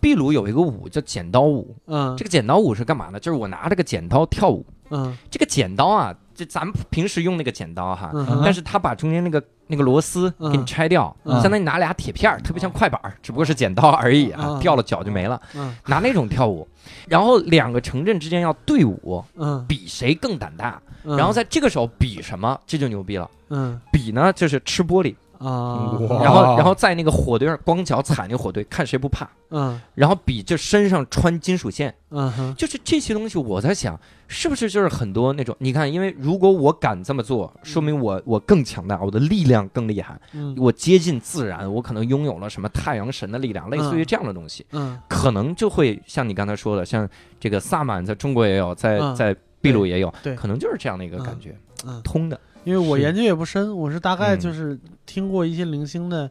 Speaker 1: 秘鲁有一个舞叫剪刀舞，
Speaker 2: 嗯
Speaker 1: 这个剪刀舞是干嘛呢？就是我拿着个剪刀跳舞。
Speaker 2: 嗯
Speaker 1: 这个剪刀啊，这咱们平时用那个剪刀哈，
Speaker 2: 嗯，
Speaker 1: 但是他把中间那个那个螺丝
Speaker 2: 嗯
Speaker 1: 给你拆掉，
Speaker 2: 嗯
Speaker 1: 相当于拿俩铁片儿，特别像快板儿，只不过是剪刀而已啊，
Speaker 2: 嗯
Speaker 1: 掉了脚就没了，
Speaker 2: 嗯
Speaker 1: 拿那种跳舞。然后两个城镇之间要对舞，
Speaker 2: 嗯，
Speaker 1: 比谁更胆大。
Speaker 2: 嗯
Speaker 1: 然后在这个时候比什么，这就牛逼了。
Speaker 2: 嗯
Speaker 1: 比呢就是吃玻璃，
Speaker 2: 啊，
Speaker 3: 哇
Speaker 1: 然后然后在那个火堆上光脚踩那个火堆，看谁不怕。
Speaker 2: 嗯
Speaker 1: 然后比这身上穿金属线，
Speaker 2: 嗯哼
Speaker 1: 就是这些东西，我在想是不是就是很多那种，你看，因为如果我敢这么做，说明我我更强大，我的力量更厉害，
Speaker 2: 嗯
Speaker 1: 我接近自然，我可能拥有了什么太阳神的力量，类似于这样的东西。
Speaker 2: 嗯
Speaker 1: 可能就会像你刚才说的，像这个萨满在中国也有，在、
Speaker 2: 嗯
Speaker 1: 在秘鲁也有，
Speaker 2: 对
Speaker 1: 可能就是这样的一个感觉，
Speaker 2: 嗯，
Speaker 1: 通的。
Speaker 2: 因为我
Speaker 1: 是
Speaker 2: 研究也不深，我是大概
Speaker 1: 嗯
Speaker 2: 就是听过一些零星的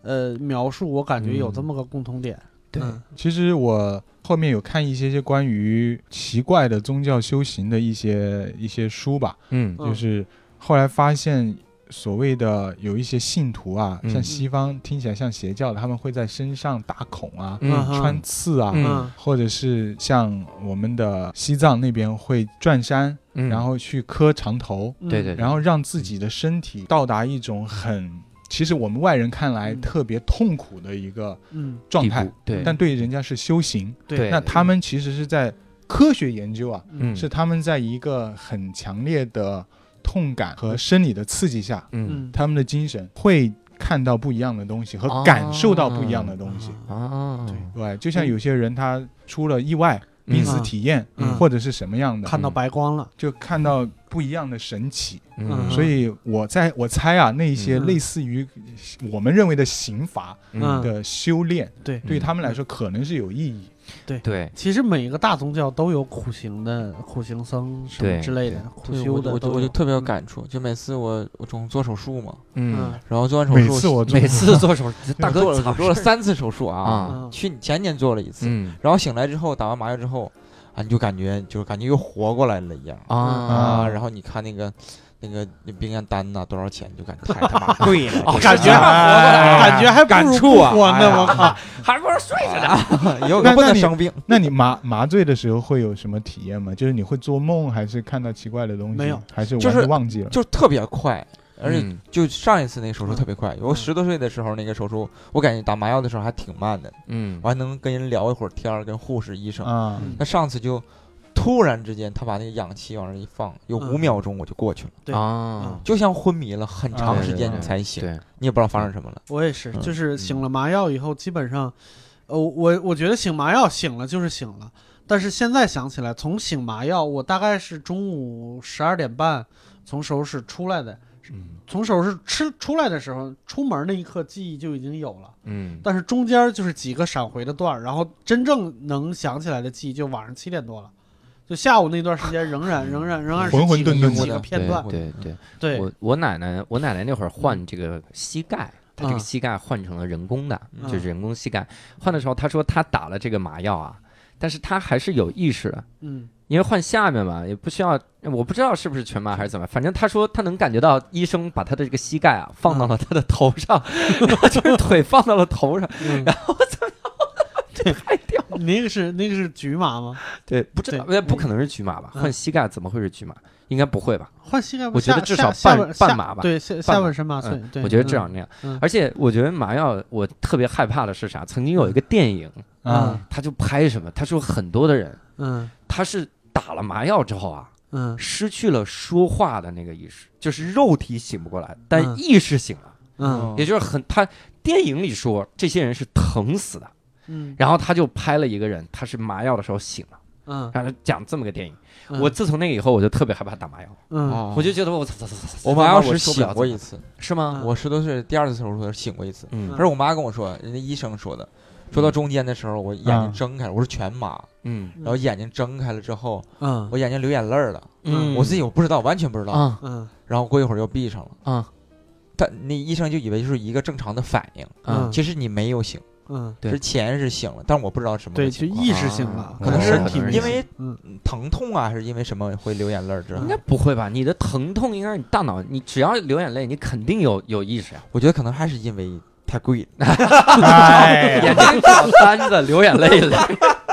Speaker 2: 呃描述，我感觉有这
Speaker 1: 嗯
Speaker 2: 么个共同点。
Speaker 1: 对
Speaker 2: 嗯
Speaker 3: 其实我后面有看一些些关于奇怪的宗教修行的一些一些书吧，
Speaker 1: 嗯
Speaker 2: 嗯
Speaker 3: 就是后来发现。所谓的有一些信徒啊，
Speaker 1: 嗯
Speaker 3: 像西方听起来像邪教的，他们会在身上打孔啊、
Speaker 1: 嗯
Speaker 2: 哼
Speaker 3: 穿刺啊，
Speaker 1: 嗯
Speaker 2: 嗯
Speaker 3: 或者是像我们的西藏那边会转山，
Speaker 1: 嗯，
Speaker 3: 然后去磕长头，
Speaker 2: 嗯
Speaker 1: 对对
Speaker 3: 然后让自己的身体到达一种很，其实我们外人看来
Speaker 2: 嗯
Speaker 3: 特别痛苦的一个
Speaker 2: 嗯
Speaker 3: 状
Speaker 1: 地
Speaker 3: 态
Speaker 1: 步，对
Speaker 3: 但对人家是修行。
Speaker 1: 对，
Speaker 3: 那他们其实是在科学研究啊，
Speaker 1: 嗯
Speaker 3: 是他们在一个很强烈的痛感和生理的刺激下，
Speaker 1: 嗯
Speaker 2: 嗯
Speaker 3: 他们的精神会看到不一样的东西
Speaker 1: 哦
Speaker 3: 和感受到不一样的东西。
Speaker 2: 啊
Speaker 1: 啊，
Speaker 2: 对
Speaker 3: 对，就像有些人他出了意外，
Speaker 1: 嗯
Speaker 3: 濒死体验、
Speaker 2: 嗯
Speaker 3: 或者是什么样的，
Speaker 2: 看到白光了。
Speaker 3: 就看到不一样的神奇。
Speaker 2: 嗯
Speaker 3: 所以我在我猜啊，那些
Speaker 2: 嗯
Speaker 3: 类似于我们认为的刑罚
Speaker 2: 嗯
Speaker 3: 的修炼，
Speaker 2: 对
Speaker 3: 对他们来说可能是有意义。
Speaker 1: 对。
Speaker 2: 其实每一个大宗教都有苦行的苦行僧什么
Speaker 1: 对
Speaker 2: 之类的
Speaker 1: 对
Speaker 2: 苦
Speaker 5: 对，
Speaker 2: 修
Speaker 5: 我
Speaker 2: 的
Speaker 5: 就我就
Speaker 2: 都
Speaker 5: 我就
Speaker 2: 有
Speaker 5: 特别有感触，就每次我我总做手术嘛，
Speaker 1: 嗯 <laughs>
Speaker 2: 嗯，
Speaker 5: 然后做完手
Speaker 3: 每
Speaker 5: 术，
Speaker 3: 次我做
Speaker 1: 每次做手术，大
Speaker 5: 做
Speaker 1: 哥
Speaker 5: 了
Speaker 1: 操
Speaker 5: 做了
Speaker 1: 事儿
Speaker 5: 三次手术啊，
Speaker 1: 啊，
Speaker 2: 嗯
Speaker 5: 去前年做了一次，
Speaker 1: 嗯
Speaker 5: 然后醒来之后打完麻药之后啊，你就感觉就是感觉又活过来了一样
Speaker 1: 啊，
Speaker 5: 然后你看那个那个那病案单呐多少钱，你就感觉太他妈
Speaker 4: 啊
Speaker 1: 贵
Speaker 2: <laughs>
Speaker 1: 了
Speaker 5: 哦
Speaker 2: 感觉
Speaker 3: 哎
Speaker 2: 感觉还不
Speaker 5: 感
Speaker 2: 如
Speaker 5: 触啊
Speaker 2: 不活
Speaker 5: 哎
Speaker 2: 呢，
Speaker 5: 呀
Speaker 2: 我靠！
Speaker 4: 还不如睡着呢。
Speaker 5: 了，有
Speaker 3: 那
Speaker 5: 不
Speaker 3: 那
Speaker 5: 能
Speaker 3: 你
Speaker 5: 生病，
Speaker 3: 那你麻麻醉的时候会有什么体验吗？就是你会做梦，还是看到奇怪的东西？
Speaker 2: 没有，
Speaker 3: 还是
Speaker 5: 就
Speaker 3: 完
Speaker 5: 是
Speaker 3: 全忘记了。
Speaker 5: 就是特别快，而且
Speaker 1: 嗯
Speaker 5: 就上一次那个手术
Speaker 2: 嗯
Speaker 5: 特别快，我
Speaker 2: 嗯
Speaker 5: 十多岁的时候那个手术，我感觉打麻药的时候还挺慢的，
Speaker 1: 嗯
Speaker 5: 我还能跟人聊一会儿天儿，跟护士、医生。
Speaker 3: 啊，
Speaker 2: 嗯
Speaker 5: 那上次就突然之间，他把那个氧气往那儿一放，有
Speaker 2: 嗯
Speaker 5: 五秒钟我就过去了，
Speaker 2: 对嗯
Speaker 1: 啊，
Speaker 5: 就像昏迷了很长时间
Speaker 1: 对
Speaker 5: 你才醒，
Speaker 1: 对，
Speaker 5: 你也不知道发生什么了。
Speaker 2: 我也是，
Speaker 5: 嗯
Speaker 2: 就是醒了麻药以后，基本上，呃，我我觉得醒麻药醒了就是醒了，但是现在想起来，从醒麻药，我大概是中午十二点半从手术室出来的，
Speaker 1: 嗯
Speaker 2: 从手术室吃出来的时候，出门那一刻记忆就已经有了，
Speaker 1: 嗯
Speaker 2: 但是中间就是几个闪回的段儿，然后真正能想起来的记忆就晚上七点多了。就下午那段时间仍然仍然仍然是
Speaker 3: 浑浑
Speaker 2: 记得
Speaker 3: 沌
Speaker 2: 有
Speaker 3: 沌
Speaker 2: 几
Speaker 5: 的
Speaker 2: 个片段，
Speaker 1: 对对
Speaker 2: 对
Speaker 1: 对，我我奶奶我奶奶那会儿换这个膝盖。她这个
Speaker 2: 嗯
Speaker 1: 膝盖换成了人工的，
Speaker 5: 嗯
Speaker 1: 就是人工膝盖。换的时候，她说她打了这个麻药啊，但是她还是有意识的，
Speaker 2: 嗯
Speaker 1: 因为换下面嘛，也不需要，我不知道是不是全麻还是怎么，反正他说他能感觉到医生把他的这个膝盖啊放到
Speaker 2: 嗯
Speaker 1: 了他的头上， <laughs> 然后就是腿放到了头上，
Speaker 2: 嗯，
Speaker 1: 然后怎么拍掉？
Speaker 2: 你那个是那个是局麻吗？
Speaker 1: 对，不知道，
Speaker 2: 对
Speaker 1: 呃不可能是局麻吧？
Speaker 2: 嗯
Speaker 1: 换膝盖怎么会是局麻？应该不会吧？
Speaker 2: 换膝盖不
Speaker 1: 我觉
Speaker 2: 下
Speaker 1: 得至少
Speaker 2: 下下
Speaker 1: 半
Speaker 2: 半下
Speaker 1: 半麻吧
Speaker 2: 对下
Speaker 1: 半
Speaker 2: 下
Speaker 1: 麻
Speaker 2: 半身麻醉，对，
Speaker 1: 我觉得至
Speaker 2: 嗯
Speaker 1: 少那样
Speaker 2: 嗯。
Speaker 1: 而且我觉得麻药，我特别害怕的是啥？曾经有一个电影，
Speaker 3: 啊，
Speaker 1: 他就拍什么？他说很多的人
Speaker 2: 嗯
Speaker 1: 他是打了麻药之后啊，
Speaker 2: 嗯
Speaker 1: 失去了说话的那个意识，就是肉体醒不过来，但
Speaker 2: 嗯
Speaker 1: 意识醒了。
Speaker 4: 哦
Speaker 2: 嗯
Speaker 1: 也就是很他电影里说这些人是疼死的，
Speaker 2: 嗯
Speaker 1: 然后他就拍了一个人，他是麻药的时候醒了，
Speaker 2: 嗯嗯，
Speaker 1: 然后讲这么个电影。
Speaker 2: 嗯
Speaker 1: 我哦自从那个以后，我就特别害怕打麻药，
Speaker 2: 嗯，
Speaker 4: 哦
Speaker 1: 我就觉得我操操操操，
Speaker 5: 我
Speaker 1: 麻
Speaker 5: 妈
Speaker 1: 药
Speaker 5: 当时
Speaker 1: 是受不
Speaker 5: 醒
Speaker 1: 了
Speaker 5: 过
Speaker 1: 怎
Speaker 5: 一
Speaker 1: 么
Speaker 5: 次，
Speaker 1: 办是吗？
Speaker 5: 我十多岁第二次手术的时候醒过一次，
Speaker 1: 嗯
Speaker 5: 可是我妈跟我说，人家医生说的，说到中间的时候，我眼睛
Speaker 3: 嗯
Speaker 5: 睁开了，我是全麻，
Speaker 1: 嗯
Speaker 5: 然后眼睛睁开了之后，
Speaker 2: 嗯，
Speaker 5: 我眼睛流眼泪儿了，
Speaker 1: 嗯，
Speaker 5: 我自己我不知道，完全不知道，
Speaker 1: 啊
Speaker 2: 嗯，
Speaker 5: 然后过一会儿又闭上了，
Speaker 1: 啊
Speaker 5: 但那医生就以为就是一个正常的反应，
Speaker 1: 啊
Speaker 2: 嗯，
Speaker 5: 其实你没有醒，
Speaker 2: 嗯，
Speaker 1: 对
Speaker 5: 之前是醒了，但我不知道什么
Speaker 2: 对，
Speaker 5: 个
Speaker 2: 就
Speaker 5: 情况
Speaker 2: 意识性了
Speaker 1: 啊，
Speaker 2: 可能
Speaker 5: 可能
Speaker 2: 身
Speaker 5: 是
Speaker 2: 体
Speaker 1: 因
Speaker 2: 没
Speaker 5: 为
Speaker 2: 醒嗯
Speaker 5: 疼痛啊，还是因为什么会流眼泪儿之后
Speaker 1: 应该，不会吧？你的疼痛应该是你大脑，你只要流眼泪，你肯定有有意识呀。
Speaker 5: 我觉得可能还是因为太贵了，
Speaker 2: 嗯
Speaker 3: 哎呀，
Speaker 2: <laughs>
Speaker 1: 眼睛长单子，流眼泪了，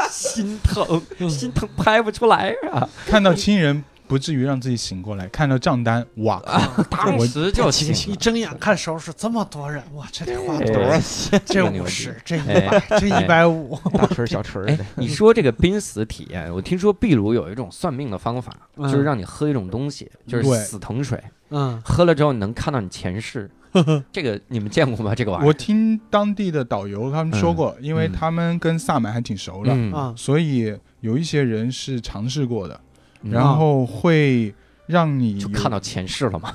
Speaker 1: 心疼，心疼拍不出来啊！
Speaker 3: 看到亲人不至于让自己醒过来，看到账单，哇，
Speaker 1: 当时就清
Speaker 2: 一
Speaker 1: 醒了。
Speaker 2: 睁眼看手是这么多人，哇，这得花多
Speaker 1: 对
Speaker 2: 少？
Speaker 5: 钱？
Speaker 2: <laughs>
Speaker 1: 这
Speaker 2: 这
Speaker 1: 个牛
Speaker 2: 五
Speaker 1: 逼
Speaker 2: 十，这一
Speaker 1: 哎
Speaker 2: 百，这一百五，
Speaker 5: 大锤儿小锤儿
Speaker 1: 哎
Speaker 5: 的，，
Speaker 1: 你说这个濒死体验，我听说秘鲁有一种算命的方法，
Speaker 2: 嗯
Speaker 1: 就是让你喝一种东西，就是
Speaker 3: 对
Speaker 1: 死藤水，
Speaker 2: 嗯
Speaker 1: 喝了之后你能看到你前世。这个你们见过吗？这个玩意儿？
Speaker 3: 我听当地的导游他们说过，因为他们跟萨满还挺熟的，
Speaker 1: 嗯，
Speaker 2: 啊，
Speaker 3: 所以有一些人是尝试过的，
Speaker 1: 嗯
Speaker 3: 然后会让你
Speaker 1: 就
Speaker 3: 有
Speaker 1: 看到前世了嘛。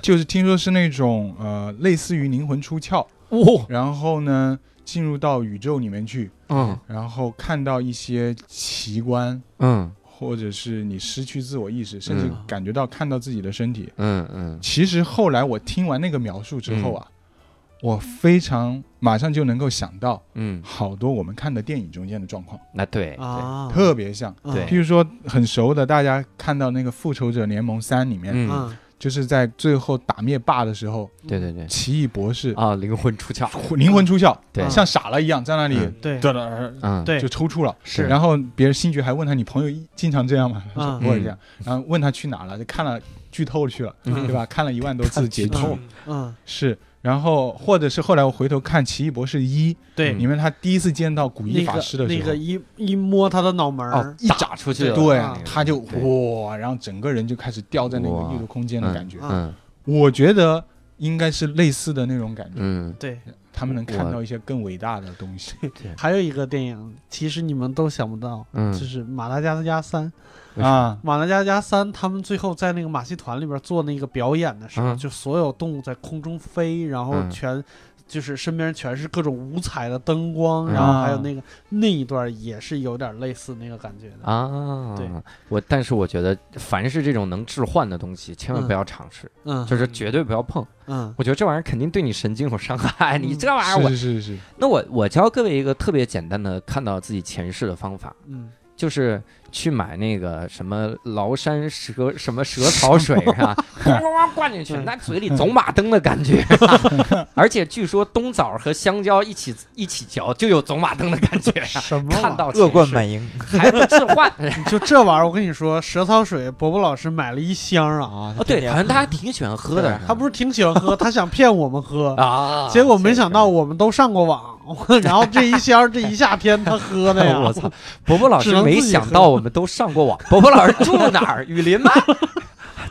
Speaker 3: 就是听说是那种呃，类似于灵魂出窍，
Speaker 1: 哦，
Speaker 3: 然后呢进入到宇宙里面去，
Speaker 1: 嗯
Speaker 3: 然后看到一些奇观，
Speaker 1: 嗯
Speaker 3: 或者是你失去自我意识，甚至
Speaker 2: 嗯
Speaker 3: 感觉到看到自己的身体。
Speaker 1: 嗯嗯，
Speaker 3: 其实后来我听完那个描述之后啊，我非常马上就能够想到
Speaker 1: 嗯，
Speaker 3: 好多我们看的电影中间的状况，
Speaker 1: 那对，
Speaker 2: 啊，
Speaker 3: 特别像。
Speaker 2: 嗯
Speaker 1: 对
Speaker 3: 譬如说，很熟的，大家看到那个《复仇者联盟三》里面，
Speaker 1: 嗯
Speaker 2: 嗯
Speaker 3: 就是在最后打灭霸的时候，
Speaker 1: 对对对，
Speaker 3: 奇异博士
Speaker 1: 啊，灵魂出窍，
Speaker 3: 灵魂出窍，
Speaker 1: 对
Speaker 3: 像傻了一样在那里
Speaker 1: 嗯
Speaker 2: 对
Speaker 3: 嘚嘚
Speaker 1: 嗯，
Speaker 2: 嗯对
Speaker 3: 就抽搐了。
Speaker 2: 是
Speaker 3: 然后别人星爵还问他：“你朋友一经常这样吗？”他说
Speaker 2: 嗯
Speaker 3: 偶尔这样。然后问他去哪了，就看了剧透去了，
Speaker 1: 嗯
Speaker 3: 对吧？看了一万多次结局
Speaker 2: 透嗯
Speaker 3: 是。然后或者是后来我回头看《奇异博士一》，
Speaker 2: 对
Speaker 1: 嗯
Speaker 3: 里面他第一次见到古一
Speaker 2: 那
Speaker 3: 法
Speaker 2: 个
Speaker 3: 师的
Speaker 2: 那
Speaker 3: 时候
Speaker 2: 个，一一摸他的脑门
Speaker 1: 哦
Speaker 2: 儿，，
Speaker 1: 一打出去了，
Speaker 3: 啊对
Speaker 2: 啊，
Speaker 3: 他就
Speaker 1: 对
Speaker 3: 哇，然后整个人就开始掉在那
Speaker 1: 哇
Speaker 3: 个异度空间的感
Speaker 2: 啊
Speaker 3: 觉。
Speaker 1: 嗯
Speaker 3: 我觉得应该是类似的那种感觉，
Speaker 1: 嗯，
Speaker 2: 对，
Speaker 3: 他们能看
Speaker 1: 我
Speaker 3: 到一些更伟大的东西。
Speaker 2: 还有一个电影，其实你们都想不到，
Speaker 1: 嗯
Speaker 2: 就是《马达加斯加三》。
Speaker 1: 为啥
Speaker 3: 啊，
Speaker 2: 马达加斯加三，他们最后在那个马戏团里边做那个表演的时候，
Speaker 1: 嗯
Speaker 2: 就所有动物在空中飞，然后
Speaker 1: 嗯
Speaker 2: 全、就是身边全是各种五彩的灯光，
Speaker 1: 嗯
Speaker 2: 然后还有那个那一段也是有点类似那个感觉的。
Speaker 1: 啊，
Speaker 2: 对，
Speaker 1: 我但是我觉得，凡是这种能置换的东西，千万不要尝试，
Speaker 2: 嗯
Speaker 1: 就是绝对不要碰。
Speaker 2: 嗯
Speaker 1: 我觉得这玩意儿肯定对你神经有伤害，你
Speaker 2: 嗯
Speaker 1: 这玩意儿我，
Speaker 3: 啊是是是，
Speaker 1: 那我我教各位一个特别简单的看到自己前世的方法，
Speaker 2: 嗯
Speaker 1: 就是去买那个什么崂山蛇什么蛇草水
Speaker 2: <laughs>
Speaker 1: 啊，咣咣咣灌进去，
Speaker 2: 嗯
Speaker 1: 那嘴里走马灯的感
Speaker 2: <laughs>
Speaker 1: 觉、而且据说冬枣和香蕉一起一起嚼就有走马灯的感觉、啊
Speaker 2: 什么玩啊意
Speaker 1: 看
Speaker 2: 儿
Speaker 1: 到
Speaker 5: 恶贯
Speaker 1: 前世
Speaker 5: 满盈
Speaker 1: 还不置
Speaker 2: <laughs>
Speaker 1: 换
Speaker 2: 就这玩意儿，我跟你说，蛇草水，伯伯老师买了一箱啊，
Speaker 5: 啊
Speaker 1: <laughs> 哦，对，好像他还挺喜欢喝的
Speaker 5: 对
Speaker 2: 他不是挺喜欢喝，他想骗我们喝，
Speaker 1: 啊。
Speaker 2: 结果没想到我们都上过网， <laughs> 然后这一箱这一夏天他喝的
Speaker 1: <laughs>
Speaker 2: 呀，
Speaker 1: 我操！伯伯老
Speaker 2: 只
Speaker 1: 师
Speaker 2: 能自己
Speaker 1: 没想到我们都上过网。伯伯老师住哪儿？雨林
Speaker 2: <laughs>
Speaker 1: 吗？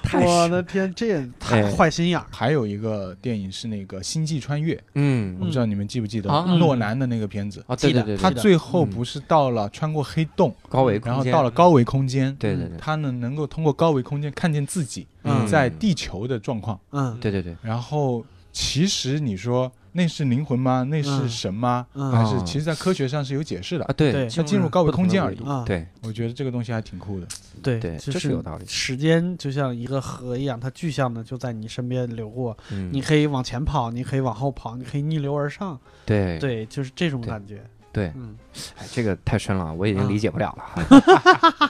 Speaker 1: 太
Speaker 2: 我
Speaker 1: 是
Speaker 2: 的天，这也太
Speaker 1: 哎
Speaker 2: 坏心眼儿了。
Speaker 3: 还有一个电影是那个《星际穿越》，我
Speaker 1: 嗯
Speaker 3: 不知道你们记不记得
Speaker 1: 啊嗯
Speaker 3: 诺兰的那个片子。
Speaker 1: 啊，对对
Speaker 2: 记
Speaker 1: 对，
Speaker 3: 他
Speaker 1: 对
Speaker 3: 最后不是到了穿过黑洞，
Speaker 1: 嗯高维
Speaker 3: 然
Speaker 1: 空
Speaker 3: 后
Speaker 1: 间
Speaker 3: 到了高维空间，
Speaker 1: 对
Speaker 2: 嗯
Speaker 1: 对对
Speaker 3: 他呢能够通过高维空间看见自己
Speaker 1: 嗯
Speaker 3: 在地球的状况。
Speaker 2: 嗯
Speaker 1: 对对对，
Speaker 3: 然后其实你说那是灵魂吗？那是神吗？
Speaker 2: 嗯
Speaker 3: 还
Speaker 1: 啊
Speaker 3: 是其实，在科学上是有解释
Speaker 1: 啊
Speaker 3: 的。
Speaker 1: 对
Speaker 2: 对
Speaker 3: 它进入高维空间而已
Speaker 1: 不。
Speaker 2: 啊，
Speaker 1: 对
Speaker 3: 我觉得这个东西还挺酷的。
Speaker 2: 对
Speaker 1: 对，
Speaker 2: 就
Speaker 1: 这是有道理。
Speaker 2: 时间就像一个河一样，它具象的就在你身边流过，
Speaker 1: 嗯
Speaker 2: 你可以往前跑，你可以往后跑，你可以逆流而上，
Speaker 1: 对
Speaker 2: 对，就是这种
Speaker 1: 对
Speaker 2: 感觉。
Speaker 1: 对，
Speaker 2: 嗯
Speaker 1: 哎这个太深了，我已经
Speaker 2: 嗯
Speaker 1: 理解不了
Speaker 2: <laughs>
Speaker 1: 了。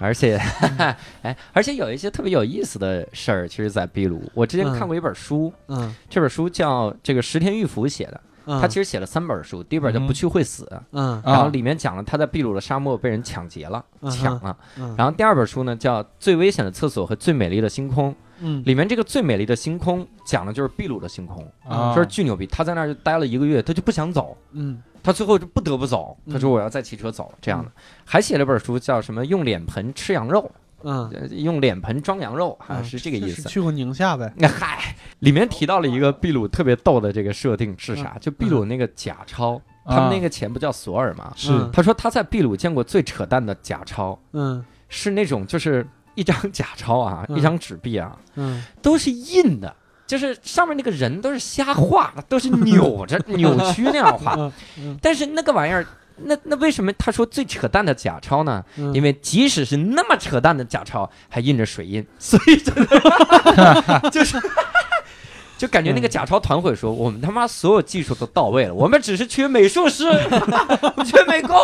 Speaker 1: 而且， <laughs> 哎，而且有一些特别有意思的事儿，其实，在秘鲁，我之前
Speaker 2: 嗯
Speaker 1: 看过一本书，
Speaker 2: 嗯
Speaker 1: 这本书叫这个石田玉福写的，
Speaker 2: 嗯，
Speaker 1: 他其实写了三本书，第一本叫《不去会死》，
Speaker 2: 嗯
Speaker 1: 然后
Speaker 3: 啊
Speaker 1: 里面讲了他在秘鲁的沙漠被人抢劫了，
Speaker 2: 嗯哼
Speaker 1: 抢了。
Speaker 2: 嗯，
Speaker 1: 然后第二本书呢叫《最危险的厕所和最美丽的星空》，
Speaker 2: 嗯
Speaker 1: 里面这个最美丽的星空讲的就是秘鲁的星空，
Speaker 3: 啊，
Speaker 1: 说是巨牛逼。他在那儿就待了一个月，他就不想走，
Speaker 2: 嗯
Speaker 1: 他最后就不得不走。
Speaker 2: 嗯
Speaker 1: 他说我要再骑车走这样的。还写了本书叫什么用脸盆吃羊肉，
Speaker 2: 嗯，
Speaker 1: 呃用脸盆装羊肉，啊
Speaker 2: 嗯
Speaker 1: 是这个意
Speaker 2: 就是
Speaker 1: <laughs> 思。
Speaker 2: 去过宁夏呗？
Speaker 1: 那
Speaker 2: 嗯
Speaker 1: 嗨，里面提到了一个秘鲁特别逗的这个设定是啥？就秘鲁那个假钞，他们那
Speaker 3: 个
Speaker 1: 个钱不叫索尔吗？
Speaker 3: 是
Speaker 2: 嗯
Speaker 1: 他说他在秘鲁见过最扯淡的假钞，
Speaker 2: 嗯
Speaker 1: 是那种就是一张假钞啊，
Speaker 2: 嗯
Speaker 1: 一张纸币啊，
Speaker 2: 嗯
Speaker 1: 都是印的，就是上面那个人都是瞎画的，都是扭
Speaker 2: <laughs>
Speaker 1: 着扭曲那样画。
Speaker 2: 嗯嗯
Speaker 1: 但是那个玩意儿，那那为什么他说最扯淡的假钞呢？
Speaker 2: 嗯，
Speaker 1: 因为即使是那么扯淡的假钞，还印着水
Speaker 2: <laughs>
Speaker 1: 印，所以真的就是。就感觉那个假钞团伙说，我们他妈所有技术都到位了，我们只是缺美术
Speaker 2: <laughs>
Speaker 1: 师，缺美工，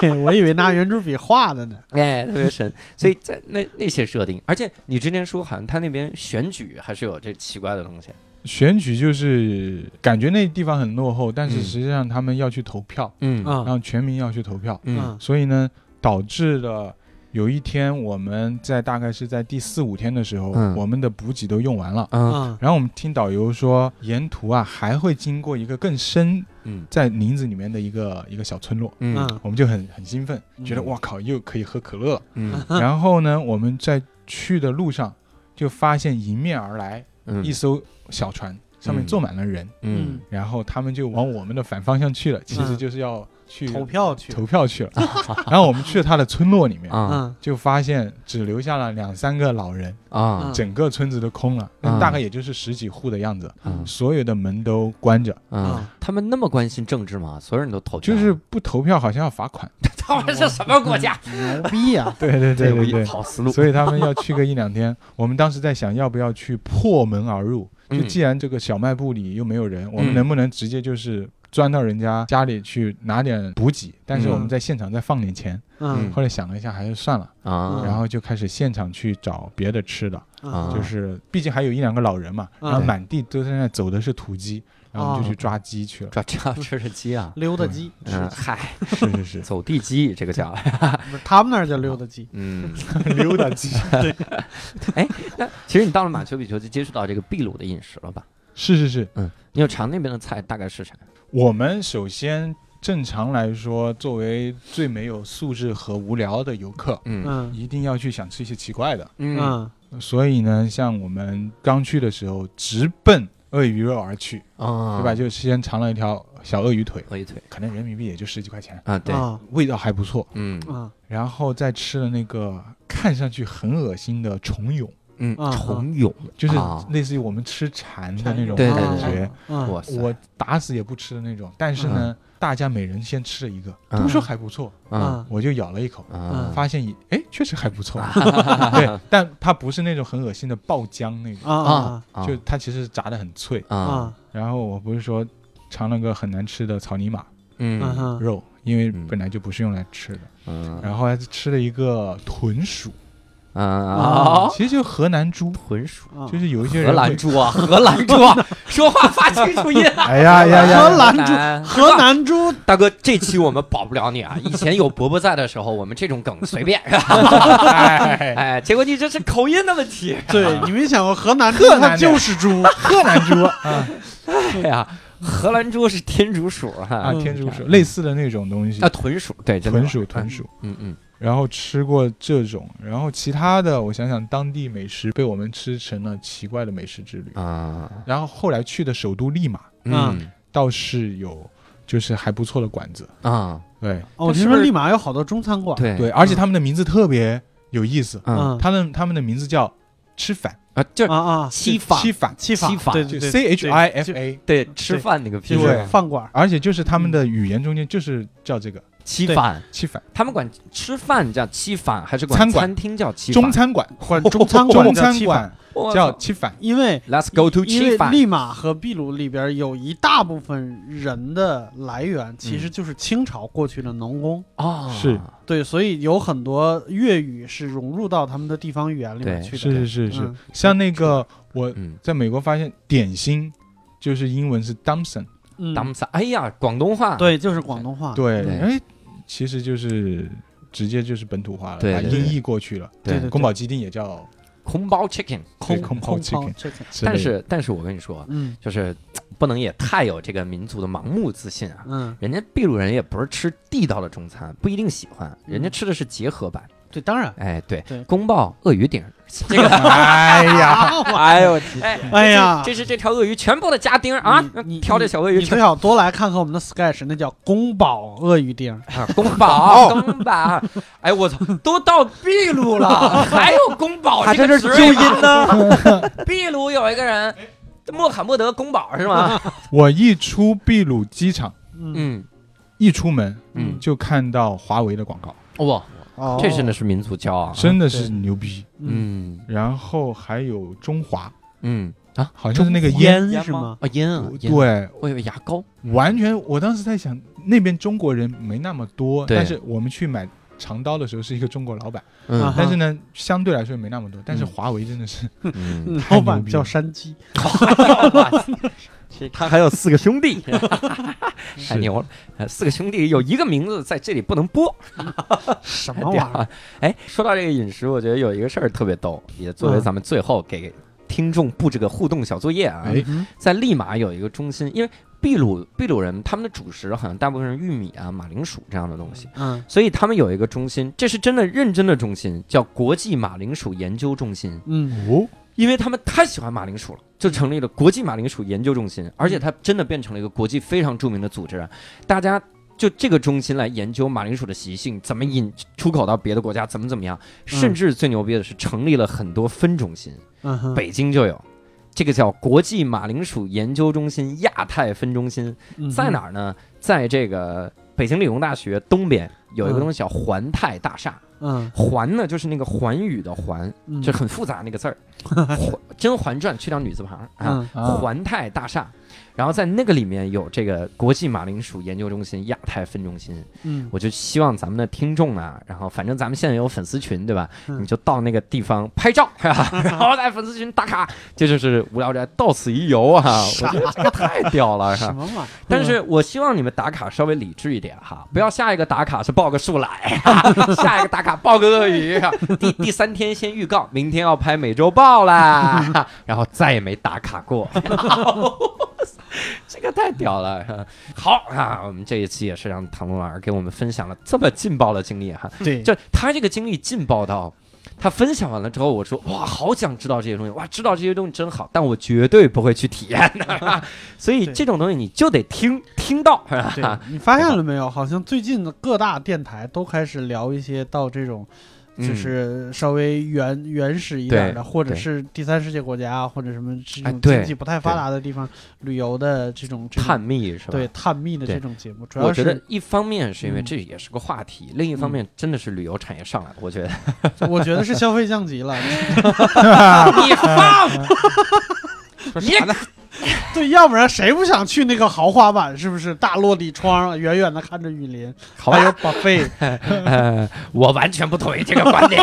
Speaker 2: 对我以为拿圆珠笔画的呢。
Speaker 1: 哎，特别神。所以在那那些设定，而且你之前说好像他那边选举还是有这奇怪的东西，
Speaker 3: 啊选举就是感觉那地方很落后，但是
Speaker 1: 嗯
Speaker 3: 实际上他们要去投票，
Speaker 1: 嗯
Speaker 3: 然后全民要去投票，
Speaker 1: 嗯
Speaker 2: 嗯
Speaker 3: 所以呢，导致了有一天我们在大概是在第四五天的时候，
Speaker 1: 嗯
Speaker 3: 我们的补给都用完了。
Speaker 1: 嗯
Speaker 2: 嗯
Speaker 3: 然后我们听导游说，沿途啊还会经过一个更深
Speaker 1: 嗯
Speaker 3: 在林子里面的一个一个小村落，
Speaker 1: 嗯
Speaker 2: 嗯
Speaker 3: 我们就很很兴奋，
Speaker 2: 嗯
Speaker 3: 觉得哇靠，又可以喝可乐了。
Speaker 1: 嗯
Speaker 3: 然后呢，我们在去的路上就发现迎面而来
Speaker 1: 嗯
Speaker 3: 一艘小船，上面坐满了人，
Speaker 1: 嗯
Speaker 3: 然后他们就往我们的反方向去了，其实就是要
Speaker 2: <laughs>
Speaker 3: 去
Speaker 2: 投票去。
Speaker 3: 投
Speaker 1: <laughs>
Speaker 3: 票去了。然后我们去了他的村落里面，
Speaker 1: 啊
Speaker 2: 嗯
Speaker 3: 就发现只留下了两三个老人，
Speaker 1: 啊
Speaker 3: 整个村子都空了，那
Speaker 1: 嗯
Speaker 3: 大概也就是十几户的样子，
Speaker 1: 嗯
Speaker 3: 所有的门都关着，
Speaker 2: 嗯
Speaker 1: 啊！他们那么关心政治吗？所有人都投票，
Speaker 3: 就是不投票好像要罚
Speaker 1: <laughs>
Speaker 3: 款。
Speaker 4: 他们是什么国家？
Speaker 2: 牛逼啊呀！
Speaker 3: <laughs> 对对
Speaker 1: 这
Speaker 3: 对
Speaker 1: 个
Speaker 3: 对对。
Speaker 1: 好思路，
Speaker 3: 所以他们要去个一两天。 <laughs> 我们当时在想，要不要去破门而入？就
Speaker 1: 嗯
Speaker 3: 既然这个小卖部里又没有人，我
Speaker 1: 嗯
Speaker 3: 们能不能直接就是钻到人家家里去拿点补给？但
Speaker 1: 嗯
Speaker 3: 是我们在现场再放点钱。
Speaker 2: 嗯
Speaker 3: 后来想了一下，还是算了，
Speaker 1: 啊，
Speaker 3: 然后就开始现场去找别的吃的，
Speaker 1: 啊
Speaker 3: 嗯就是毕竟还有一两个老人嘛，
Speaker 2: 嗯
Speaker 3: 然后满地都在那走的是土鸡，然后我们
Speaker 1: 啊
Speaker 3: 就
Speaker 2: 哦
Speaker 3: 去抓鸡去
Speaker 1: <laughs>
Speaker 3: 了。
Speaker 1: 抓抓吃着鸡啊，
Speaker 2: 溜达鸡，
Speaker 1: 嗯，嗨，
Speaker 3: 是是 <laughs> 是，
Speaker 1: 走地鸡这个叫，
Speaker 2: 不是他们那儿叫溜达鸡。
Speaker 1: 嗯，
Speaker 3: <laughs> 溜达
Speaker 2: <laughs>
Speaker 3: 鸡。
Speaker 1: 那其实你到了马丘比丘就接触到这个秘鲁的饮食了吧？
Speaker 3: 是是是，
Speaker 1: 你有尝那边的菜大概是啥？
Speaker 3: 我们首先。正常来说，作为最没有素质和无聊的游客，
Speaker 1: 嗯
Speaker 2: 嗯
Speaker 3: 一定要去想吃一些奇怪的。
Speaker 1: 嗯
Speaker 2: 嗯
Speaker 3: 所以呢，像我们刚去的时候，直奔鳄鱼肉而去，
Speaker 1: 啊，
Speaker 3: 对吧？就先尝了一条小鳄鱼腿，
Speaker 1: 我一腿
Speaker 3: 可能人民币也就十几块钱，
Speaker 1: 啊，对，
Speaker 2: 啊
Speaker 3: 味道还不错。
Speaker 1: 嗯
Speaker 2: 啊
Speaker 3: 然后再吃了那个看上去很恶心的虫蛹，
Speaker 1: 嗯，
Speaker 2: 啊
Speaker 1: 虫蛹
Speaker 3: 就是
Speaker 1: 啊
Speaker 3: 类似于我们吃蝉的那种
Speaker 1: 对对
Speaker 3: 感
Speaker 1: 对
Speaker 3: 觉。
Speaker 2: 嗯
Speaker 1: 哇塞，
Speaker 3: 我打死也不吃的那种，但是呢，大家每人先吃了一个，
Speaker 1: 嗯
Speaker 3: 都说还不错，
Speaker 1: 啊
Speaker 3: 我就咬了一口，
Speaker 1: 啊，
Speaker 3: 发现也哎确实还
Speaker 1: <laughs>
Speaker 3: 不错，对，但它不是那种很恶心的爆浆那种。
Speaker 2: 啊
Speaker 1: 啊
Speaker 3: 就它其实炸的很脆。
Speaker 1: 啊
Speaker 2: 啊
Speaker 3: 然后我不是说尝了个很难吃的草泥马
Speaker 2: 嗯
Speaker 1: 嗯
Speaker 2: 哼
Speaker 3: 肉，因为
Speaker 1: 嗯
Speaker 3: 本来就不是用来吃的，
Speaker 1: 嗯
Speaker 3: 然后还吃了一个豚鼠，
Speaker 1: 啊啊，
Speaker 3: 其实就荷兰猪，
Speaker 1: 豚鼠。
Speaker 2: 啊
Speaker 3: 就是有一些人
Speaker 1: 荷兰
Speaker 3: 会，
Speaker 1: 猪啊，荷兰猪啊，说话发清楚音啊！
Speaker 3: <laughs> 哎呀呀呀，
Speaker 2: 荷兰猪
Speaker 1: 猪，
Speaker 2: 河南
Speaker 3: <laughs>
Speaker 2: 猪
Speaker 1: 大哥，这期我们保不了你啊！以前有伯伯在的时候，我们这种梗随便，
Speaker 3: 哎，
Speaker 1: 哎，结果你这是口音的问题。
Speaker 2: 对，你没想过河南猪
Speaker 3: 啊河南
Speaker 2: 它
Speaker 3: 的
Speaker 2: 就是
Speaker 3: <laughs>
Speaker 2: 猪，
Speaker 3: 荷兰猪啊
Speaker 1: 哎呀，荷兰猪是天竺鼠
Speaker 3: 啊，
Speaker 1: 哈，
Speaker 3: 天竺鼠类似的那种东西
Speaker 1: 嗯啊，，豚鼠对，真的
Speaker 3: 豚鼠豚鼠。
Speaker 1: 嗯嗯
Speaker 3: 然后吃过这种，然后其他的，我想想，当地美食被我们吃成了奇怪的美食之旅。
Speaker 1: 啊，
Speaker 3: 然后后来去的首都利马，
Speaker 1: 嗯
Speaker 3: 倒是有，就是还不错的馆子。
Speaker 1: 啊，
Speaker 3: 对
Speaker 2: <laughs> 哦，听说立马有好多中餐馆。
Speaker 1: 对
Speaker 3: 对，，而且他们的名字特别有意思，
Speaker 1: 嗯
Speaker 2: 嗯
Speaker 3: 他们他们的名字叫吃饭，
Speaker 1: 啊，就是
Speaker 2: 啊啊，
Speaker 1: 七法
Speaker 3: 吃饭，
Speaker 2: 七
Speaker 1: 七
Speaker 2: 法
Speaker 1: 法
Speaker 2: 对
Speaker 3: 就
Speaker 2: 对对
Speaker 3: C H I F A，
Speaker 1: 对吃饭那个拼
Speaker 2: 就
Speaker 1: 音
Speaker 3: 对
Speaker 2: 是饭馆儿。
Speaker 3: 而且就是他们的语言中间就是叫这个
Speaker 1: 七饭，
Speaker 3: 吃饭，
Speaker 1: 他们管吃饭叫七饭，还是
Speaker 3: 餐
Speaker 1: 管
Speaker 3: 馆
Speaker 1: 餐厅叫七饭？
Speaker 3: 中餐馆
Speaker 2: 或者中餐馆
Speaker 3: 中
Speaker 2: 叫
Speaker 3: 餐
Speaker 2: 七法，
Speaker 3: 馆
Speaker 1: 我
Speaker 3: 叫
Speaker 1: 操
Speaker 3: 吃饭，
Speaker 2: 因为
Speaker 1: ，Let's go to
Speaker 2: 因为
Speaker 1: 七饭。
Speaker 2: 利马和秘鲁里边有一大部分人的来源其实就是清朝过去的农工，
Speaker 1: 啊，
Speaker 3: 是
Speaker 2: 对，所以有很多粤语是融入到他们的地方语言里面
Speaker 1: 对
Speaker 2: 去的。
Speaker 3: 是是是是
Speaker 2: 嗯，
Speaker 3: 像那个我
Speaker 1: 嗯，
Speaker 3: 在美国发现点心就是英文是 dumpson，
Speaker 2: 嗯，
Speaker 1: 咱们仨，哎呀，广东话，
Speaker 2: 对，就是广东话。
Speaker 3: 对
Speaker 1: 对，
Speaker 3: 哎，其实就是直接就是本土化了，
Speaker 1: 对
Speaker 3: 把
Speaker 1: 对对
Speaker 3: 音译过去了。
Speaker 2: 对对
Speaker 3: 宫保鸡丁也叫
Speaker 1: 空包 chicken。
Speaker 3: 对
Speaker 2: 空
Speaker 3: 空
Speaker 2: 空
Speaker 3: 包
Speaker 2: 包 chicken
Speaker 3: chicken，之类
Speaker 1: 但
Speaker 3: 的
Speaker 1: 是，但是我跟你说，
Speaker 2: 嗯
Speaker 1: 就是不能也太有这个民族的盲目自信啊。
Speaker 2: 嗯
Speaker 1: 人家秘鲁人也不是吃地道的中餐，不一定喜欢，人家吃的是结合版，
Speaker 2: 对，当然，
Speaker 1: 哎，对
Speaker 2: 对，
Speaker 1: 公报鳄鱼顶，这个，
Speaker 3: 哎呀，
Speaker 2: 啊
Speaker 4: <laughs>
Speaker 5: 哎呦我天，
Speaker 1: 哎
Speaker 2: 哎呀
Speaker 1: 这是这条鳄鱼全部的家丁啊
Speaker 2: 你你，
Speaker 1: 挑着小鳄鱼
Speaker 2: 你最 <laughs>
Speaker 1: 全
Speaker 2: 好多来看看我们的 sketch，那叫宫保鳄鱼钉。
Speaker 1: 啊宫保宫保，哎，我操，
Speaker 4: 都到秘鲁了，还有宫保
Speaker 1: 他
Speaker 4: 这
Speaker 1: 哦这
Speaker 4: 个
Speaker 1: 是
Speaker 4: 职
Speaker 1: 纠
Speaker 4: 位
Speaker 1: 音呢，
Speaker 4: 吗秘鲁有一个人，穆罕默德宫保是吗？
Speaker 3: 我一出秘鲁机场，
Speaker 2: 嗯，
Speaker 1: 嗯
Speaker 3: 一出门
Speaker 1: 嗯，
Speaker 3: 就看到华为的广告，
Speaker 1: 哇，
Speaker 2: 哦
Speaker 1: 这真的是民族骄傲啊，
Speaker 3: 真的
Speaker 2: 对
Speaker 3: 是牛逼。
Speaker 2: 嗯，
Speaker 1: 嗯
Speaker 3: 然后还有中华，
Speaker 1: 嗯啊
Speaker 3: 好像是那个烟，
Speaker 2: 烟
Speaker 5: 烟
Speaker 2: 是吗？
Speaker 1: 啊烟啊烟，
Speaker 3: 对，
Speaker 1: 我以为牙膏，
Speaker 3: 完全，我当时在想，那边中国人没那么多，
Speaker 1: 对
Speaker 3: 但是我们去买长刀的时候是一个中国老板，
Speaker 1: 嗯
Speaker 2: 啊
Speaker 3: 但是呢，相对来说没那么多。但是
Speaker 1: 嗯
Speaker 3: 华为真的是，
Speaker 1: 嗯，
Speaker 2: 嗯
Speaker 3: 太
Speaker 2: 老
Speaker 3: 牛
Speaker 2: 板
Speaker 3: 逼
Speaker 2: 叫
Speaker 3: 了
Speaker 2: 山鸡，
Speaker 1: 他还有四个兄
Speaker 2: <laughs>
Speaker 1: 弟， <laughs> 太
Speaker 3: 是
Speaker 1: 牛了，呃四个兄弟有一个名字在这里不能播，
Speaker 2: <laughs> 什么玩意儿？
Speaker 1: 哎，说到这个饮食，我觉得有一个事儿特别逗，也作为
Speaker 2: 嗯
Speaker 1: 咱们最后给听众布置个互动小作业啊。
Speaker 3: 哎
Speaker 2: 嗯
Speaker 1: 在利马有一个中心，因为秘鲁秘鲁人他们的主食好像大部分是玉米啊、马铃薯这样的东西，
Speaker 2: 嗯，
Speaker 1: 所以他们有一个中心，这是真的认真的中心，叫国际马铃薯研究中心，
Speaker 2: 嗯
Speaker 3: 哦，
Speaker 1: 因为他们太喜欢马铃薯了。就成立了国际马铃薯研究中心，而且它真的变成了一个国际非常著名的组织啊，大家就这个中心来研究马铃薯的习性，怎么引出口到别的国家，怎么怎么样，甚至最牛逼的是成立了很多分中心，
Speaker 2: 嗯哼，
Speaker 1: 北京就有。这个叫国际马铃薯研究中心亚太分中心，
Speaker 2: 嗯哼
Speaker 1: 在哪？儿呢？在这个北京理工大学东边有一个东西叫环泰大厦。
Speaker 2: 嗯，
Speaker 1: 环呢，就是那个环宇的环，
Speaker 2: 嗯
Speaker 1: 就很复杂那个
Speaker 2: <laughs>
Speaker 1: 字儿，环《甄嬛传》去掉女字旁啊，
Speaker 2: 嗯
Speaker 3: 啊
Speaker 1: 环泰大厦。然后在那个里面有这个国际马铃薯研究中心亚太分中心，
Speaker 2: 嗯
Speaker 1: 我就希望咱们的听众呢，然后反正咱们现在有粉丝群，对吧？
Speaker 2: 嗯
Speaker 1: 你就到那个地方拍照，是吧 <laughs> 然后在粉丝群打卡，这就是无聊斋到此一游啊！我觉得这个太屌了，是
Speaker 2: 什
Speaker 1: 吧？
Speaker 2: 么玩意儿？
Speaker 1: 但是我希望你们打卡稍微理智一点哈，不要下一个打卡是抱个树懒，下一个打卡抱个鳄鱼， <laughs> 第第三天先预告明天要拍美洲豹啦， <laughs> 然后再也没打卡过。 <laughs> 这个太屌了！好啊，我们这一期也是让唐龙老师给我们分享了这么劲爆的经历哈，
Speaker 2: 对，
Speaker 1: 就他这个经历劲爆到，他分享完了之后，我说哇，好想知道这些东西，哇，知道这些东西真好，但我绝对不会去体验的。 <laughs> 所以
Speaker 2: 嗯对
Speaker 1: 这种东西你就得听听到，是吧？ <laughs>
Speaker 2: 对，你发现了没有？好像最近的各大电台都开始聊一些到这种，
Speaker 1: 嗯
Speaker 2: <laughs> 就是稍微原原始一点的，或者
Speaker 1: 对
Speaker 2: 是第三世界国家，啊或者什么这
Speaker 1: 哎
Speaker 2: 种
Speaker 1: 对
Speaker 2: 经济不太发达的地方旅游的这种这种
Speaker 1: 探秘是吧？
Speaker 2: 对。探秘的
Speaker 1: 对
Speaker 2: 这种节目，主要
Speaker 1: 我觉得
Speaker 2: 是
Speaker 1: 一方面是因为
Speaker 2: 嗯
Speaker 1: 这也是个话题，另一方面真的是旅游产业上来了，我觉得
Speaker 2: 我觉
Speaker 1: <laughs>
Speaker 2: 得是消费降级了。 <laughs> 啊
Speaker 4: 你放，你
Speaker 2: 对，要不然谁不想去那个豪华版？是不是大落地窗，远远的看着雨林，
Speaker 1: 好吧
Speaker 2: 还有宝
Speaker 1: <laughs>
Speaker 2: 贝，
Speaker 1: 呃，我完全不同意这个观
Speaker 2: <laughs>
Speaker 1: 点，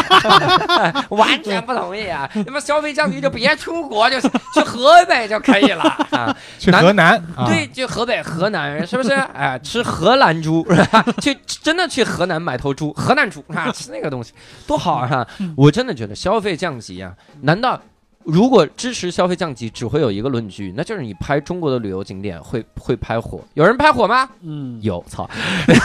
Speaker 1: <laughs> 完全不同意啊！
Speaker 4: 那么消费降级就别出国，就去河北就可以
Speaker 1: <laughs>
Speaker 4: 了。
Speaker 1: 啊，
Speaker 3: 去
Speaker 1: 南
Speaker 3: 河南啊，
Speaker 4: 对，
Speaker 1: 去河北、河南是不是？哎、吃荷兰猪，是吧 <laughs> 去真的去河南买头猪，河南猪啊，吃那个东西多好啊！我真的觉得消费降级啊，难道？如果支持消费降级，只会有一个论据，那就是你拍中国的旅游景点会会拍火，有人拍火吗？
Speaker 2: 嗯，
Speaker 1: 有，操，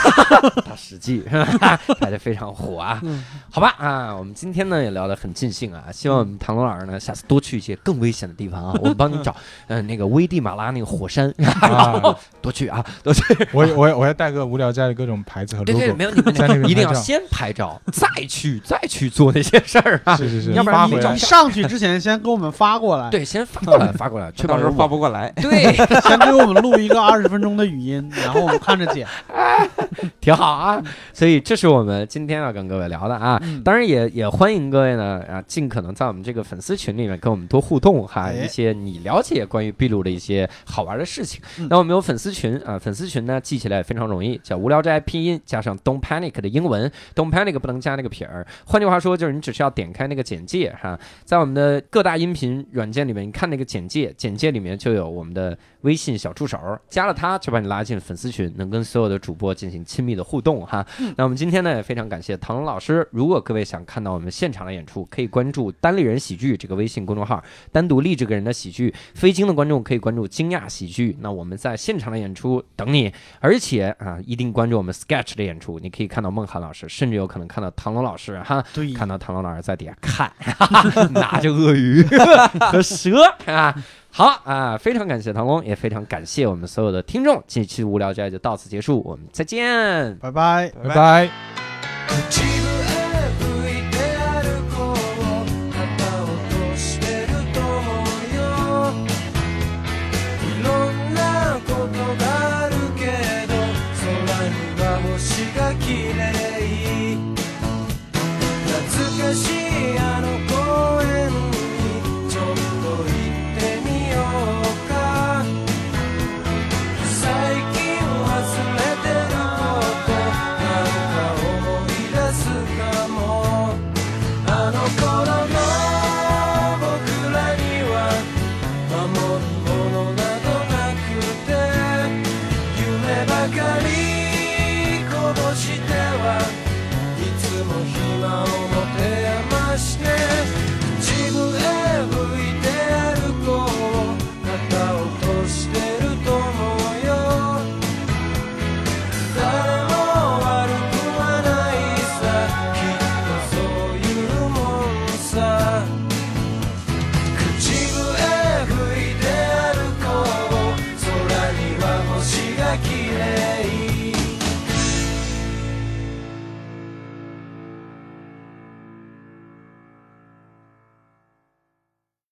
Speaker 1: <laughs> 大史记 <laughs> 拍的非常火啊！
Speaker 2: 嗯
Speaker 1: 好吧啊，我们今天呢也聊得很尽兴啊，希望我们唐龙老师呢下次多去一些更危险的地方啊，我们帮你找，嗯，那个危地马拉那个火山，然后多去啊，多去，
Speaker 3: 我我我要带个无聊斋的各种牌子和
Speaker 1: 对对，
Speaker 3: logo，
Speaker 1: 没有你们
Speaker 3: 在那边
Speaker 1: 一定
Speaker 3: 拍
Speaker 1: 要
Speaker 3: 照
Speaker 1: 先拍照，再去再去做那些事儿啊，
Speaker 3: 是是是，
Speaker 1: 要不然
Speaker 3: 发
Speaker 1: 你
Speaker 3: 回
Speaker 1: 找
Speaker 3: 来
Speaker 2: 你上去之前先给我们发过来，
Speaker 1: 对，先发过来发过来，确保
Speaker 5: 到时候
Speaker 1: 有
Speaker 5: 发
Speaker 1: 我
Speaker 5: 不过来，
Speaker 4: 对，
Speaker 2: 先给我们录一个二十分钟的语音，然后我们看着剪。
Speaker 1: <laughs> 挺好啊，所以这是我们今天要跟各位聊的啊。
Speaker 2: 嗯
Speaker 1: 当然也也欢迎各位呢啊，尽可能在我们这个粉丝群里面跟我们多互动哈，
Speaker 2: 哎
Speaker 1: 一些你了解关于秘鲁的一些好玩的事情。
Speaker 2: 嗯
Speaker 1: 那我们有粉丝群啊，粉丝群呢记起来也非常容易，叫无聊斋拼音加上 Don't Panic 的英文，Don't Panic 不能加那个撇儿。换句话说，就是你只需要点开那个简介哈，在我们的各大音频软件里面，你看那个简介，简介里面就有我们的微信小助手，加了他就把你拉进粉丝群，能跟所有的主播进行亲密的互动哈。那我们今天呢也非常感谢唐龙老师。如果各位想看到我们现场的演出，可以关注单立人喜剧这个微信公众号，单独立这个人的喜剧。非京的观众可以关注惊讶喜剧。那我们在现场的演出等你，而且啊一定关注我们 Sketch 的演出，你可以看到孟涵老师，甚至有可能看到唐龙老师哈。
Speaker 2: 对，
Speaker 1: 看到唐龙老师在底下看，拿着鳄鱼和蛇啊。好啊，非常感谢唐龙，也非常感谢我们所有的听众。这期无聊斋就到此结束，我们再见。
Speaker 2: 拜拜。
Speaker 3: 拜拜。
Speaker 6: Jesus.